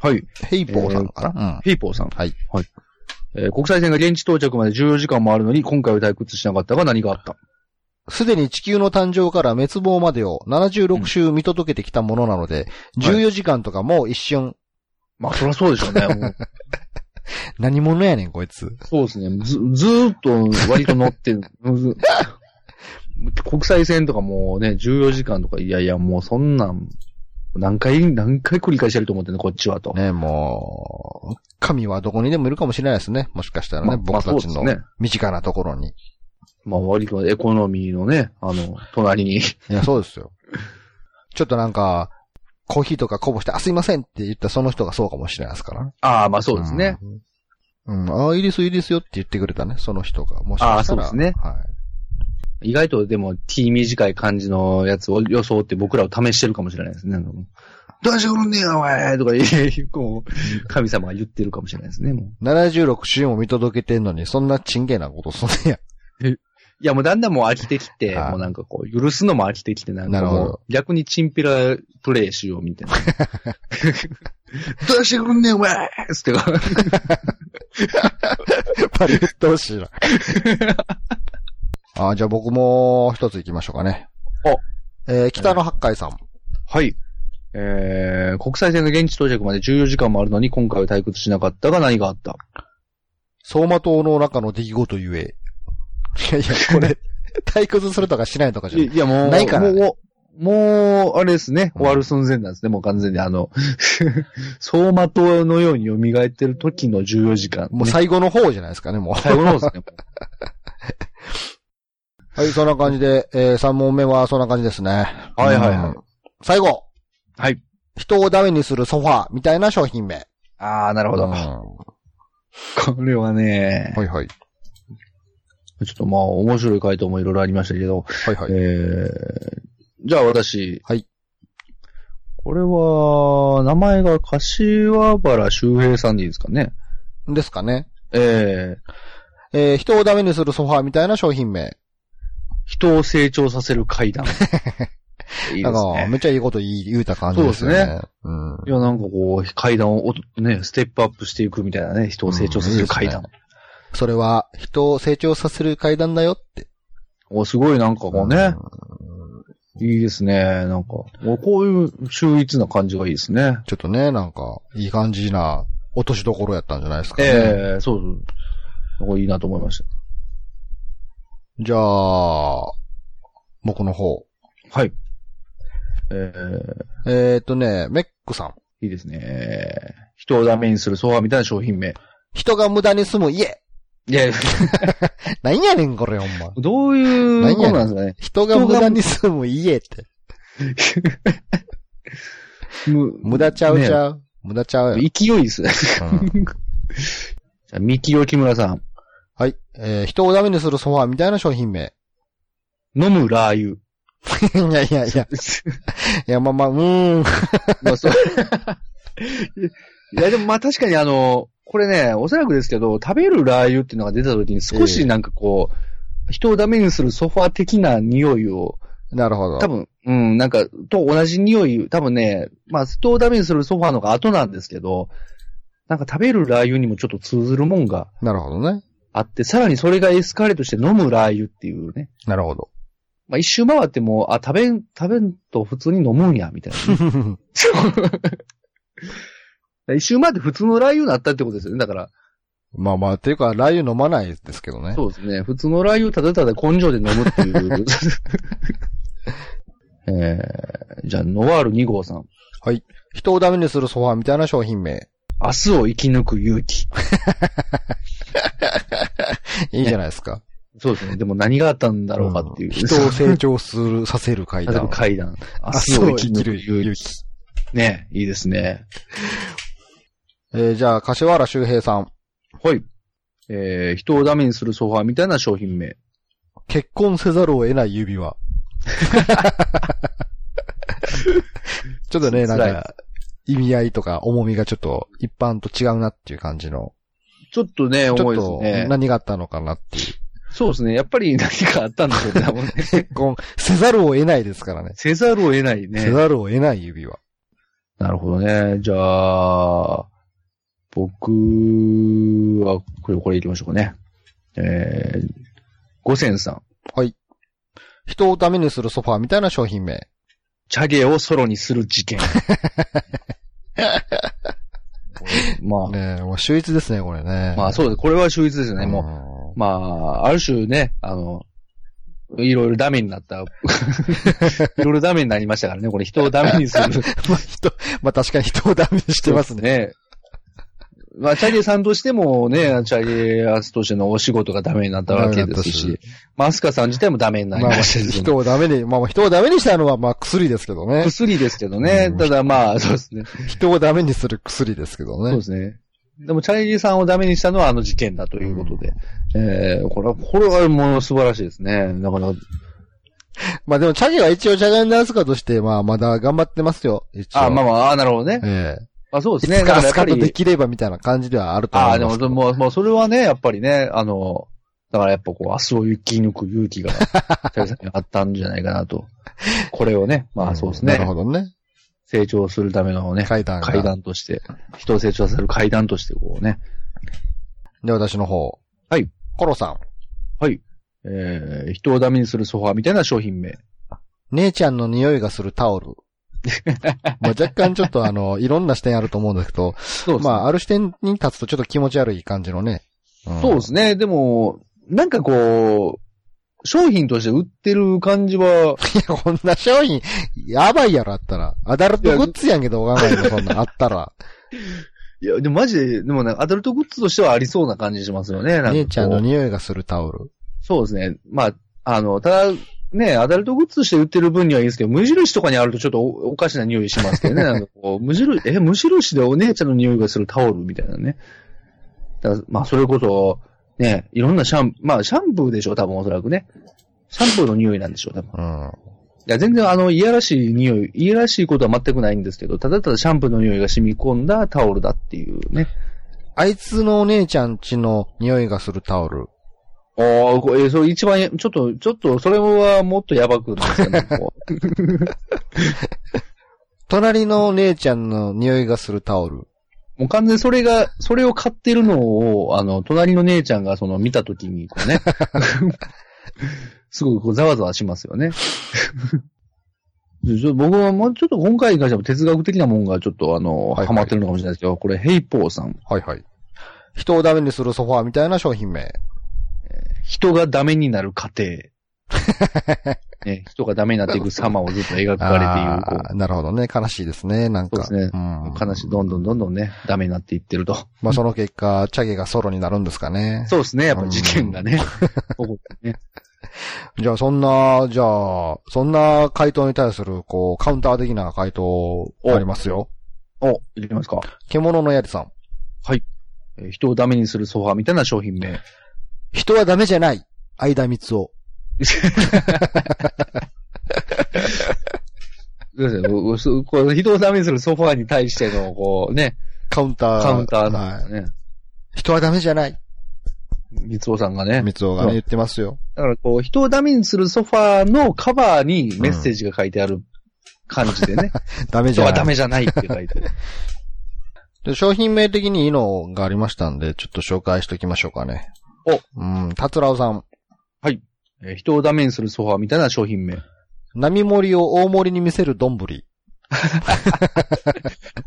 B: はい。
A: ヘイポーさんかな、
B: ヒーポーさん。
A: はい。
B: はい。えー国際線が現地到着まで14時間もあるのに、今回は退屈しなかったが何があった
A: うん。すでに地球の誕生から滅亡までを76週見届けてきたものなので、
B: ん
A: 14時間とかもう一瞬、
B: まあ、そりゃそうでしょ うね。もう
A: 何者やねんこいつ。
B: そうですね。ず、ずーっと割と乗って る。ず国際線とかもうね、14時間とか、いやいや、もうそんなん、何回、何回繰り返してると思ってんね、こっちはと。
A: ねもう、神はどこにでもいるかもしれないですね。もしかしたらね、
B: まあ
A: 僕たち
B: まあそ
A: の
B: うですね
A: 身近なところに。
B: まあ、割とエコノミーのね、あの、隣に。
A: いや、そうですよ。ちょっとなんか、コーヒーとかこぼして、あ、すいませんって言ったその人がそうかもしれないですからね。
B: ああ、まあそうですね。
A: うん。うん。ああ、いいですよ、いいですよって言ってくれたね、その人が。もしかしたら。
B: あーそうですね
A: はい。
B: 意外とでも、気短い感じのやつを装って僕らを試してるかもしれないですね。あのどうしてくるんねえよ、おいとか言う、こう、神様が言ってるかもしれないですね、もう。
A: 76週も見届けてんのに、そんなチンゲなことすんね
B: いや、もうだんだんもう飽きてきて、
A: はい
B: もうなんかこう、許すのも飽きてきて、なんか
A: なるほ
B: もう
A: ど、
B: 逆にチンピラプレイしようみたいな。 どうしてくんねえ、お前つって、
A: や。やっ ぱり言ってほしいな。 あーじゃあ僕も一つ行きましょうかね。
B: お
A: えー、北の八海さん。
B: はい。えー、国際線の現地到着まで14時間もあるのに今回は退屈しなかったが何があった
A: 相馬島の中の出来事ゆえ。いやいや、こ れ、退屈するとかしないとかじゃない。
B: いやもう、
A: ないからね
B: もう、もう、あれですね、
A: うん
B: 終わる寸前なんですね、もう完全にあの、 相馬灯のように蘇ってる時の14時間。
A: もう最後の方じゃないですかね、もう。
B: 最後の方ですね。
A: はい、そんな感じで、えー、3問目はそんな感じですね。
B: はいはいはい
A: うん。最後。
B: はい。
A: 人をダメにするソファーみたいな商品名。
B: ああ、なるほ
A: う
B: ど。
A: ん
B: こ
A: は
B: れはね、
A: いはい。
B: ちょっとまあ、面白い回答もいろいろありましたけど、
A: はいはい
B: え。ー、じゃあ私。
A: はい。
B: これは、名前が柏原周平さんでいいですかね。
A: ですかね。
B: ええ
A: えー、人をダメにするソファーみたいな商品名。
B: 人を成長させる階 段。いいで
A: な
B: す
A: んか、
B: ね。
A: めっちゃいいこと言い言うた感じですよね。
B: そうです
A: ね。うん。
B: いや、なんかこう、階段をおと、ね、ステップアップしていくみたいなね、人を成長させる階段。
A: うんいそれは、人を成長させる階段だよって。
B: お、すごいなんかこうね、
A: うん
B: いいですね。なんか、おこういう秀逸な感じがいいですね。
A: ちょっとね、なんか、いい感じな落としどころやったんじゃないですかね。
B: ええそうそう。すごいいいなと思いまし
A: じゃあ、僕の方。
B: た。はい。ええ
A: えっ、ー、とね、メックさん。
B: いいですね。人をダメにするソファーみたいな商品名。
A: 人が無駄に住む家。
B: いや、
A: なんやねん、これ、ほんま。
B: どういうことなんですかね。
A: 人が無駄に住む家って。 無
B: 無
A: 駄ちゃうち
B: ね
A: ゃう。無駄ちゃうや
B: 勢いですね。
A: ろ。うん
B: じゃあ、三木よ木村さん。
A: はい。えー、人をダメにするソファーみたいな商品名。
B: 飲むラー油。
A: いやいやいや。いや、まあまあ、うーん。
B: まあ、そう。いや、でもまあ確かにあの、これね、おそらくですけど、食べるラー油っていうのが出た時に少しなんかこう、人をダメにするソファー的な匂いを、
A: なるほど。
B: 多分、うん、なんか、と同じ匂い、多分ね、まあ、人をダメにするソファーの方が後なんですけど、なんか食べるラー油にもちょっと通ずるもんが
A: なるほどね。
B: あって、さらにそれがエスカレートして飲むラー油っていうね。
A: なるほど。
B: まあ、一周回っても、あ、食べん、食べんと普通に飲むんや、みた いな。一周回って普通のラー油になったってことですよね。だから、
A: まあまあ、っていうか、ラー油飲まないですけどね。
B: そうですね。普通のラー油をただただ根性で飲むっていう。 えー、じゃあ、ノワール2号さん。
A: 人をダメにするソファーみたいな商品名。
B: 明日を生き抜く勇気。
A: いいじゃないですか。
B: そうですね。でも何があったんだろうかっていう。
A: ん人を成長する、させる階
B: 例えば
A: 段。
B: 階段。明
A: あ
B: 日
A: そう
B: を生き抜く勇気。
A: 気。
B: ね、いいですね。
A: えー、じゃあ、柏原周平さん。
B: はい。えー、人をダメにするソファーみたいな商品名。
A: 結婚せざるを得ない指 輪。ちょっとね、なん
B: 辛い
A: か、意味合いとか重みがちょっと一般と違うなっていう感じの、
B: ちょっとね、
A: ちょ
B: 重
A: っ
B: いです
A: と
B: ね。
A: 何があったのかなっていう。
B: そうですね。やっぱり何かあったんでしょうね多分ね。
A: 結婚せざるを得ないですからね。
B: せざるを得ない
A: せ
B: ね。
A: ざるを得ない指輪。
B: なるほどね。じゃあ、僕は、これ、これ行きましょうかね。えー、五千さん。
A: 人をダメにするソファーみたいな商品名。
B: チャゲをソロにする 事件。まあ、
A: ねえ、もう秀逸ですね、これね。
B: まあそうです。これは秀逸ですよね。も
A: も
B: う、まあ、ある種ね、あの、いろいろダメになった。い ろいろダメになりましたからね。これ人をダメにする。
A: うん。 まあ人、まあ確かに人をダメにしてますね。
B: ね。 まあ、チャゲさんとしてもね、チャゲアスとしてのお仕事がダメになったわけです
A: ダメにな
B: し、まあ、アスカさん自体もダメに
A: ま
B: な
A: あ
B: り
A: まあ、
B: ましたし、
A: 人をダメに、まあまあ人をダメにしたのはまあ薬ですけどね。
B: 薬ですけどね
A: う。ん
B: ただまあ、そうですね。
A: 人をダメにする薬ですけど
B: そう
A: ね
B: で。すね。でも、チャゲさんをダメにしたのはあの事件だということで、えー、これは、これはもう素晴らしいですね。なかなか、
A: まあでも、チャゲは一応チャガンダースカとして、まあまだ頑張ってますよ。一応。
B: あ、まあ
A: あ。
B: まあ、あーなるほどね。
A: え
B: あ、そう
A: え。
B: で
A: い
B: すね。
A: つから
B: だ
A: スカ
B: やっぱ
A: と
B: り
A: できればみたいな感じではあると思い
B: あ
A: ま
B: あ、
A: す。
B: でも、もう、もう、それはね、やっぱりね、あの、だからやっぱこう、明日を生き抜く勇 気が、さんにあったんじゃないかなと。これをね、まあそうですね
A: なる、ほどね。
B: 成長するためのね、
A: 階段が。
B: 階。段として、人を成長させる階段としてこうね、
A: で、私の方。
B: はい。
A: コロさん。
B: えー、人をダメにするソファーみたいな商品名。
A: 姉ちゃんの匂いがするタオ ル。まあ若干ちょっとあの、いろんな視点あると思うんですけど、
B: そうですね。
A: まあある視点に立つとちょっと気持ち悪い感じのね。うん
B: そうですね。でも、なんかこう、商品として売ってる感じは、
A: いや、こんな商品、やばいやろ、あったら。アダルトグッズやんけど、わかんないの、そんなんあった ら。
B: いや、でもマジで、でもなんかアダルトグッズとしてはありそうな感じしますよね。なんかこう
A: 姉ちゃんの匂いがするタオル。
B: そうですね。まあ、あの、ただ、ね、アダルトグッズとして売ってる分にはいいですけど、無印とかにあるとちょっとおおかしな匂いしますけどね。なんかこう、無印、え、無印でお姉ちゃんの匂いがするタオルみたいなね。だからまあ、それこそ、ね、いろんなシャン、まあ、シャンプーでしょう、多分おそらくね。シャンプーの匂いなんでしょう、多分。
A: うん。
B: いや、全然あの、いやらしい匂い、いやらしいことは全くないんですけど、ただただシャンプーの匂いが染み込んだタオルだっていうね。
A: あいつのお姉ちゃんちの匂いがするタオル。
B: おー、これ、それ一番や、ちょっと、ちょっと、それはもっとやばくないですかね。こう
A: 隣のお姉ちゃんの匂いがするタオル。
B: もう完全にそれが、それを買ってるのを、あの、隣の姉ちゃんがその見たときに、こうね。すごくこうざわざわしますよね。ちょ僕はもうちょっと今回に関しても哲学的なもんがちょっとあの、
A: はいはい
B: ハマってるのかもしれないですけど、これ、ヘイポーさん。
A: はいはい。人をダメにするソファーみたいな商品名。
B: 人がダメになる過 程。ね、人がダメになっていく様をずっと描かれている
A: あーなるほどね。悲しいですね、なんか。
B: そうです
A: ん
B: こう。悲しい、どんどんどんどんね、ダメになっていってると。
A: まあその結果、チャゲがソロになるんですかね。
B: そうですね、やっぱ事件がね。起こってね
A: じゃあそんな、じゃあ、そんな回答に対する、こう、カウンター的な回答ありますよ。
B: お、いきますか。
A: 獣のやりさん。
B: えー人をダメにするソファーみたいな商品名。
A: 人はダメじゃない。相田光夫。
B: そうですねううそうこう人をダメにするソファーに対しての、こうね、
A: カウンター。
B: カウンター
A: は
B: の
A: い。
B: ね、
A: 人はダメじゃない。
B: 三つさんがね。
A: 光夫が
B: そう
A: ね、言ってますよ。
B: だからこう、人をダメにするソファーのカバーにメッセージが書いてある感じでね。
A: ダメじ
B: 人
A: ゃ
B: は
A: な
B: ダ
A: い。
B: メじゃないって書いてる。
A: で商品名的にいいのがありましたんで、ちょっと紹介しておきましょうかね。うん、達郎さん。
B: えー人をダメにするソファーみたいな商品名。
A: 波盛りを大盛りに見せる丼。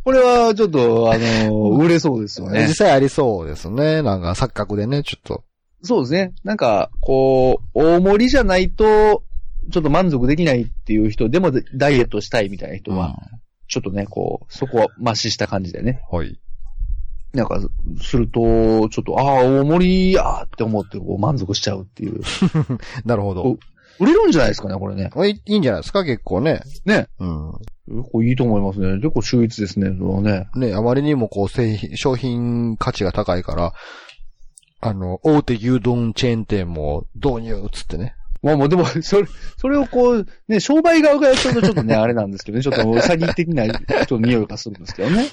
B: これはちょっと、あのー売れそうですよね
A: 実。際ありそうですね。なんか、錯覚でね、ちょっと。
B: そうですね。なんか、こう、大盛りじゃないと、ちょっと満足できないっていう人、でもダイエットしたいみたいな人は、ちょっとね、こう、そこはマシした感じでね。
A: うんはい。
B: なんか、すると、ちょっと、ああ、大盛りやーって思って、こう、満足しちゃうっていう。
A: なるほど。
B: 売れるんじゃないですかね、これね。
A: いいいんじゃないですか、結構ね。
B: ね。
A: うん。
B: こういいと思いますね。結構秀逸ですね、それはね。
A: ね、あまりにもこう、製品、商品価値が高いから、あの、大手牛丼チェーン店も導入っつってね。
B: まあもうでも、 それ、それをこう、ね、商売側がやっちゃうとちょっ とね、あれなんですけどね、ちょっと詐欺的な、ちょっと匂いがするんですけどね。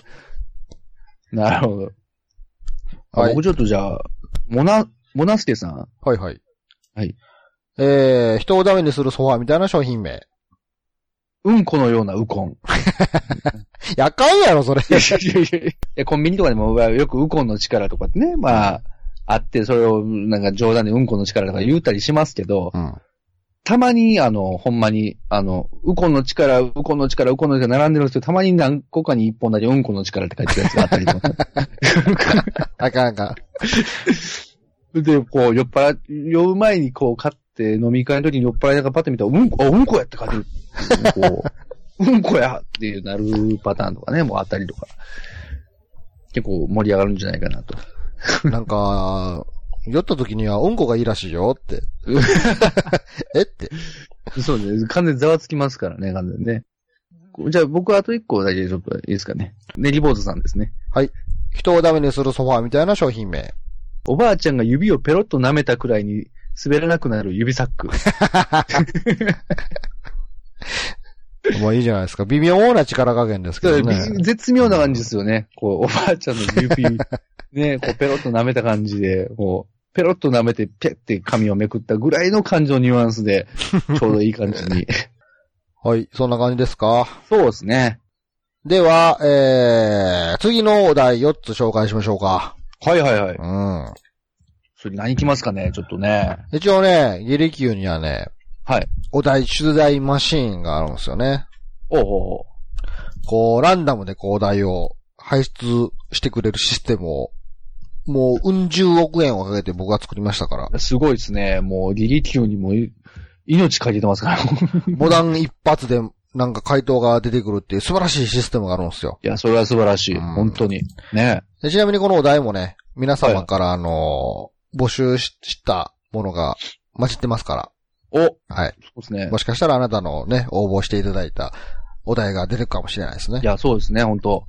B: なるほど。あ
A: はい
B: 僕ちょっとじゃあ、モナ、モナスケさん。
A: はいはい。
B: はい。
A: えー、人をダメにするソファーみたいな商品名。
B: うんこのようなウコン。
A: いやあかんやろ、それ。
B: いやいやいやいや、コンビニとか でもよくウコンの力とかってね、まあ、あって、それをなんか冗談でうんこの力とか言ったりしますけど、
A: うん。
B: たまに、あの、ほんまに、あの、ウコンの力、ウコンの力、ウコンの力並んでるんですけど、たまに何個かに一本だけうんこの力って書いてるやつがあったりとか。
A: あかんあかん。
B: で、こう、酔っ払、酔う前にこう、買って飲み会の時に酔っ払いながらパッと見たら、うんこ、あ、うんこやって書いてるっていう。こう、うんこやってなるパターンとかね、もうあったりとか。結構盛り上がるんじゃないかなと。
A: なんか、酔った時には、うんこがいいらしいよ って。えって。
B: そうですね。完全にざわつきますからね、完全にね。こうじゃあ僕はあと一個だけちょっといいですかね。ね、リボーズさんですね。
A: 人をダメにするソファーみたいな商品名。
B: おばあちゃんが指をペロッと舐めたくらいに滑らなくなる指サッ ク。
A: まあいいじゃないですか。微妙な力加減ですけどね。
B: 絶妙な感じですよね。こう、おばあちゃんの 指、ね、こう、ペロッと舐めた感じで、こう、ペロッと舐めて、ピャって髪をめくったぐらいの感情ニュアンス で、ちょうどいい感じ に。
A: はい、そんな感じですか。
B: そうですね。
A: では、えー、次のお題4つ紹介しましょうか。。
B: はいはいはいう
A: ん。
B: それ何来ますかね、ちょっとね。
A: 一応ね、ギリキューにはね、
B: はい。
A: お題、出題マシーンがあるんですよね。
B: おうおうおう
A: こう、ランダムでこうお題を排出してくれるシステムを、もう、うん十億円をかけて僕が作りました から。
B: すごいですね。もう、リリキューにもい命かけてますから。 い
A: ボタン一発でなんか回答が出てくるっていう素晴らしいシステムがあるんですよ。
B: や、それは素晴らしい。
A: うん
B: 本当に。ね
A: でちなみにこのお題もね、皆様からあの募集ししたものが混じってますか
B: お、そう
A: ら。はい。
B: ですね。
A: もしかしたらあなたのね、応募していただいたお題が出てくかもしれないですね
B: い。や、そうですね、本当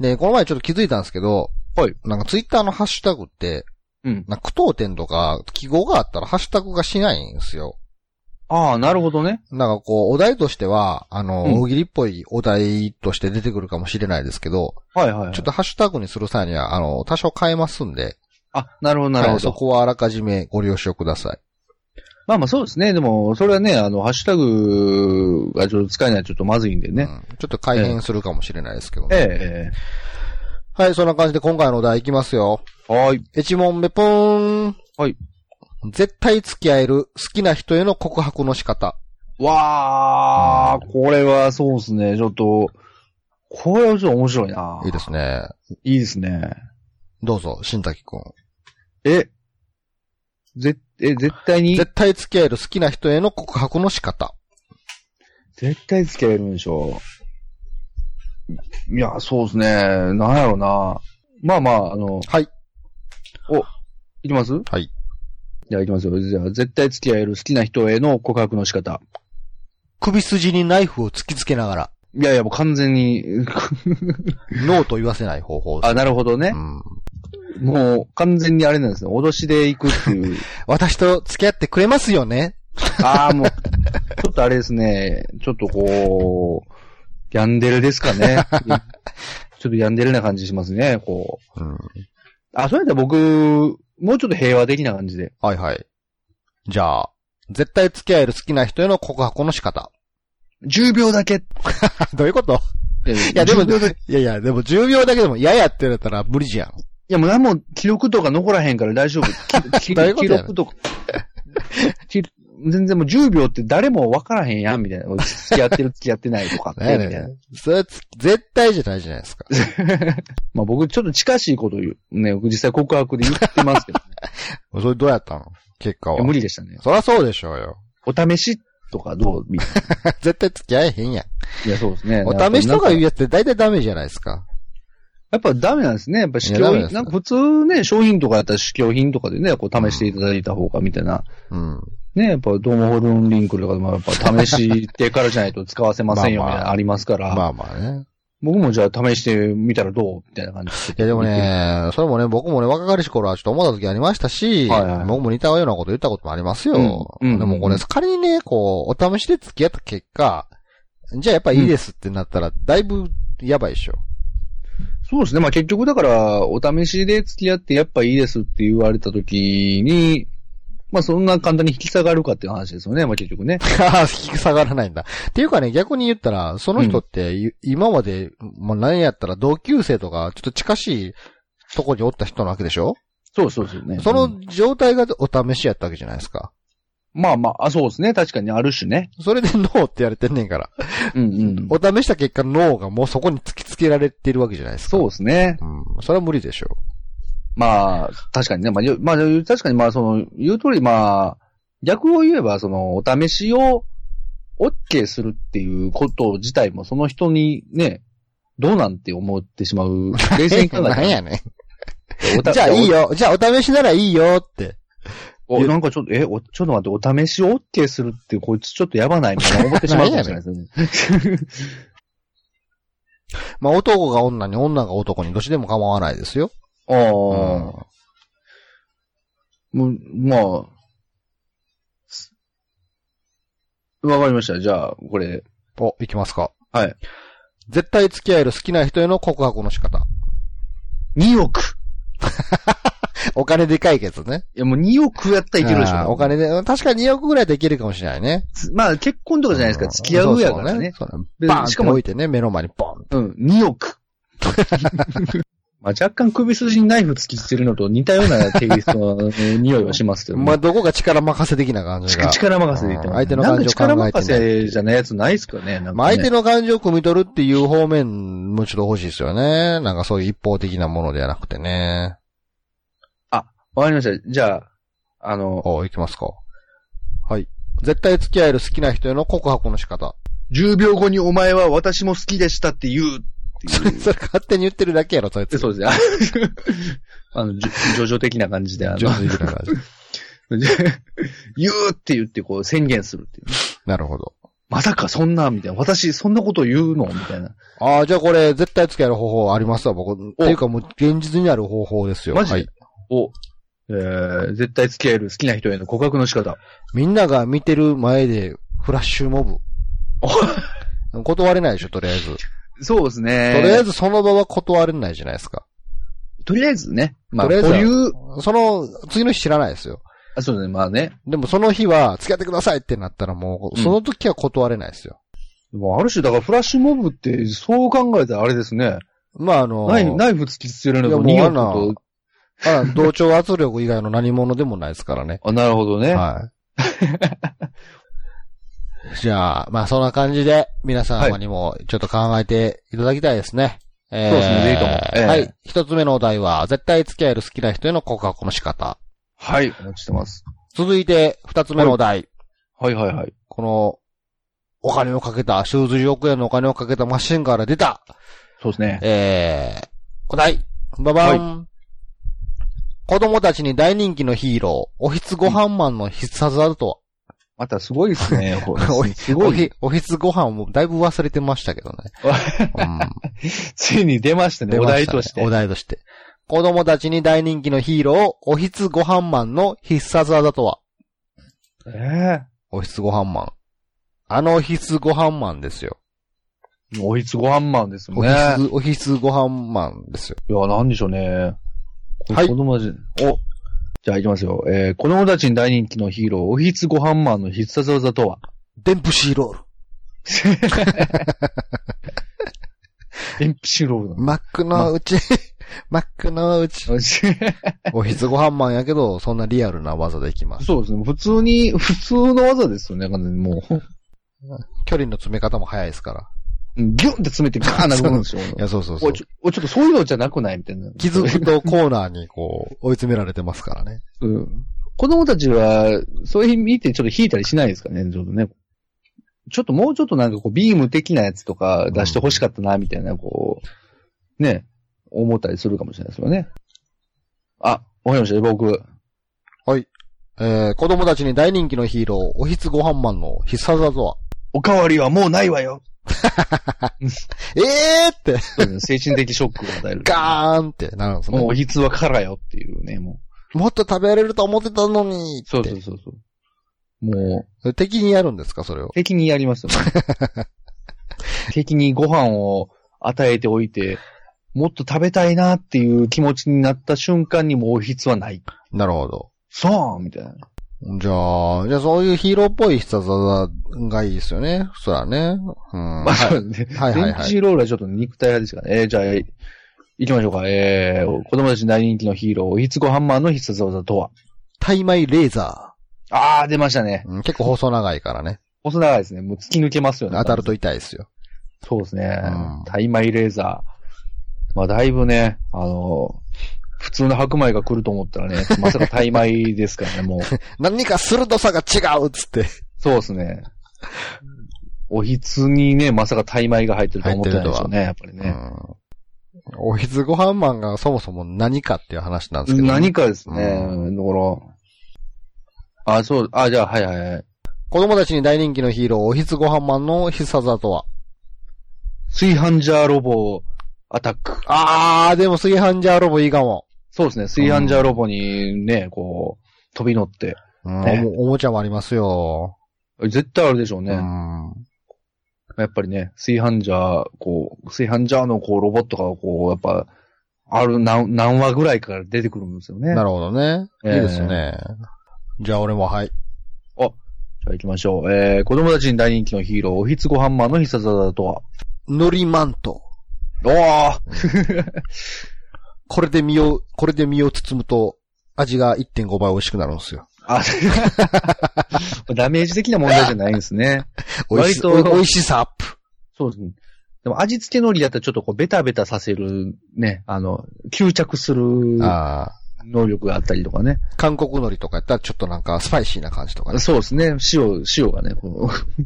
A: で、この前ちょっと気づいたんですけど、
B: はい。
A: なんかツイッターのハッシュタグって、
B: うん。
A: なんか句読点とか記号があったらハッシュタグがしないんですよ。
B: ああ、なるほどね。
A: なんかこう、お題としては、あの、
B: うん
A: 大喜利っぽいお題として出てくるかもしれないですけど、
B: はいはい、はい。
A: ちょっとハッシュタグにする際には、あの、多少変えますんで、
B: あ、なるほど、なる
A: は
B: ほ
A: いそ
B: ど。
A: こはあらかじめご了承ください。
B: まあまあそうですね。でも、それはね、あの、ハッシュタグがちょっと使えないとちょっとまずいんで
A: う
B: ね。
A: んちょっと改変するかもしれないですけどね。
B: ええ
A: はい、そんな感じで今回のお題いきますよ。
B: ええはーい。
A: 一問目ぽーん。
B: はい。
A: 絶対付き合える好きな人への告白の仕方。
B: わー、これはそうですね。ちょっと、これはちょっと面白いな。
A: いいですね。
B: いいですね。
A: どうぞ、新滝くん。
B: え、ぜ、え、絶対に、
A: 絶対付き合える好きな人への告白の仕方。
B: 絶対付き合えるんでしょう。いや、そうですね。なんやろうな。まあまあ、あの、
A: はい。
B: いきます
A: はい。
B: じゃあいきますよ。じゃあ、絶対付き合える好きな人への告白の仕方。
A: 首筋にナイフを突きつけながら、
B: いやいや、もう完全に、
A: ノーと言わせない方法です。
B: あ、なるほどね
A: う。ん
B: もう完全にあれなんですね。脅しで行くって いう。
A: 私と付き合ってくれますよね
B: ああ、もう、ちょっとあれですね。ちょっとこう、ヤンデレですか ね。ちょっとヤンデレな感じしますね、こう。
A: うん。
B: あ、それで僕、もうちょっと平和的な感じで。
A: はいはい。じゃあ、絶対付き合える好きな人への告白の仕方。
B: 10秒だけ。
A: どういうこと
B: いや
A: いや、でも、
B: 10秒だけ
A: いやいや、でも10秒だけでも嫌やってなったら無理じゃん。
B: いや、もう何も記録とか残らへんから 大丈夫。き記
A: どういうことやねん
B: 録とか。き全然もう10秒って誰も分からへんやん、みたいな。付き合ってる、付き合ってないと かって、み
A: ねえ
B: た
A: ね
B: い
A: え
B: な。
A: それつ、絶対じゃないじゃないですか。
B: まあ僕、ちょっと近しいこと言う。ね、実際告白で言ってます けど、
A: それどうやったの結果
B: いや
A: は。
B: 無理でしたね。
A: そりゃそうでしょうよ。
B: お試しとかどうみたいな。
A: 絶対付き合えへんやん。
B: いや、そうです ね。
A: お試しとか
B: なん
A: 言うやつって大体ダメじゃないですか。
B: やっぱダメなんですね。やっぱ試
A: いやダ
B: 供
A: メなんで
B: 品。
A: すね
B: なんか普通ね、商品とかやったら試供品とかでね、こう試していただいた方が、みたいな。
A: うん。
B: ね、やっぱドームホルンリンクルとかでもやっぱ試してからじゃないと使わせ ませんよ、
A: ま
B: み
A: あまあ
B: たいなのありますから。
A: まあまあね。
B: 僕もじゃあ試してみたらどうみたいな感じ。
A: いやでも。ね、それもね、僕もね、若かりし頃はちょっと思った時ありましたし、
B: はいはい
A: 僕も似たようなこと言ったこともありますよ。
B: うんうん
A: でもこれ、仮にね、こう、お試しで付き合った結果、じゃあやっぱいいですってなったら、だいぶやばいでしょ。
B: そうですね。まあ結局だから、お試しで付き合ってやっぱいいですって言われた時に、まあそんな簡単に引き下がるかっていう話ですよね。まあ結局ね。
A: ああ、引き下がらないんだ。っていうかね、逆に言ったら、その人って、い今まで、まあ、何やったら同級生とか、ちょっと近しいとこにおった人なわけでしょ
B: そうそうですよね。
A: そ
B: う
A: の
B: ん
A: 状態がお試しやったわけじゃないですか。
B: まあまあ、あ、そうですね。確かにある種ね。
A: それでノーって言われてんねんから。
B: うん うん。
A: お試した結果、ノーがもうそこに突きつけられてるわけじゃないですか。
B: そうですね。
A: うん。それは無理でしょ
B: まあ、確かにね。まあ、よまあ、よ確かにまあ、その、言う通り、まあ、逆を言えば、その、お試しを OK するっていうこと自体も、その人にね、どうなんて思ってしまう。冷静に考え
A: う。
B: たら
A: なんやね
B: お
A: ん。
B: た
A: じゃあいいよ。じゃあお試しならいいよって。
B: おなんかちょっと、え、おちょっと待って、お試しを OK するって、こいつちょっとやばないみたいな思ってしまうかもしれないです ね。
A: まあ男が女に女が男にどっちでも構わないですよ。
B: ああ、
A: うん
B: もう、まあ、すわかりました。じゃあ、これ、
A: お、いきますか。
B: はい。
A: 絶対付き合える好きな人への告白の仕方。
B: 2億。
A: お金でかいけどね。
B: いや、もう2億やったらいけるでし
A: あー
B: ょ。
A: お。金で、うん確かに2億ぐらいでいけるかもしれないね。
B: まあ、結婚とかじゃないですか。付き合うやからね。
A: そうそうね。そうね
B: で
A: バーン
B: し
A: し
B: か
A: か
B: も
A: も置いてね、目の前にボン。
B: うん、2億。 まあ、若干首筋にナイフ突きつけるのと似たようなテイストの匂いはしますけど、
A: まあ、どこが力任せ的な感じが。
B: 力任せで言ってます、ね。
A: 相手の感情を考えてね
B: なんか力任せじゃないやつないですかね。なんかね
A: まあ、相手の感情を汲み取るっていう方面もちょっと欲しいですよね。なんかそういう一方的なものではなくてね。
B: わかりました。じゃあ、あの、
A: お、いきますか。はい。絶対付き合える好きな人への告白の仕方。
B: 10秒後にお前は私も好きでしたって言うって
A: それ、
B: いう。
A: それ勝手に言ってるだけやろ、そいつ。
B: そうですね。 あの、じょ叙々的な感じで、あの、
A: 上手に言ってる感じ
B: 言うって言ってこう宣言するっていう。
A: なるほど。
B: まさかそんな、みたいな。私、そんなこと言うのみたいな。
A: ああ、じゃあこれ、絶対付き合える方法ありますわ、僕。っていうかもう、現実にある方法ですよ。
B: マジで
A: はい。
B: お、えー、絶対付き合える好きな人への告白の仕方。
A: みんなが見てる前で、フラッシュモブ。断れないでしょ、とりあえず。
B: そうですね。
A: とりあえ
B: ず、
A: ずその場は断れないじゃないですか。
B: とりあえずね。まあ、
A: とりあえ
B: 保
A: ずは
B: 留、
A: その、次の日知らないですよ。
B: あ、そうですね、まあね。
A: でもその日は、付き合ってくださいってなったらもう、
B: うん
A: その時は断れないですよ。
B: でもある種、だからフラッシュモブって、そう考えたらあれですね。
A: まああの、
B: ナイフ、ナイフ突きつけるのと
A: い
B: 逃
A: やもうあ
B: げ
A: ん
B: る
A: な
B: こ
A: あ同調圧力以外の何者でもないですからね。
B: と。あ、なるほどね。
A: はい。 じゃあ、まあそんな感じで、皆様にもちょっと考えていただきたいですね。えー
B: そうですねぜひともええ
A: はい。一つ目のお題は、絶対付き合える好きな人への告白の仕方。
B: はい、お待ちしてます。
A: 続いて、二つ目のお題。
B: はいはいはい。
A: この、お金をかけた、数十億円のお金をかけたマシンから出た、
B: そうですね。
A: えー、お題。ババン。子供たちに大人気のヒーロー、おひつご飯マンの必殺技とは、
B: またすごい ですね。こ
A: お
B: れ
A: ひ
B: すご
A: お
B: い。
A: ひおひつご飯もだいぶ忘れてましたけどね。 うん
B: ついに出ましたね、お題とし
A: 出またねお
B: て。
A: 題として。子供たちに大人気のヒーロー、おひつご飯マンの必殺技とは、
B: ええ
A: おひつご飯マン。あのおひつご飯マンですよ。
B: おひつごはんまんですも
A: お
B: ん
A: ひ
B: ね。
A: つ、おひつご飯マンですよ。
B: いや、なんでしょうね。
A: はい
B: 子供たち、お。じゃあ、いきますよ。えー、子供たちに大人気のヒーロー、おひつごはんマンの必殺技とは
A: デンプシーロール。
B: エンプシロール なの。
A: マックのうち、 マックのうち。おひつご飯マンやけど、そんなリアルな技でいきます。
B: そうですね。普通に、普通の技ですよね、完全にもう。
A: 距離の詰め方も早いですから。
B: ギュンって詰めてガーン殴るんですよ。
A: いや、 そうそうそ
B: お
A: う
B: い。ちょ、おいちょっとそういうのじゃなくないみたいな。
A: 気づくとコーナーにこう、追い詰められてますからね。
B: うん。子供たちは、そういう見てちょっと引いたりしないですかね、ちょっとね。ちょっともうちょっとなんかこう、ビーム的なやつとか出して欲しかったな、みたいな、こう、ね、思ったりするかもしれないですよね。あ、わかりました、僕。
A: えー、子供たちに大人気のヒーロー、おひつご飯マンの必殺技は、
B: おかわりはもうないわよ。
A: えーって、
B: そうですね精神的ショックを与える。
A: ガーンってなるんです
B: もう
A: ね
B: お。ひつはからよっていうね、も
A: もっと食べれると思ってたのに
B: う。
A: っ
B: そうそう
A: て。
B: そうそう。もう、
A: 敵にやるんですか、それを。
B: 敵にや りますよ、ね。敵にご飯を与えておいて、もっと食べたいなっていう気持ちになった瞬間にもうおひつはない。
A: なるほど。
B: そうみたいな。
A: じゃあ、じゃあそういうヒーローっぽい必殺技がいいですよね。そらね。うん。
B: まあ、
A: はい
B: そうですね。
A: はいはいはい
B: 電池ロールはちょっと肉体派ですからね。えーじゃあ、行きましょうか。えー、子供たちに大人気のヒーロー、おひつごハンマーの必殺技とは
A: タイマイレーザ
B: あー、出ましたね。
A: ー。うん結構細長いからね。
B: 細長いですね。もう突き抜けますよね。
A: 当たると痛いですよ。
B: そうですね
A: うん。
B: 大米レーザー。まあ、だいぶね、あの普通の白米が来ると思ったらね、まさか大米ですからね、 もう。
A: 何か鋭さが違うっつって。
B: そうですね。おひつにね、まさか大米が入ってると思ってないでしょうね、やっぱり
A: う
B: ね。
A: ん。おひつご飯マンがそもそも何かっていう話なんですけど、
B: 何かですね、
A: う
B: だから。あ、そう、あ、じゃあ、はいはいはい。
A: 子供たちに大人気のヒーロー、おひつご飯マンの必殺技とは
B: 炊飯ジャーロボアタック。
A: あー、でも炊飯ジャーロボいいかも。
B: そうですね、炊飯ジャーロボにね、こう、飛び乗って。
A: うん、
B: ね
A: おもおもちゃもありますよ。
B: 絶対あるでしょうね。
A: うん。
B: やっぱりね、炊飯ジャー、こう、炊飯ジャーのこう、ロボットがこう、やっぱ、ある何、何話ぐらいから出てくるんですよね。
A: なる
B: る
A: ほどね。いい
B: ええ
A: ですね。じゃあ俺もはい。
B: じゃあ行きましょう。えー、子供たちに大人気のヒーロー、おひつごハンマーの必殺技とは
A: のりマント。
B: おー
A: これで身を、これで身を包むと、味が1.5倍美味しくなるんですよ。
B: あ、 ダメージ的な問題じゃないんですね。
A: 美味し
B: 割と
A: 美味しさアップ。
B: そうですね。でも味付け海苔だったらちょっとこうベタベタさせるね、あの、吸着する
A: ああ。
B: 能力があったりとかね。
A: 韓国海苔とかやったらちょっとなんかスパイシーな感じ とかね。
B: そうですね。塩、塩がね、こう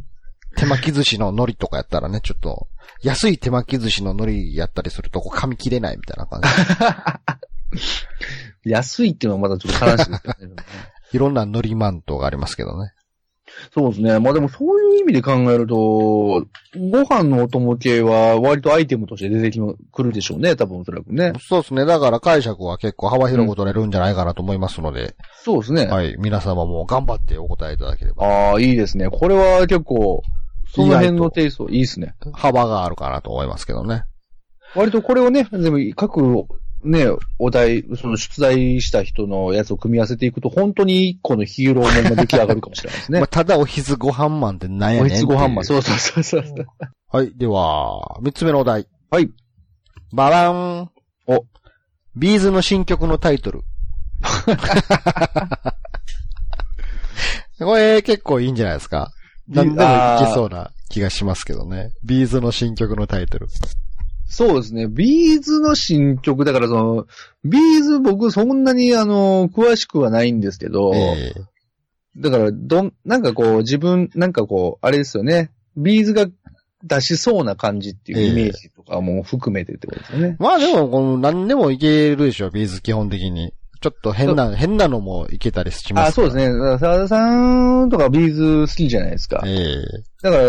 A: 手巻き寿司の海苔とかやったらね、ちょっと、安い手巻き寿司の海苔やったりすると、こう噛み切れないみたいな 感じ。
B: 安いっていうのはまだちょっと悲しいですけどね。
A: いろんな海苔マントがありますけどね。
B: そうですね。まあでもそういう意味で考えると、ご飯のお供系は割とアイテムとして出てきまくるでしょうね。多分おそらくね。
A: そうですね。だから解釈は結構幅広く取れるんじゃないかなと思いますので、
B: そうですね。
A: はい。皆様も頑張ってお答えいただければ。
B: ああ、いいですね。これは結構、その辺のテイスト、いいですね。
A: 幅があるかなと思いますけどね。
B: 割とこれをね、でも各、ね、お題、その出題した人のやつを組み合わせていくと、本当に一個のヒーローもんが出来上がるかもしれないです ね
A: まあ、。ただおひずご飯マンってなんやねん
B: お
A: ってい
B: ひつ
A: う
B: ご飯まそうそうそうそうそう。
A: はい。では、三つ目のお題。
B: はい。
A: バラン。
B: お。
A: ビーズの新曲のタイト ル。これ結構いいんじゃないですか。何でもいけそうな気がしますけどね。ビーズの新曲のタイトル。
B: そうですね。ビーズの新曲、だからその、ビーズ僕そんなにあの、詳しくはないんですけど、
A: ええ
B: だから、どん、なんかこう、自分、なんかこう、あれですよね。ビーズが出しそうな感じっていうイメージとかも含めてってことですよね。
A: まあでも、この何でもいけるでしょ、ビーズ基本的に。ちょっと変な、変なのもいけたりしま
B: あ、
A: すから
B: そうですね。だから澤田さんとかビーズ好きじゃないですか。
A: ええ
B: だから、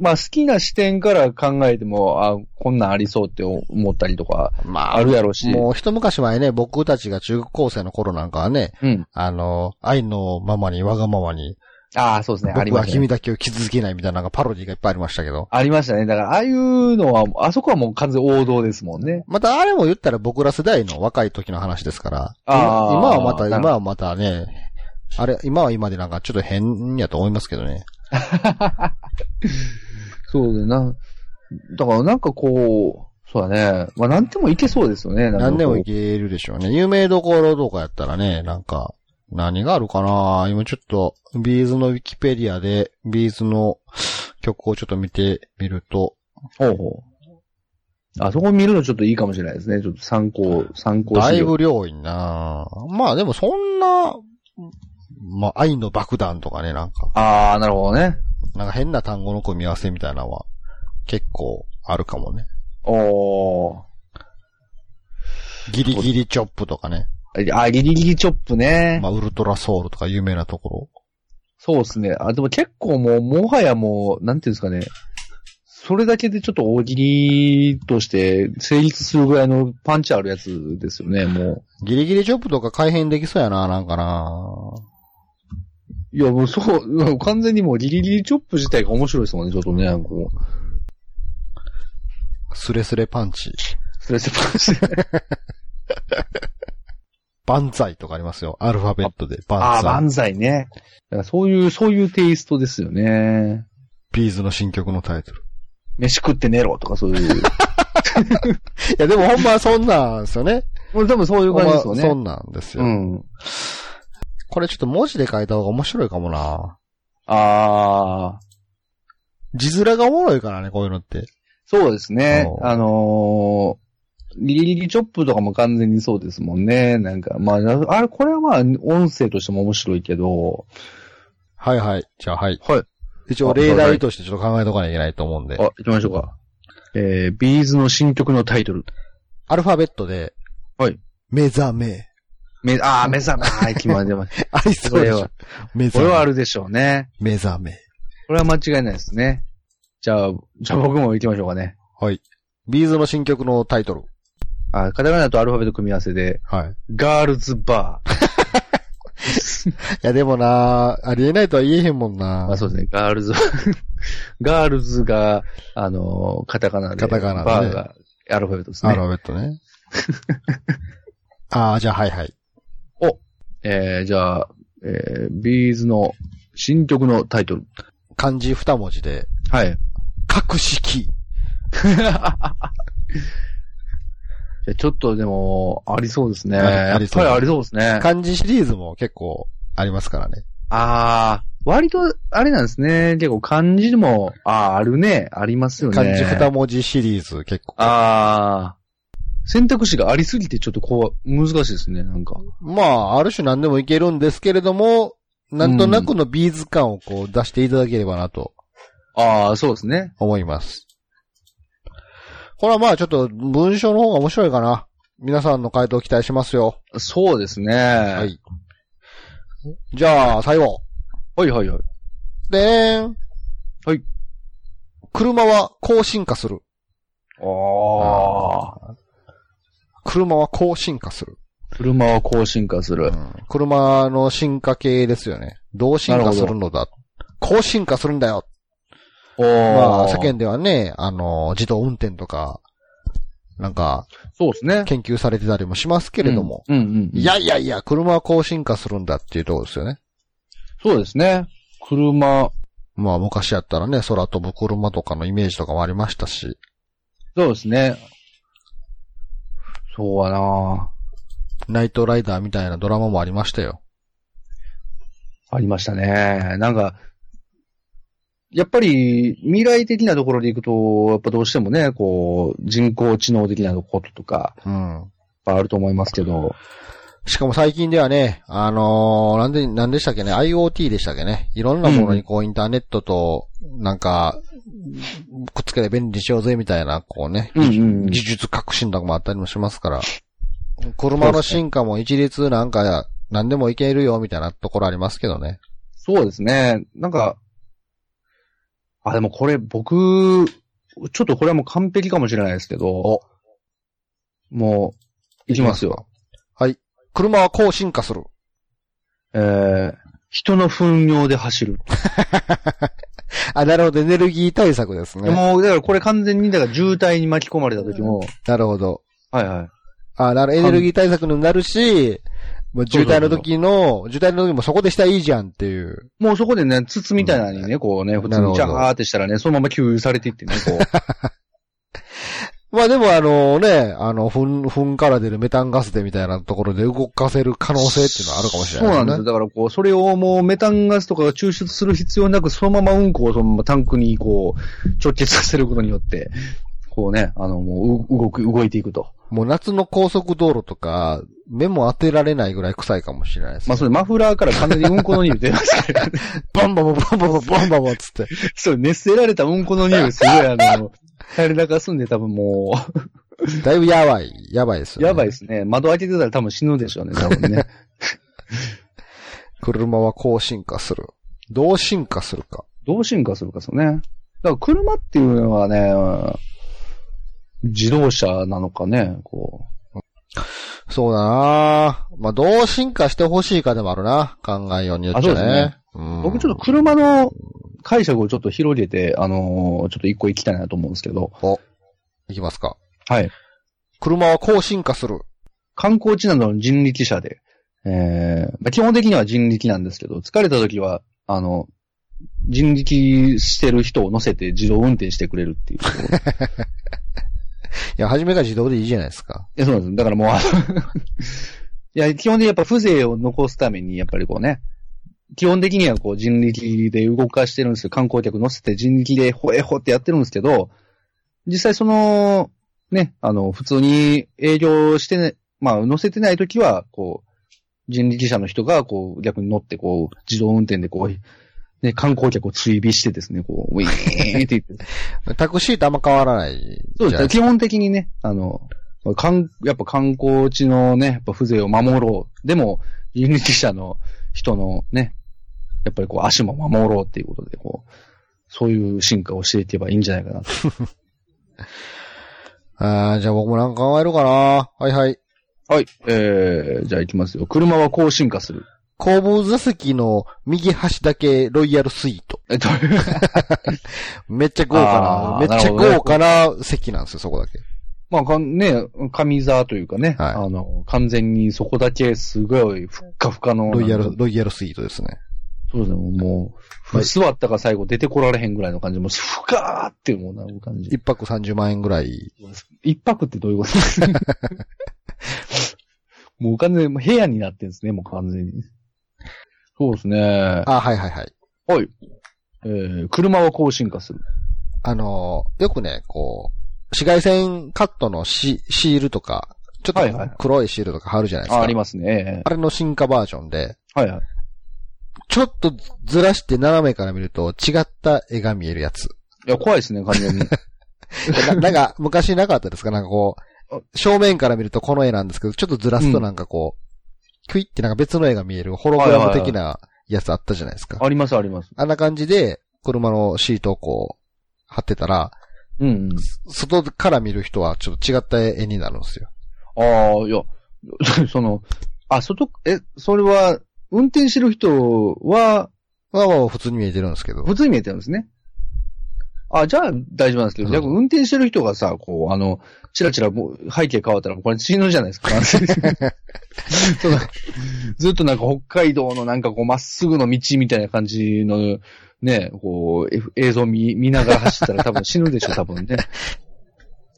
B: まあ好きな視点から考えても、あ、こんなんありそうって思ったりとか、
A: まあ、
B: あるやろうし。
A: もう一昔前ね、僕たちが中学高生の頃なんかはね、
B: うん。
A: あの、愛のままにわがままに、
B: ああ、そうですね。あり
A: 僕
B: ま
A: は
B: したね
A: 君。だけを傷つけないみたいななんかパロディがいっぱいありましたけど。
B: ありましたね。だから、ああいうのは、あそこはもう完全王道ですもんね。
A: またあれも言ったら僕ら世代の若い時の話ですから、今
B: あー
A: はまた、今
B: なるほど
A: はまたね、あれ、今は今でなんかちょっと変やと思いますけどね。
B: そうだな。だからなんかこう、そうだね。まあなんでもいけそうですよね。なんかこう
A: 何でもいけるでしょうね。有名どころとかやったらね、なんか、何があるかな今ちょっと、ビーズのウィキペディアで、ビーズの曲をちょっと見てみると、
B: ほうほう。あそこ見るのちょっといいかもしれないですね。ちょっと参考、参考
A: だ
B: 資
A: い
B: 料
A: ぶ良いなまあでもそんな、まあ愛の爆弾とかね、なんか、
B: ああ、なるほどね。
A: なんか変な単語の組み合わせみたいなのは、結構あるかもね。
B: おー。
A: ギリギリチョップとかね。
B: あ、ギリギリチョップね。
A: まあ、ウルトラソウルとか有名なとこ
B: そうですね。あ、でも結構もう、もはやもう、なんていうんですかね。それだけでちょっと大喜利として成立するぐらいのパンチあるやつですよね、も
A: ろ。ギリギリチョップとか改変できそうやな、なんかな。
B: う。いや、もうそううん、完全にもうギリギリチョップ自体が面白いですもんね、ちょっとね、こう。
A: スレスレパンチ。
B: スレスレパンチで。
A: 万歳とかありますよ。アルファベットで。
B: あ
A: 万
B: あ、
A: 歳。
B: 万歳ね。だからそういう、そういうテイストですよね。
A: ビーズの新曲のタイトル。
B: 飯食って寝ろとかそういう。
A: いや、でもほんまそんなんですよね。
B: もう多分そういう感じですよ
A: ほんまそ
B: ね。
A: んなんですよ。
B: うん。
A: これちょっと文字で書いた方が面白いかもな。
B: ああ。
A: 字面がおもろいからね、こういうのって。
B: そうですね
A: お。う
B: あのー、ギリギリチョップとかも完全にそうですもんね。なんか、まあ、あれ、これはまあ、音声としても面白いけど、
A: はいはい。じゃあはい。
B: はい。
A: 一応例題としてちょっと考えとかなきゃいけないと思うんで
B: あ、。行きましょうか。えー、ビーズの新曲のタイトル。
A: アルファベットで。
B: はい。
A: 目覚め。
B: め、あー、目覚め、あー、決まってます。
A: あり そうでしょ。目
B: これはあ
A: 覚め。
B: るでしょうね。
A: 目覚め。
B: これは間違いないですね。じゃあ、じゃあ僕も行きましょうかね。
A: はい。ビーズの新曲のタイトル。
B: あ、カタカナとアルファベット組み合わせで、
A: はい。い
B: ガールズバー。
A: や、でもなありえないとは言えへんもんな
B: まあそうですね、ガールズ、 ガールズが、あのー、カタカナで、
A: カタカナで
B: バーがアルファベットです
A: ア
B: ね
A: ル。ファベットね。 ああ、じゃあ、はいはい。
B: お、えー、じゃあ、えー、ビーズの新曲のタイトル。
A: 漢字二文字で、
B: はい。
A: 格式。
B: いやちょっとでも、ありそうですね。
A: あり
B: や
A: あ
B: っ
A: りそ
B: ぱ
A: う
B: りありそうですね。
A: 漢字シリーズも結構ありますからね。
B: ああ、割と、あれなんですね。結構漢字も、ああ、あるね。ありますよね。
A: 漢字二文字シリーズ結構。
B: ああ。選択肢がありすぎてちょっとこう、難しいですね、なんか。
A: まあ、ある種何でもいけるんですけれども、なんとなくのビーズ感をこう出していただければなと
B: ああ、そうですね。
A: 思います。ほら、まあちょっと文章の方が面白いかな。皆さんの回答期待しますよ。
B: そうですね。
A: は。
B: はい
A: じゃあ、最後。
B: いはいはい。
A: でーん。
B: はい。
A: 車はこう進化する。
B: ああ。
A: 車はこう進化する。
B: 車はこう進化す
A: う
B: る。
A: ん、車の進化系ですよね。どう進化するのだ。こう進化するんだよ。
B: おー
A: まあ、世間ではね、あの、自動運転とか、なんか、
B: そうですね。
A: 研究されてたりもしますけれども。
B: うん。うんうん。
A: い
B: いや、
A: やいやいや、車はこう進化するんだっていうところですよね。
B: そうですね。車、
A: まあ、昔やったらね、空飛ぶ車とかのイメージとかもありましたし。
B: そうですね。そうやな
A: ナイトライダーみたいなドラマもありましたよ。
B: ありましたね。なんか、やっぱり未来的なところでいくと、やっぱどうしてもね、こう、人工知能的なこととか、
A: うん。
B: あると思いますけど、
A: しかも最近ではね、あのーなんで、なんでしたっけね、IoT でしたっけね。いろんなものにこう、インターネットと、なんか、くっつけて便利にしようぜみたいな、こうね、
B: うんうんうん
A: 技術革新とかもあったりもしますから、車の進化も一律なんか、何でもいけるよみたいなところありますけどね。
B: そうですね。なんか、あ、でもこれ僕、ちょっとこれはもう完璧かもしれないですけど、もう、いきますよ。
A: 車はこう進化する。
B: えー、人の糞尿で走る。
A: あ、なるほど、エネルギー対策ですね。
B: もう、だからこれ完全に、だから渋滞に巻き込まれた時も、
A: なるほど。
B: はいはい。
A: あ、なる、エネルギー対策にもなるし、もう渋滞の時の、渋滞の時もそこでしたらいいじゃんっていう。
B: もうそこでね、筒みたいなのにね、こうね、普
A: な
B: 通
A: るほ
B: に
A: ど
B: ジャーってしたらね、そのまま給油されていってね、こ
A: まあでもあのね、あの、糞、糞から出るメタンガスでみたいなところで動かせる 可
B: う。
A: 能性っていうのはあるかもしれない、
B: そうなんですよ。
A: ね。
B: だからこう、それをもうメタンガスとかが抽出する必要なく、そのままうんこをそのままタンクにこう、直結させることによって、こうね、あの、もうう動く、動いていくと。
A: もう夏の高速道路とか、目も当てられないぐらい臭いかもしれないです。
B: まあ、それマフラーから完全にうんこの匂い出ますから、ね、
A: バンバンバンバンバンバンバンバンつって。
B: そう、熱せられたうんこの匂い、すごいあの、垂れ流すんで多分も
A: だいぶやばい、やばいです
B: う、
A: よ、ね。
B: やばいですね。窓開けてたら多分死ぬでしょう ね、多分ね。
A: 車はこう進化する。どう進化するか。
B: どう進化するかですよね。だから車っていうのはね、自動車なのかね、こ
A: そうだなまあ、どう進化してほしいかでもあるな。考えようによっちゃ
B: あそうです
A: ね
B: ね。
A: う
B: う。
A: ん
B: 僕ちょっと車の解釈をちょっと広げて、あのーちょっと一個行きたいなと思うんですけど、
A: いきますか。
B: はい。
A: 車はこう進化する。
B: 観光地などの人力車で、えーまあ、基本的には人力なんですけど、疲れた時は、あの、人力してる人を乗せて自動運転してくれるっていう。
A: いや、初めから自動でいいじゃないですか。
B: いや、そうなんです。だからもう あの、いや、基本的にやっぱ風情を残すために、やっぱりこうね、基本的にはこう人力で動かしてるんですよ。観光客乗せて人力でほえほってやってるんですけど、実際その、ね、あの、普通に営業してね、まあ乗せてない時は、こう、人力車の人がこう逆に乗ってこう自動運転でこう、ね、観光客を追尾してですね、こう、ウィーンって言って、
A: タクシーとあんま変わらない。
B: そうです
A: じゃ
B: ね。基本的にね、あの、観やっぱ観光地のね、やっぱ風情を守ろう。でも、人力車の人のね、やっぱりこう足も守ろうっていうことで、こう、そういう進化をしていけばいいんじゃないかなと。
A: あーじゃあ僕もなんか考えるかな。はいはい。
B: はい。えー、じゃあ行きますよ。車はこう進化する。
A: 後部座席の右端だけロイヤルスイート。
B: えっと、
A: めっちゃ豪華な、
B: あー
A: めっちゃ
B: なるほどね
A: 豪華な席なんですよ、そこだけ。
B: まあ、かんね、上座というかね、
A: はい
B: あの、完全にそこだけすごいふっかふかの。
A: ロイヤ
B: な
A: ル、
B: んか
A: ロイヤルスイートですね。
B: そうだもう、もう、
A: はい
B: 座ったか最後出てこられへんぐらいの感じ、もう、ふかーってもうなる感じ
A: 一。泊30万円ぐらい。
B: 一泊ってどういう ことですかもう完全に部屋になってんですね、もう完全に。そうですね。
A: あ、はいはいはい。
B: えー、車はこう進化する。
A: あのーよくね、こう、紫外線カットのシシールとか、ちょ
B: はいはい
A: っ
B: はい
A: と黒いシールとか貼るじゃないですか。
B: あ、ありますね。
A: あれの進化バージョンで、
B: えーはいはい。
A: ちょっとずらして斜めから見ると違った絵が見えるや つ。
B: いや、怖いですね、完 全に。
A: ななんか、昔なかったですかなんかこう、正面から見るとこの絵なんですけど、ちょっとずらすとなんかこう、クイってなんか別の絵が見えるホログラム的なやつあったじゃないですか。
B: あります、あります。
A: あんな感じで、車のシートをこう、貼ってたら、
B: うん、うん。
A: 外から見る人はちょっと違った絵になるんですよ。
B: ああ、いや、 その、あ、外、え、それは、運転してる人は、
A: まあまあ普通に見えてるんですけど。
B: 普通に見えてるんですね。あ、じゃあ大丈夫なんですけど、
A: うん
B: 逆に運転してる人がさ、こう、あの、チラチラもう背景変わったら、これ死ぬじゃな いですか。そのずっとなんか北海道のなんかこう、まっすぐの道みたいな感じの、ね、こう、え映像見、見ながら走ったら多分死ぬでしょ、多分ね。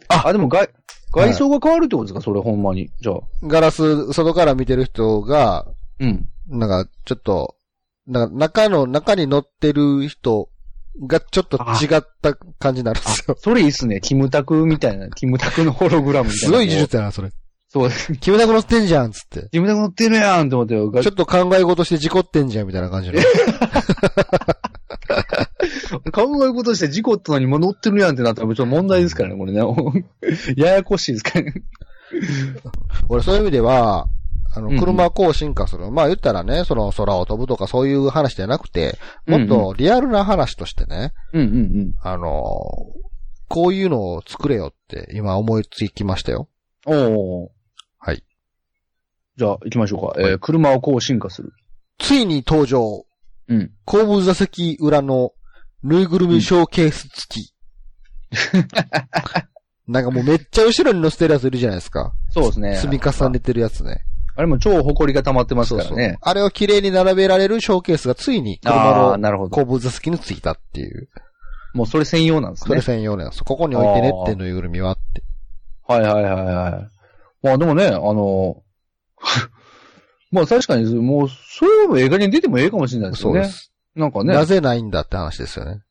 B: あ、あでも外、外装が変わるってことですか、それほんまに。じゃあ。
A: ガラス、外から見てる人が、
B: うん。
A: なんかちょっと、なんか中の、中に乗ってる人がちょっと違った感じになるんですよ。
B: それいいっすね。キムタクみたいな、キムタクのホログラムみたい
A: す
B: な。
A: ごい技術やな、それ。
B: そう、
A: キムタク乗ってんじゃん、つって。
B: キムタク乗ってるやんって思って、
A: ちょっと考え事して事故ってんじゃん、みたいな感じの。
B: 考え事して事故ったのにもう乗ってるやんってなったら、ちょっと問題ですからね、これね。 ややこしいですからね。
A: 俺、そういう意味では、あ
B: うんう
A: の、
B: ん
A: 車はこう進化する。まあ言ったらね、その空を飛ぶとかそういう話じゃなくて、
B: うん
A: も
B: うん
A: っとリアルな話としてね、
B: うんうんうん。
A: あの、こういうのを作れよって今思いつきましたよ。
B: おお。
A: はい。
B: じゃあ、行きましょうか。えー車をこう進化する。
A: ついに登場。
B: うん。
A: 後部座席裏のぬいぐるみショーケース付 き。なんかもうめっちゃ後ろに乗せてるやついるじゃないですか。
B: そうですね。
A: 積み重ねてるやつね。
B: あれも超埃が溜まってますから
A: そうそう
B: ね。。
A: あれを綺麗に並べられるショーケースがついに
B: ああー、
A: 車の
B: なるほど。
A: 後部座席についたっていう。
B: もうそれ専用なんです
A: それ
B: ね。
A: 専用のやつ。ここに置いてねってぬいぐるみはって。
B: はいはいはいはい。まあでもね、あの、 まあ確かに、もう、それは映画に出てもええかもしれないです
A: そ
B: よ
A: う
B: ね。
A: です。
B: なんかね。
A: なぜないんだって話ですよね。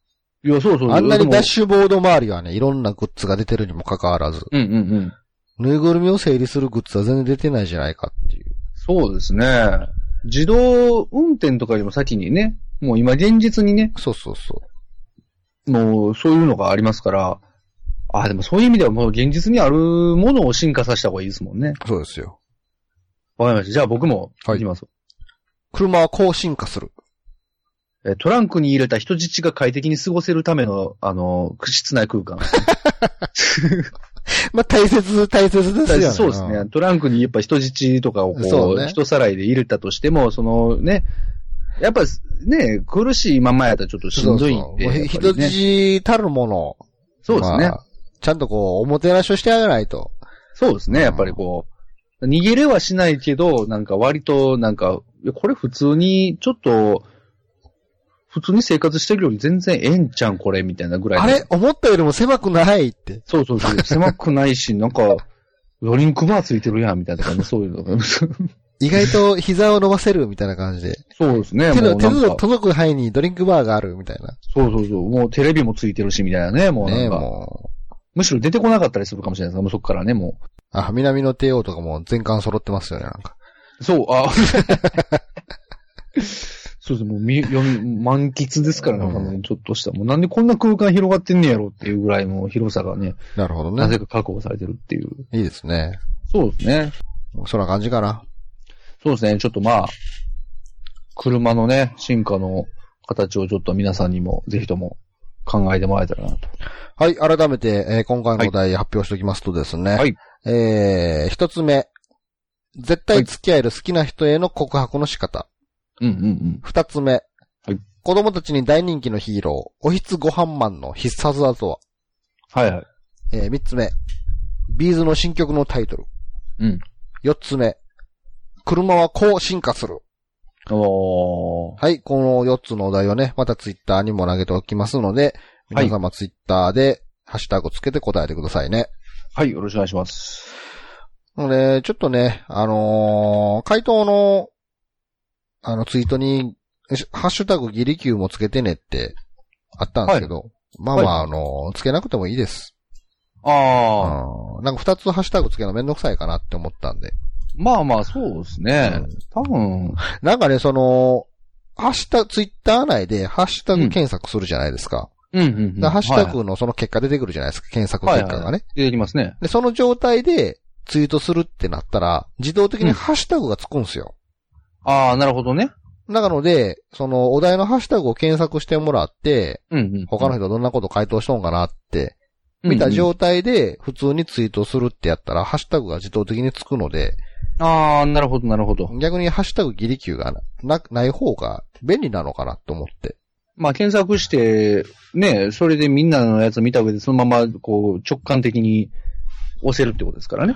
B: いや、そうそう。
A: あんなにダッ
B: ュ。
A: シュボード周りはね、いろんなグッズが出てるにもかかわらず、
B: うんうんうん。
A: ぬいぐるみを整理するグッズは全然出てないじゃないかっていう。
B: そうですね。自動運転とかよりも先にね、もう今現実にね、
A: そうそうそ
B: もうそういうのがありますから、あ、でもそういう意味ではもう現実にあるものを進化させた方がいいですもんね。
A: う。そうですよ。
B: わかりました。じゃあ僕も
A: はい
B: 行きます、
A: 車はこう進化する。
B: えトランクに入れた人質が快適に過ごせるための、あの、室内 空間。
A: まあ、大切、大切ですよね。
B: そうですね。トランクにやっぱ人質とかをこ
A: そう
B: う、
A: ね
B: 人さらいで入れたとしても、そのね、やっぱね、苦しいまんまやったらちょっとしんどいんで。やっぱ
A: 人
B: りね
A: 質たるもの。
B: そうですね
A: ま。あちゃんとこう、おもてなしをしてあげないと。
B: そうですね、やっぱりこう、逃げれはしないけど、なんか割と、なんか、いやこれ普通に、ちょっと、普通に生活してるより全然ええんちゃうん、これ、みたいなぐらいの。
A: あれ思ったよりも狭くないって。
B: そうそ うそう、狭くないし、なんか、ドリンクバーついてるやん、みたいな、ね、そういうの。
A: 意外と膝を伸ばせるみたいな感じで。
B: そうですね、
A: 手
B: も
A: の、
B: う
A: 手
B: なん
A: の
B: か、
A: 届く範囲にドリンクバーがあるみたいな。
B: そうそうそう、もうテレビもついてるし、みたいなね、もう
A: ね
B: な
A: え、
B: んか、
A: もう。
B: むしろ出てこなかったりするかもしれないですもうそこからね、も
A: あ、南の帝王とかも全巻揃ってますよね、なんか。
B: う。そう、あ、 そうですもうみ読み、満喫ですからね、
A: うん
B: あのちょっとした。もうなんでこんな空間広がってんねやろっていうぐらいの広さがね、
A: なるほど
B: な
A: ね。
B: ぜか確保されてるっていう。
A: いいですね。
B: そうですね。
A: もうそんな感じかな。
B: そうですね。ちょっとまあ、車のね、進化の形をちょっと皆さんにも、ぜひとも考えてもらえたらなと。
A: はい、改めて、えー今回のお題発表しておきますとですね。
B: はい
A: えー、一つ目。絶対付き合える好きな人への告白の仕方。
B: うんうんうん。
A: 二つ目。
B: はい
A: 子供たちに大人気のヒーロー、おひつご飯マンの必殺技とは。
B: はいはい。
A: えー、三つ目。ビーズの新曲のタイトル。
B: うん。
A: 四つ目。車はこう進化する。
B: おー。
A: はい、この4つのお題をね、またツイッターにも投げておきますので、
B: はい
A: 皆様ツイッターで、ハッシュタグつけて答えてくださいね。
B: はい、よろしくお願いします。
A: なので、ちょっとね、あのー回答の、あの、ツイートに、しハッシュタグギリキューもつけてねって、あったんですけど、まあまあ、あのーつけなくてもいいです。
B: ああ、
A: うんなんか二つハッシュタグつけるのめんどくさいかなって思ったんで。
B: まあまあ、そうですね。
A: うん
B: 多分、
A: なんかね、その、ハッシュタグ、ツイッター内でハッシュタグ検索するじゃないですか。
B: うんうん、
A: だからハッシュタ
B: は
A: グのその結果出てくるじゃないですか、検索
B: いはい、
A: 結果がね。
B: はいはい出てきますね。
A: で、その状態でツイートするってなったら、自動的にハッシュタグがつくんですよ。
B: ああ、なるほどね。
A: なので、そのお題のハッシュタグを検索してもらって、
B: うんうん。
A: 他の人どんなこと回答しとんかなって、見た状態で普通にツイートするってやったら、ハッシュタグが自動的につくので、
B: ああ、なるほど、なるほど。
A: 逆にハッシュタグギリキューがな、ない方が便利なのかなと思って。
B: まあ、検索して、ね、それでみんなのやつ見た上で、そのまま、こう、直感的に押せるってことですからね。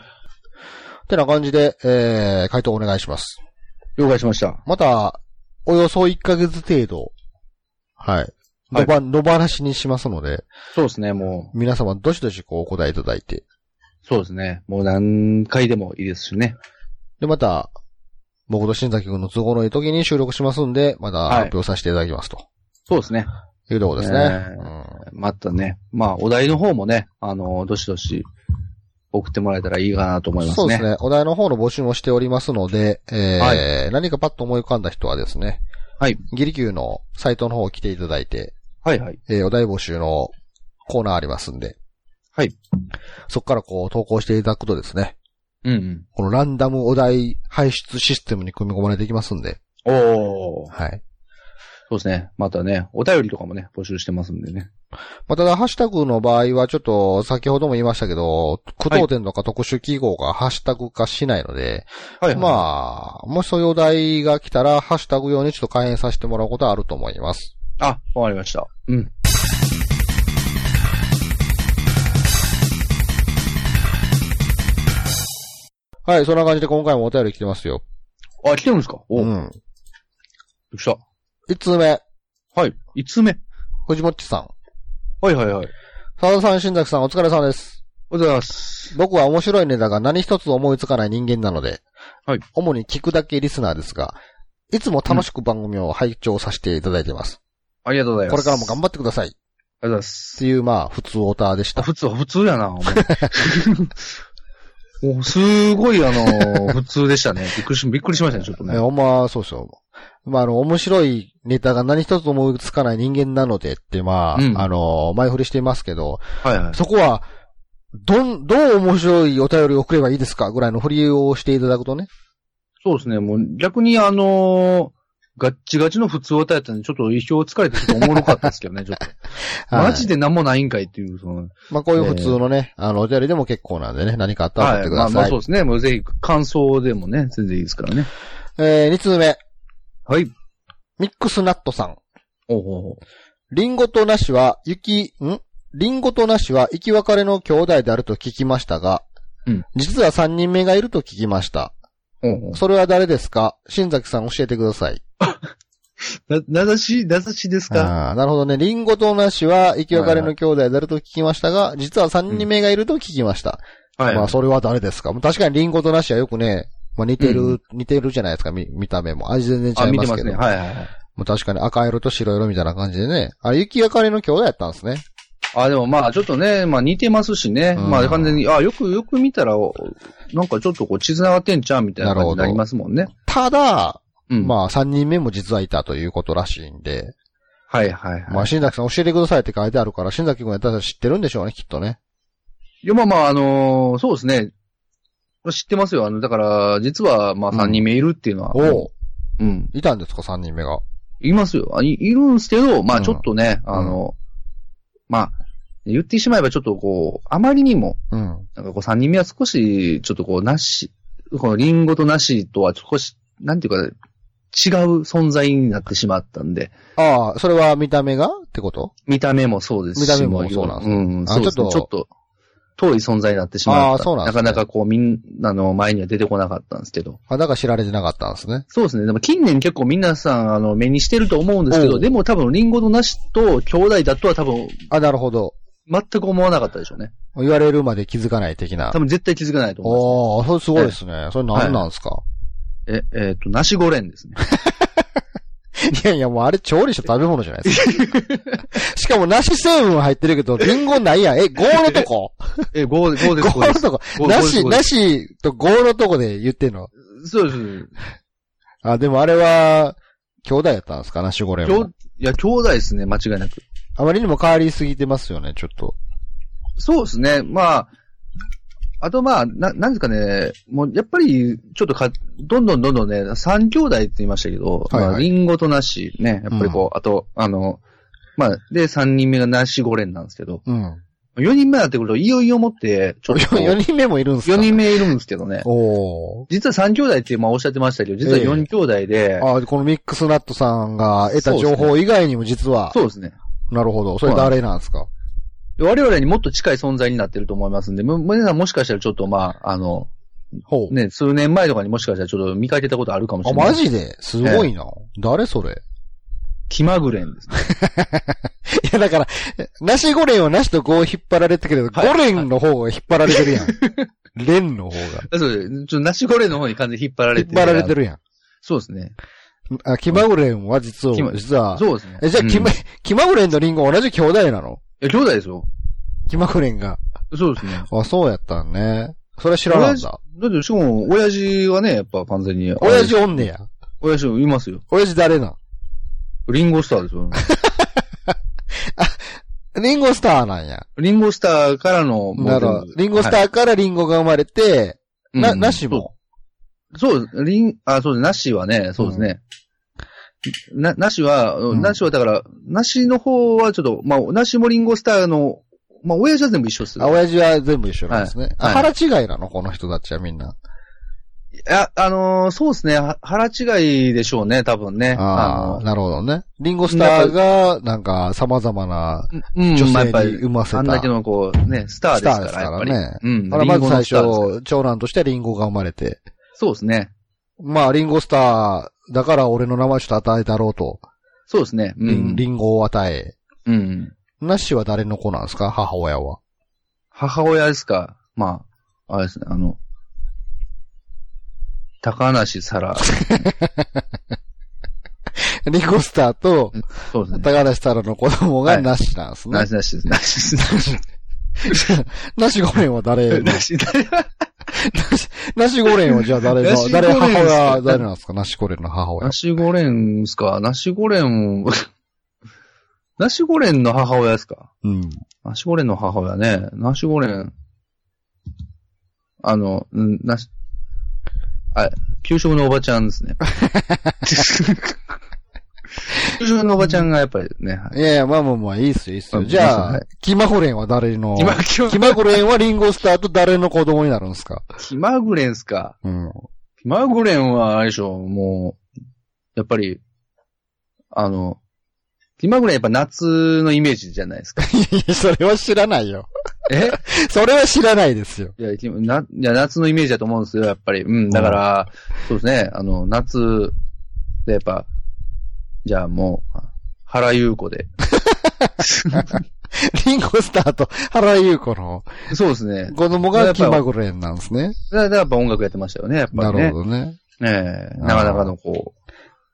A: ってな感じで、えー、回答お願いします。
B: 了解しました。
A: また、およそ1ヶ月程度、はい。
B: は
A: の
B: い
A: ば、のばらしにしますので、
B: そうですね、も
A: 皆様どしどしこうお答えいただいて。
B: う、そうですね。もう何回でもいいですしね。
A: で、また、僕と新崎くんの都合のいい時に収録しますんで、また
B: はい
A: 発表させていただきますと。
B: そうですね。
A: い、うところですね。
B: え
A: う
B: ー
A: ん
B: またね、まあ、お題の方もね、あの、どしどし送ってもらえたらいいかなと思いますね。
A: そうです。ね。お題の方の募集もしておりますので、えー
B: は
A: 何かパッと思い浮かんだ人はですね、
B: はい。
A: ギリキューのサイトの方来ていただいて、
B: はいはい。
A: えーお題募集のコーナーありますんで、
B: はい。
A: そこからこう投稿していただくとですね、
B: うん
A: このランダムお題排出システムに組み込まれていきますんで、
B: うん。おー。
A: はい。
B: そうですね。またね、お便りとかもね、募集してますんでね。
A: まあ、ただ、ハッシュタグの場合は、ちょっと、先ほども言いましたけど、苦闘点とか特殊記号がハッシュタグ化しないので、
B: はい、あ。
A: まあ、もしそういうお題が来たら、ハッシュタグ用にちょっと改変させてもらうことはあると思います。
B: あ、わかりました。うん。
A: はい、そんな感じで今回もお便り来てますよ。
B: あ、来てるんですかお、
A: う
B: びっ
A: ん。
B: くりした。
A: 1通目、
B: はい。5つ目。
A: 藤本さん。
B: はいはいはい。
A: 佐田さん、新崎さん、お疲れ様です。
B: おはようございます。
A: 僕は面白いネタが何一つ思いつかない人間なので、
B: はい
A: 主に聞くだけリスナーですが、いつも楽しく番組を拝聴させていただいています。
B: ありがとうございま
A: これ
B: す。
A: からも頑
B: 張
A: 張ってください。っ
B: ありがとうございます。
A: ていう、まあ、普通オーターでし
B: あ
A: た。
B: 普通、普通やな、お前 もうすごい、あの、普通でしたね。びっくりし、びっくりしましたね、ちょっと
A: ね、
B: ね。
A: ほんま、そうですよ。まあ、あの、面白いネタが何一つ思いつかない人間なのでって、まあ、
B: うん
A: あの、前振りしていますけど、
B: はいはい。
A: そこは、どん、どう面白いお便りを送ればいいですかぐらいの振りをしていただくとね。
B: そうですね、もう逆にあのガッチガチの普通歌やったんで、ちょっと意表をつかれてちょっとおもろかったですけどね、 ちょっと。マジ
A: で
B: で何もないんかいっていう、その。
A: まあ、こういう普通のね、あの、お便りでも結構なんでね、何かあったら送ってく
B: ま
A: だ
B: あまあ
A: さい。
B: そうですね、もうぜひ感想でもね、全然いいですからね。
A: えー、2通目、
B: はい。
A: ミックスナットさん。
B: おうおうおう
A: リンゴとなしは、雪、んリンゴとなしは生き別れの兄弟であると聞きましたが、
B: うん
A: 実は3人目がいると聞きました。
B: おうおう
A: それは誰ですか新崎さん教えてください。
B: な、名指し、名指しですか
A: ああー、なるほどね。リンゴとなしは生き別れの兄弟であると聞きましたが、実は3人目がいると聞きました。
B: は
A: まあ、それは誰ですか確かにリンゴとなしはよくね、まあ似てる、似てるじゃないですか、見見た目も。味全然
B: あ、
A: 違い
B: 見
A: ま
B: て
A: す
B: ま
A: け
B: す
A: ど。
B: ね。はいはいはい。
A: もう確かに赤色と白色みたいな感じでね。あ、雪明かりの兄弟やったんですね。
B: あ、でもまあちょっとね、まあ似てますしね。
A: うん
B: まあ完全に、あ、よくよく見たら、おなんかちょっとこう、絆がってんちゃうみたいな感じになりますもんね。
A: ただ、
B: うん。あ。
A: まあ、3人目も実はいたということらしいんで、
B: はいはいはい。
A: まあ、新崎さん教えてくださいって書いてあるから、新崎くんやったら知ってるんでしょうね、きっとね。
B: いや、まあまあ、あのーそうですね。知ってますよ。あの、だから、実は、まあ、
A: うん
B: 3人目いるっていうのは。
A: おう
B: うん。
A: いたんですか、3人目が。
B: いますよ。あいいるんですけど、ま
A: う
B: あ、
A: ん
B: ちょっとね、あの、まあ、言ってしまえば、ちょっとこう、あまりにも、
A: うん。
B: なんかこう、3人目は少し、ちょっとこう、なし、このリンゴとなしとは少し、なんていうか、違う存在になってしまったんで、
A: ああ、それは見た目がってこと
B: 見た目もそうですし。
A: 見た目もそうなんです
B: うん、
A: あ
B: そうですね
A: ち
B: ち
A: ょ
B: ょ
A: っと
B: っと、遠い存在になってしま
A: あ
B: っ
A: ー
B: た。
A: そうなんですね
B: なかなかこう、みんなの前には出てこなかったんですけど。
A: あ、だから知られてなかったんですね。
B: そうですね。でも近年結構皆さん、あの、目にしてると思うんですけ
A: お
B: ど、
A: う
B: でも多分、リンゴの梨と兄弟だとは多分、
A: あ、なるほど。
B: 全く思わなかったでしょうね。
A: 言われるまで気づかない的な
B: 多。分絶対気づかないと思い
A: おー、それすごいですね。それ何なんですか、
B: ます。え、えっ、と、梨五連ですね。
A: い、やいや、もうあれ調理した食べ物じゃないです か。しかも梨成分入ってるけど、リンゴないやん。え、ゴーのとこ
B: え、五五 です、
A: ゴ
B: 五で
A: ーの
B: す。
A: とこ
B: ゴー
A: 梨、
B: ゴーです
A: 梨とゴーのとこで言ってんの。
B: そうですそうです。
A: あ、でもあれは、兄弟やったんですか梨ゴレ
B: きょ
A: も
B: う。いや、兄弟ですね、間違いなく。
A: あまりにも変わりすぎてますよね、ちょっと。
B: そうですね。まあ、あとまあ、な、なんですかね、もうやっぱり、ちょっとか、どんどんどんどんね、三兄弟って言いましたけど、
A: はいはい
B: まあ、リンゴと梨ね、やっぱりこう、あと、あの、まあ、で、三人目が梨五連なんですけど、
A: うん。
B: 四人目になってくると、いよいよもって、ちょっと こう、
A: 4人目もいるんですか
B: 四人目いるんですけどね。
A: おー。
B: 実は三兄弟って、まあ、おっしゃってましたけど、実は四兄弟で、
A: あ、このミックスナットさんが得た情報以外にも実は、
B: そうですね。
A: なるほど。それ誰なんですか
B: 我々にもっと近い存在になってると思いますんで、む、むねさんもしかしたらちょっとまあ、あの、
A: ほう。
B: ね、数年前とかにもしかしたらちょっと見かけたことあるかもし
A: あ、
B: れない。
A: マジですごいな。誰それ
B: 気まぐれんですね。
A: いや、だから、なしゴレンはなしと5を引っ張られてるけど、
B: はい
A: ゴレンの方 が引っ張られてるやん。レンの方が。
B: そうです。ちょっとナシゴレンの方に完全に引っ張られ
A: 引って張られてるやん。
B: そうですね。
A: あ、キマゴレンは実
B: キマ
A: は、実は、
B: そうですね。
A: え、じゃあ、キマ
B: うんい、
A: キマゴレンとリンゴ同じ兄弟なの
B: や、兄弟ですよ。
A: キマゴレンが。
B: そうですね。
A: あ、そうやったんね。それは知らなんだ。
B: だって、しかも、親父はね、やっぱ完全に。
A: 親父おんねや。
B: 親父いますよ。
A: 親父誰なん
B: リンゴスターで すよ。
A: リンゴスターなんや。
B: リンゴスターからの、もう
A: なるほど。リンゴスタ
B: はい
A: ーからリンゴが生まれて、な、
B: うん
A: なしも。
B: そうです。リン、あ、そうです。なしはね、そうですね。な、なしは、
A: ん
B: なしはだから、なしの方はちょっと、まあ、なしもリンゴスターの、まあ、親父は全部一緒です。
A: あ、親父は全部一緒なんですね。あ、
B: は
A: 腹違いなのこの人たちはみんな。
B: いや、あのーそうですね。は腹違いでしょうね、多分ね。
A: あ
B: の
A: あ、なるほどね。リンゴスターが、なんか、様々な
B: うん、
A: 女
B: まあやっぱ
A: 性に
B: り、
A: 産ませた。
B: あんだけのこう、ね、スターですから、
A: スターですからね
B: やっぱり。うん。
A: あらまず最
B: リンゴのスターですから
A: 初、長男としてリンゴが生まれて。
B: そうですね。
A: まあ、リンゴスター、だから俺の名前ちょっと与えたろうと。
B: そうですね。う
A: リン
B: ん。
A: リンゴを与え。
B: うん。
A: ナッシュは誰の子なんですか母親は。
B: 母親ですか。まあ、あれですね、あの、高梨沙羅。
A: リンゴスターと、
B: そ うですね。
A: 高梨太郎の子供
B: は
A: が
B: い
A: ナッシュ なんですね
B: な。しなしです。なし
A: ナッシュゴレンは 誰の
B: なし。
A: ナッシュゴレンはじゃあ誰
B: ナッシ
A: の、
B: ュゴレ
A: 誰
B: ン
A: 母
B: で
A: 親、
B: す
A: 誰なんですかナッシュゴレンの母親
B: な。しゴレンですか。なしゴレン、 なしゴレンの母親ですか。
A: うん。
B: ナシゴレンの母親ね。ナシゴレン、あの、んナシ、あ、給食のおばちゃんですね。給食のおばちゃんがやっぱり ね、はい
A: いやいや、まあまあまあ、いいっすよ、いいっすよ。
B: あ
A: じゃ
B: は
A: あ
B: い、
A: キマゴレンは誰の、
B: 気ま気ま
A: キマゴレンはリンゴスターと誰の子供になるんですか
B: 気まぐれんっすか。
A: うん。
B: 気まぐれんは、あれでしょ、もう、やっぱり、あの、気まぐれんやっぱ夏のイメージじゃないですか。
A: いやそれは知らないよ。
B: え
A: それは知らないですよ。
B: いや、きな、いや、夏のイメージだと思うんですよ、やっぱり。うん、だから、そうですね、あの、夏で、やっぱ、じゃあもう、原優子 で。
A: リンゴスターと原優子の
B: そうですね。
A: 子供がキマゴレンなんですね。
B: だからやっぱ音楽やってましたよね、やっぱ
A: な
B: りね。
A: るほどね。
B: ええなかなかのこ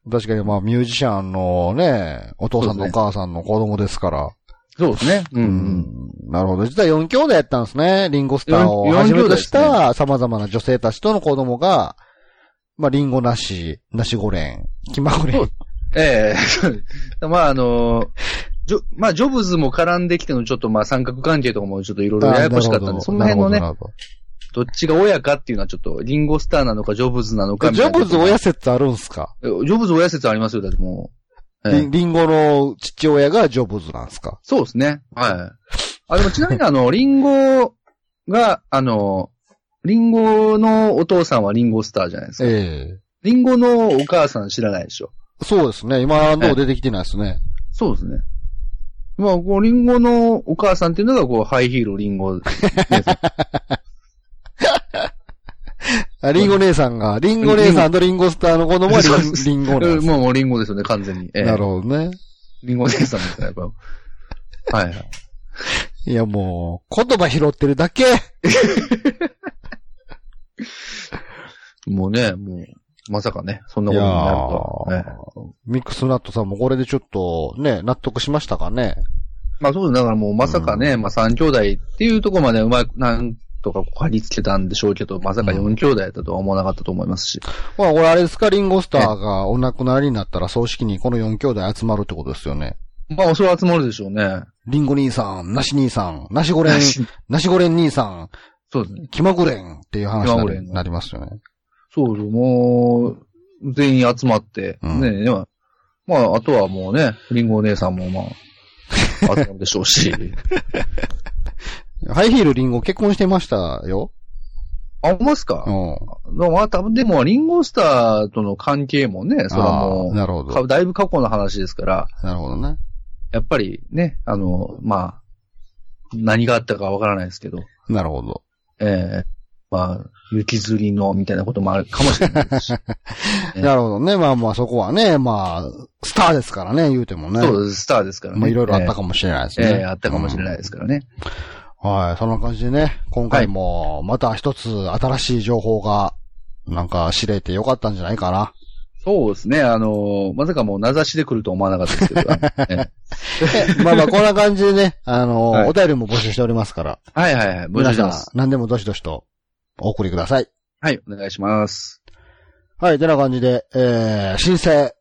B: う、
A: 確かにまあミュージシャンのね、お父さんとお母さんの子供ですから。
B: そうですね。うん、うん。
A: うんなるほど。実は4兄弟やったんですね。リンゴスターを
B: 四
A: はじめとし
B: 四兄
A: た様々な女性たちとの子供が、まあリンゴなし、なしゴレン、キマゴレ
B: そ
A: ン
B: う。ええ まあ、あの、ジョ、まあ、ジョブズも絡んできてのちょっとまあ、三角関係とかもちょっといろいろややこしかったんで、その辺のね、
A: なるほど
B: どっちが親かっていうのはちょっと、リンゴスターなのか、ジョブズなのか
A: え
B: み
A: ジ
B: たい
A: ョ
B: な
A: ブズ親説あるんすか、
B: えジョブズ親説ありますよ、だってもう。ええ
A: リンリンゴの父親がジョブズなんすか
B: そうですね。はい。あ、でもちなみに あの、リンゴが、あの、リンゴのお父さんはリンゴスターじゃないですか。
A: え
B: リンゴのお母さん知らないでしょ。
A: えそうですね。今のとこ出てきてないですね。
B: そうですね。まあ、こう、リンゴのお母さんっていうのが、こう、ハイヒールリンゴ。
A: あリンゴ姉さんが、リンゴ姉さんとリンゴスターの子供はリ
B: そうです
A: ンリンゴなんです
B: もう、も うリンゴですよね、完全に。ええ
A: なるほどね。
B: リンゴ姉さんですね、やっぱ。はいはい。
A: いやもう、言葉拾ってるだけ。
B: もうね、もう、まさかね、そんないこ
A: や
B: とになるとは。
A: ー
B: ね、
A: ミックスナットさんもこれでちょっと、ね、納得しましたかね。
B: まあそうです。だからもうまさかね、まあ三兄弟っていうところまでうまく、なんとかこう貼り付けたんでしょうけど、まさか四兄弟だとは思わなかったと思いますし。
A: まあ、これあれですか、リンゴスターがお亡くなりになったら葬式にこの4兄弟集まるってことですよね。
B: まあそれは集まるでしょうね。
A: リンゴ兄さん、ナシ兄さん、ナシゴレン、ナシゴレン兄さ
B: そうですね。
A: ん、キマゴレンっていう話
B: キマゴレ
A: に
B: ン
A: なりますよね。
B: そうそう、もう、全員集まって、
A: うん
B: ね、まあまああとはもうね、リンゴお姉さんもまあ、集まるでしょ うし。
A: ハイヒールリンゴ結婚してましたよ。
B: あ、思います
A: う
B: か、
A: ん。
B: まあ多分でも、リンゴスターとの関係もね、それは
A: あ
B: も
A: あ、
B: う
A: なるほ
B: か、
A: ど。
B: だいぶ過去の話ですから、
A: なるほどね。
B: やっぱりね、あの、まあ、何があったかわからないですけど、
A: なるほど。
B: ええまあ、雪吊りの、みたいなこともあるかもしれな いですし。ね
A: なるほどね。まあまあそこはね、まあ、スターですからね、言うてもね。
B: そうです、スターですからね。
A: まあいろいろあった
B: も
A: かもしれないです
B: え
A: ね。
B: えええあったかもしれないですからね。
A: うん。はい、そんな感じでね、今回もまた一つ新しい情報が、なんか知れてよかったんじゃないかな。
B: そうですね、あの、まさかもう名指しで来るとは思わなかったですけど。 ええ
A: まあまあこんな感じでね、あの、
B: はい
A: お便りも募集しておりますから、
B: はいはいはい、募集
A: 皆
B: し
A: さ
B: ま
A: ん
B: す。
A: 何でもどしどしとお送りください。
B: はい、お願いします。
A: はい、てな感じで、えー、新生、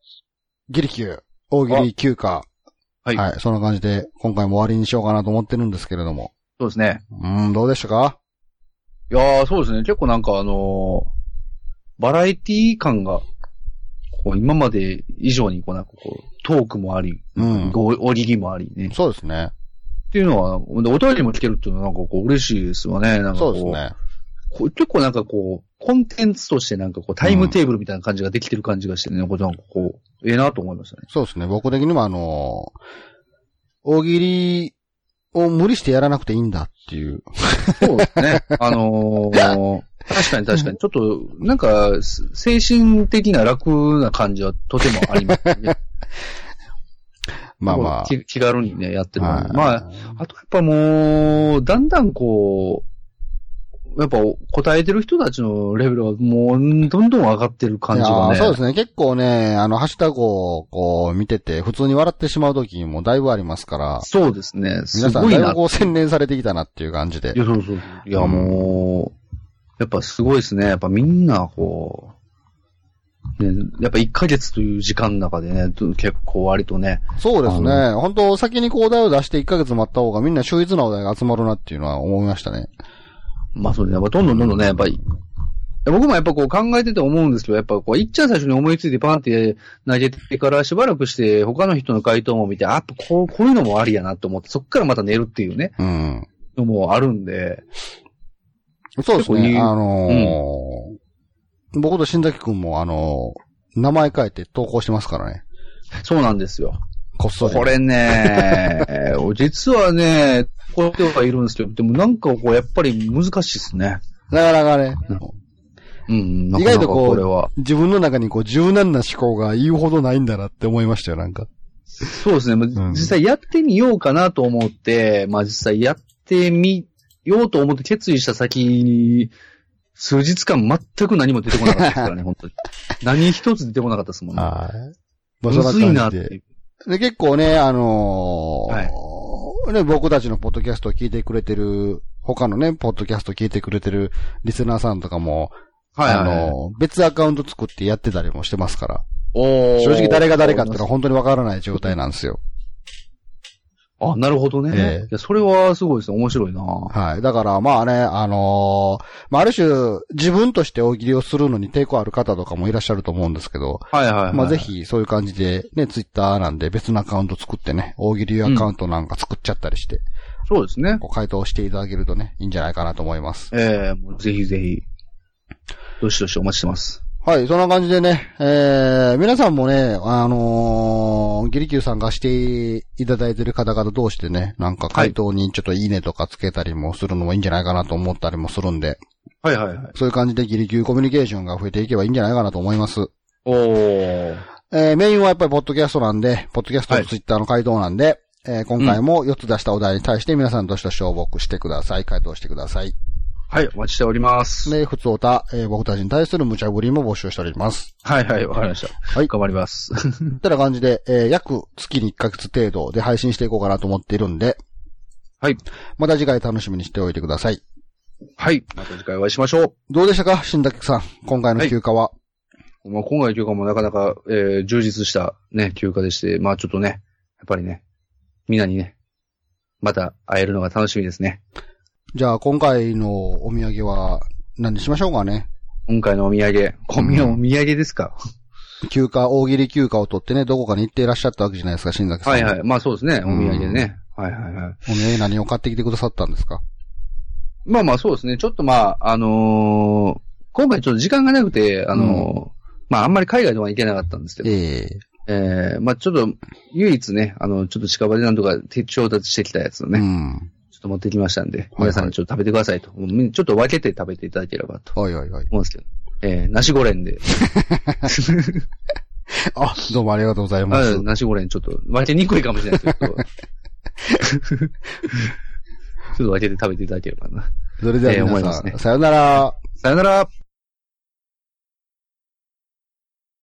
A: ギリ級、大喜利休暇。
B: はい
A: はい、そんな感じで、今回も終わりにしようかなと思ってるんですけれども。
B: そうですね。
A: うーん、どうでしたか
B: いやー、そうですね。結構なんかあのーバラエティ感が、こう今まで以上にこうなんかこう、トークもあり、
A: うん
B: ごおぎりもありね。
A: そうですね。
B: っていうのは、でお便りも来てるっていうのはなんかこう嬉しいですよね。なんかこ
A: そう
B: う
A: ですね。
B: こう結構なんかこう、コンテンツとしてなんかこう、タイムテーブルみたいな感じができてる感じがしてね、こうなんかこう、ええなと思い ましたね。
A: そうですね。僕的にもあの大喜利を無理してやらなくていいんだっていう。
B: そうですね。あのー確かに確かに。ちょっと、なんか、す精神的な楽な感じはとてもありますね。
A: まあまあ。
B: 気気軽にね、やってるの
A: は
B: に。
A: い
B: まあ、あとやっぱもう、だんだんこう、やっぱ答えてる人たちのレベルはもう、どんどん上がってる感じが
A: いやー
B: ね。
A: そうですね。結構ね、あの、ハッシュタグをこう見てて、普通に笑ってしまう時もだいぶありますから、
B: そうですね。す
A: 皆さん
B: ごい
A: だい
B: な。
A: ぶ
B: い
A: こう洗練されてきたなっていう感じで。
B: や、そうそうそう。いや、もう、やっぱすごいですね。やっぱみんな、こう、ね、やっぱ1ヶ月という時間の中でね、結構割とね、
A: そうですね。
B: あ
A: 本当先にこうお題を出して1ヶ月待った方がみんな秀逸なお題が集まるなっていうのは思いましたね。
B: まあそうですね。やっぱどんどんどんどんね、やっぱり、僕もやっぱこう考えてて思うんですけど、やっぱこう、いっちゃん最初に思いついてパンって投げてからしばらくして、他の人の回答も見て、あ、やっぱこう、こういうのもありやなと思って、そっからまた寝るっていうね、
A: うん。
B: のもあるんで、
A: そうです
B: 結構い
A: ね。
B: い
A: あのー僕と新崎くんもあのー名前変えて投稿してますからね。
B: そうなんですよ。
A: こっそり。
B: これね、 実はね、こういう人がいるんですけど、でもなんかこう、やっぱり難しいですね。
A: なかなかね、
B: うん、な
A: 意
B: かな
A: 外と
B: か
A: こう
B: これは。
A: 自分の中にこう柔軟な思考が言うほどないんだなって思いましたよ、なんか。
B: そうですね。まあ
A: うん
B: 実際やってみようかなと思って、まあ実際やってみようと思って決意した先に、数日間全く何も出てこなかったです からね、本当に。何一つ出てこなかったですもんね。
A: はい。まあ
B: むずいな
A: そん感
B: っ
A: じで
B: て。
A: で、結構ね、あのーね、僕たちのポッドキャストを聞いてくれてる、他のね、ポッドキャストを聞いてくれてるリスナーさんとかも、
B: はい、はい。
A: あのー別アカウント作ってやってたりもしてますから、
B: おー
A: 正直誰が誰かっていうのは本当にわからない状態なんですよ。
B: あ、なるほどね。
A: ええ
B: いやそれはすごいですね。面白いな
A: はい。だから、まあね、あのーまあ、ある種、自分として大喜利をするのに抵抗ある方とかもいらっしゃると思うんですけど、
B: はいはい、はい。
A: まあ、ぜ。ひ、そういう感じで、ね、ツイッターなんで別のアカウント作ってね、大喜利アカウントなんか作っちゃったりして、
B: そうですね。
A: こう回答していただけるとね、いいんじゃないかなと思います。
B: ええもうぜひぜひ。どしどしお待ちしてます。
A: はい、そんな感じでね、えー、皆さんもね、あのー、ギリキューさんがしていただいてる方々同士でね、なんか回答にちょっといいねとかつけたりもするのもいいんじゃないかなと思ったりもするんで、
B: はいはいはい。
A: そういう感じでギリキューコミュニケーションが増えていけばいいんじゃないかなと思います。
B: おー。
A: えー、メインはやっぱりポッドキャストなんで、ポッドキャスト
B: は
A: と
B: い
A: ツイッターの回答なんで、えー今回も4つ出したお題に対して皆さんどしどし応募してください。回答してください。
B: はい、お待ちしております。
A: で、普通おた、えー僕たちに対する無茶ぶりも募集しております。
B: はいはい、わかりました。
A: はい
B: 頑張ります。
A: ってな感じで、えー約月に1ヶ月程度で配信していこうかなと思っているんで。
B: はい。
A: また次回楽しみにしておいてください。
B: はい。また次回お会いしましょ
A: どうでしたか新竹さん。今回の休暇は。
B: う。まあ、今回の休暇もなかなか、えー充実したね、休暇でして、まあちょっとね、やっぱりね、みんなにね、また会えるのが楽しみですね。
A: じゃあ今回のお土産は何にしましょうかね。
B: 今回のお土産、コミのお土産ですか、
A: 休暇、大喜利休暇を取ってね、どこかに行っていらっしゃったわけじゃないですか、新竹さん。。
B: はいはいい。まあそうですね、お土
A: うん
B: 産でね。はいはいはい。
A: お土産何を買ってきてくださったんですか
B: まあまあそうですね、ちょっとまあ、あのー今回ちょっと時間がなくて、あのーまああんまり海外とは行けなかったんですけど、
A: ええ
B: えーまあちょっと、唯一ね、あの、ちょっと近場でなんとか手調達してきたやつをね、
A: うん。
B: ちょっと持ってきましたんで、
A: はい
B: 皆さんちょっと食べてくださいと。もうみんちょっと分けて食べていただければと
A: はいはいはい。
B: 思うんですけど。えー、ナシゴレンで。
A: あ、どうもありがとうございます。
B: うんナシゴレンちょっと分けにくいかもしれないですけ ど。ちょ っと分けて食べていただければな。
A: それでは
B: ええ思い
A: 皆
B: ま
A: さ
B: す
A: ん、
B: ね
A: さよなら。
B: さよなら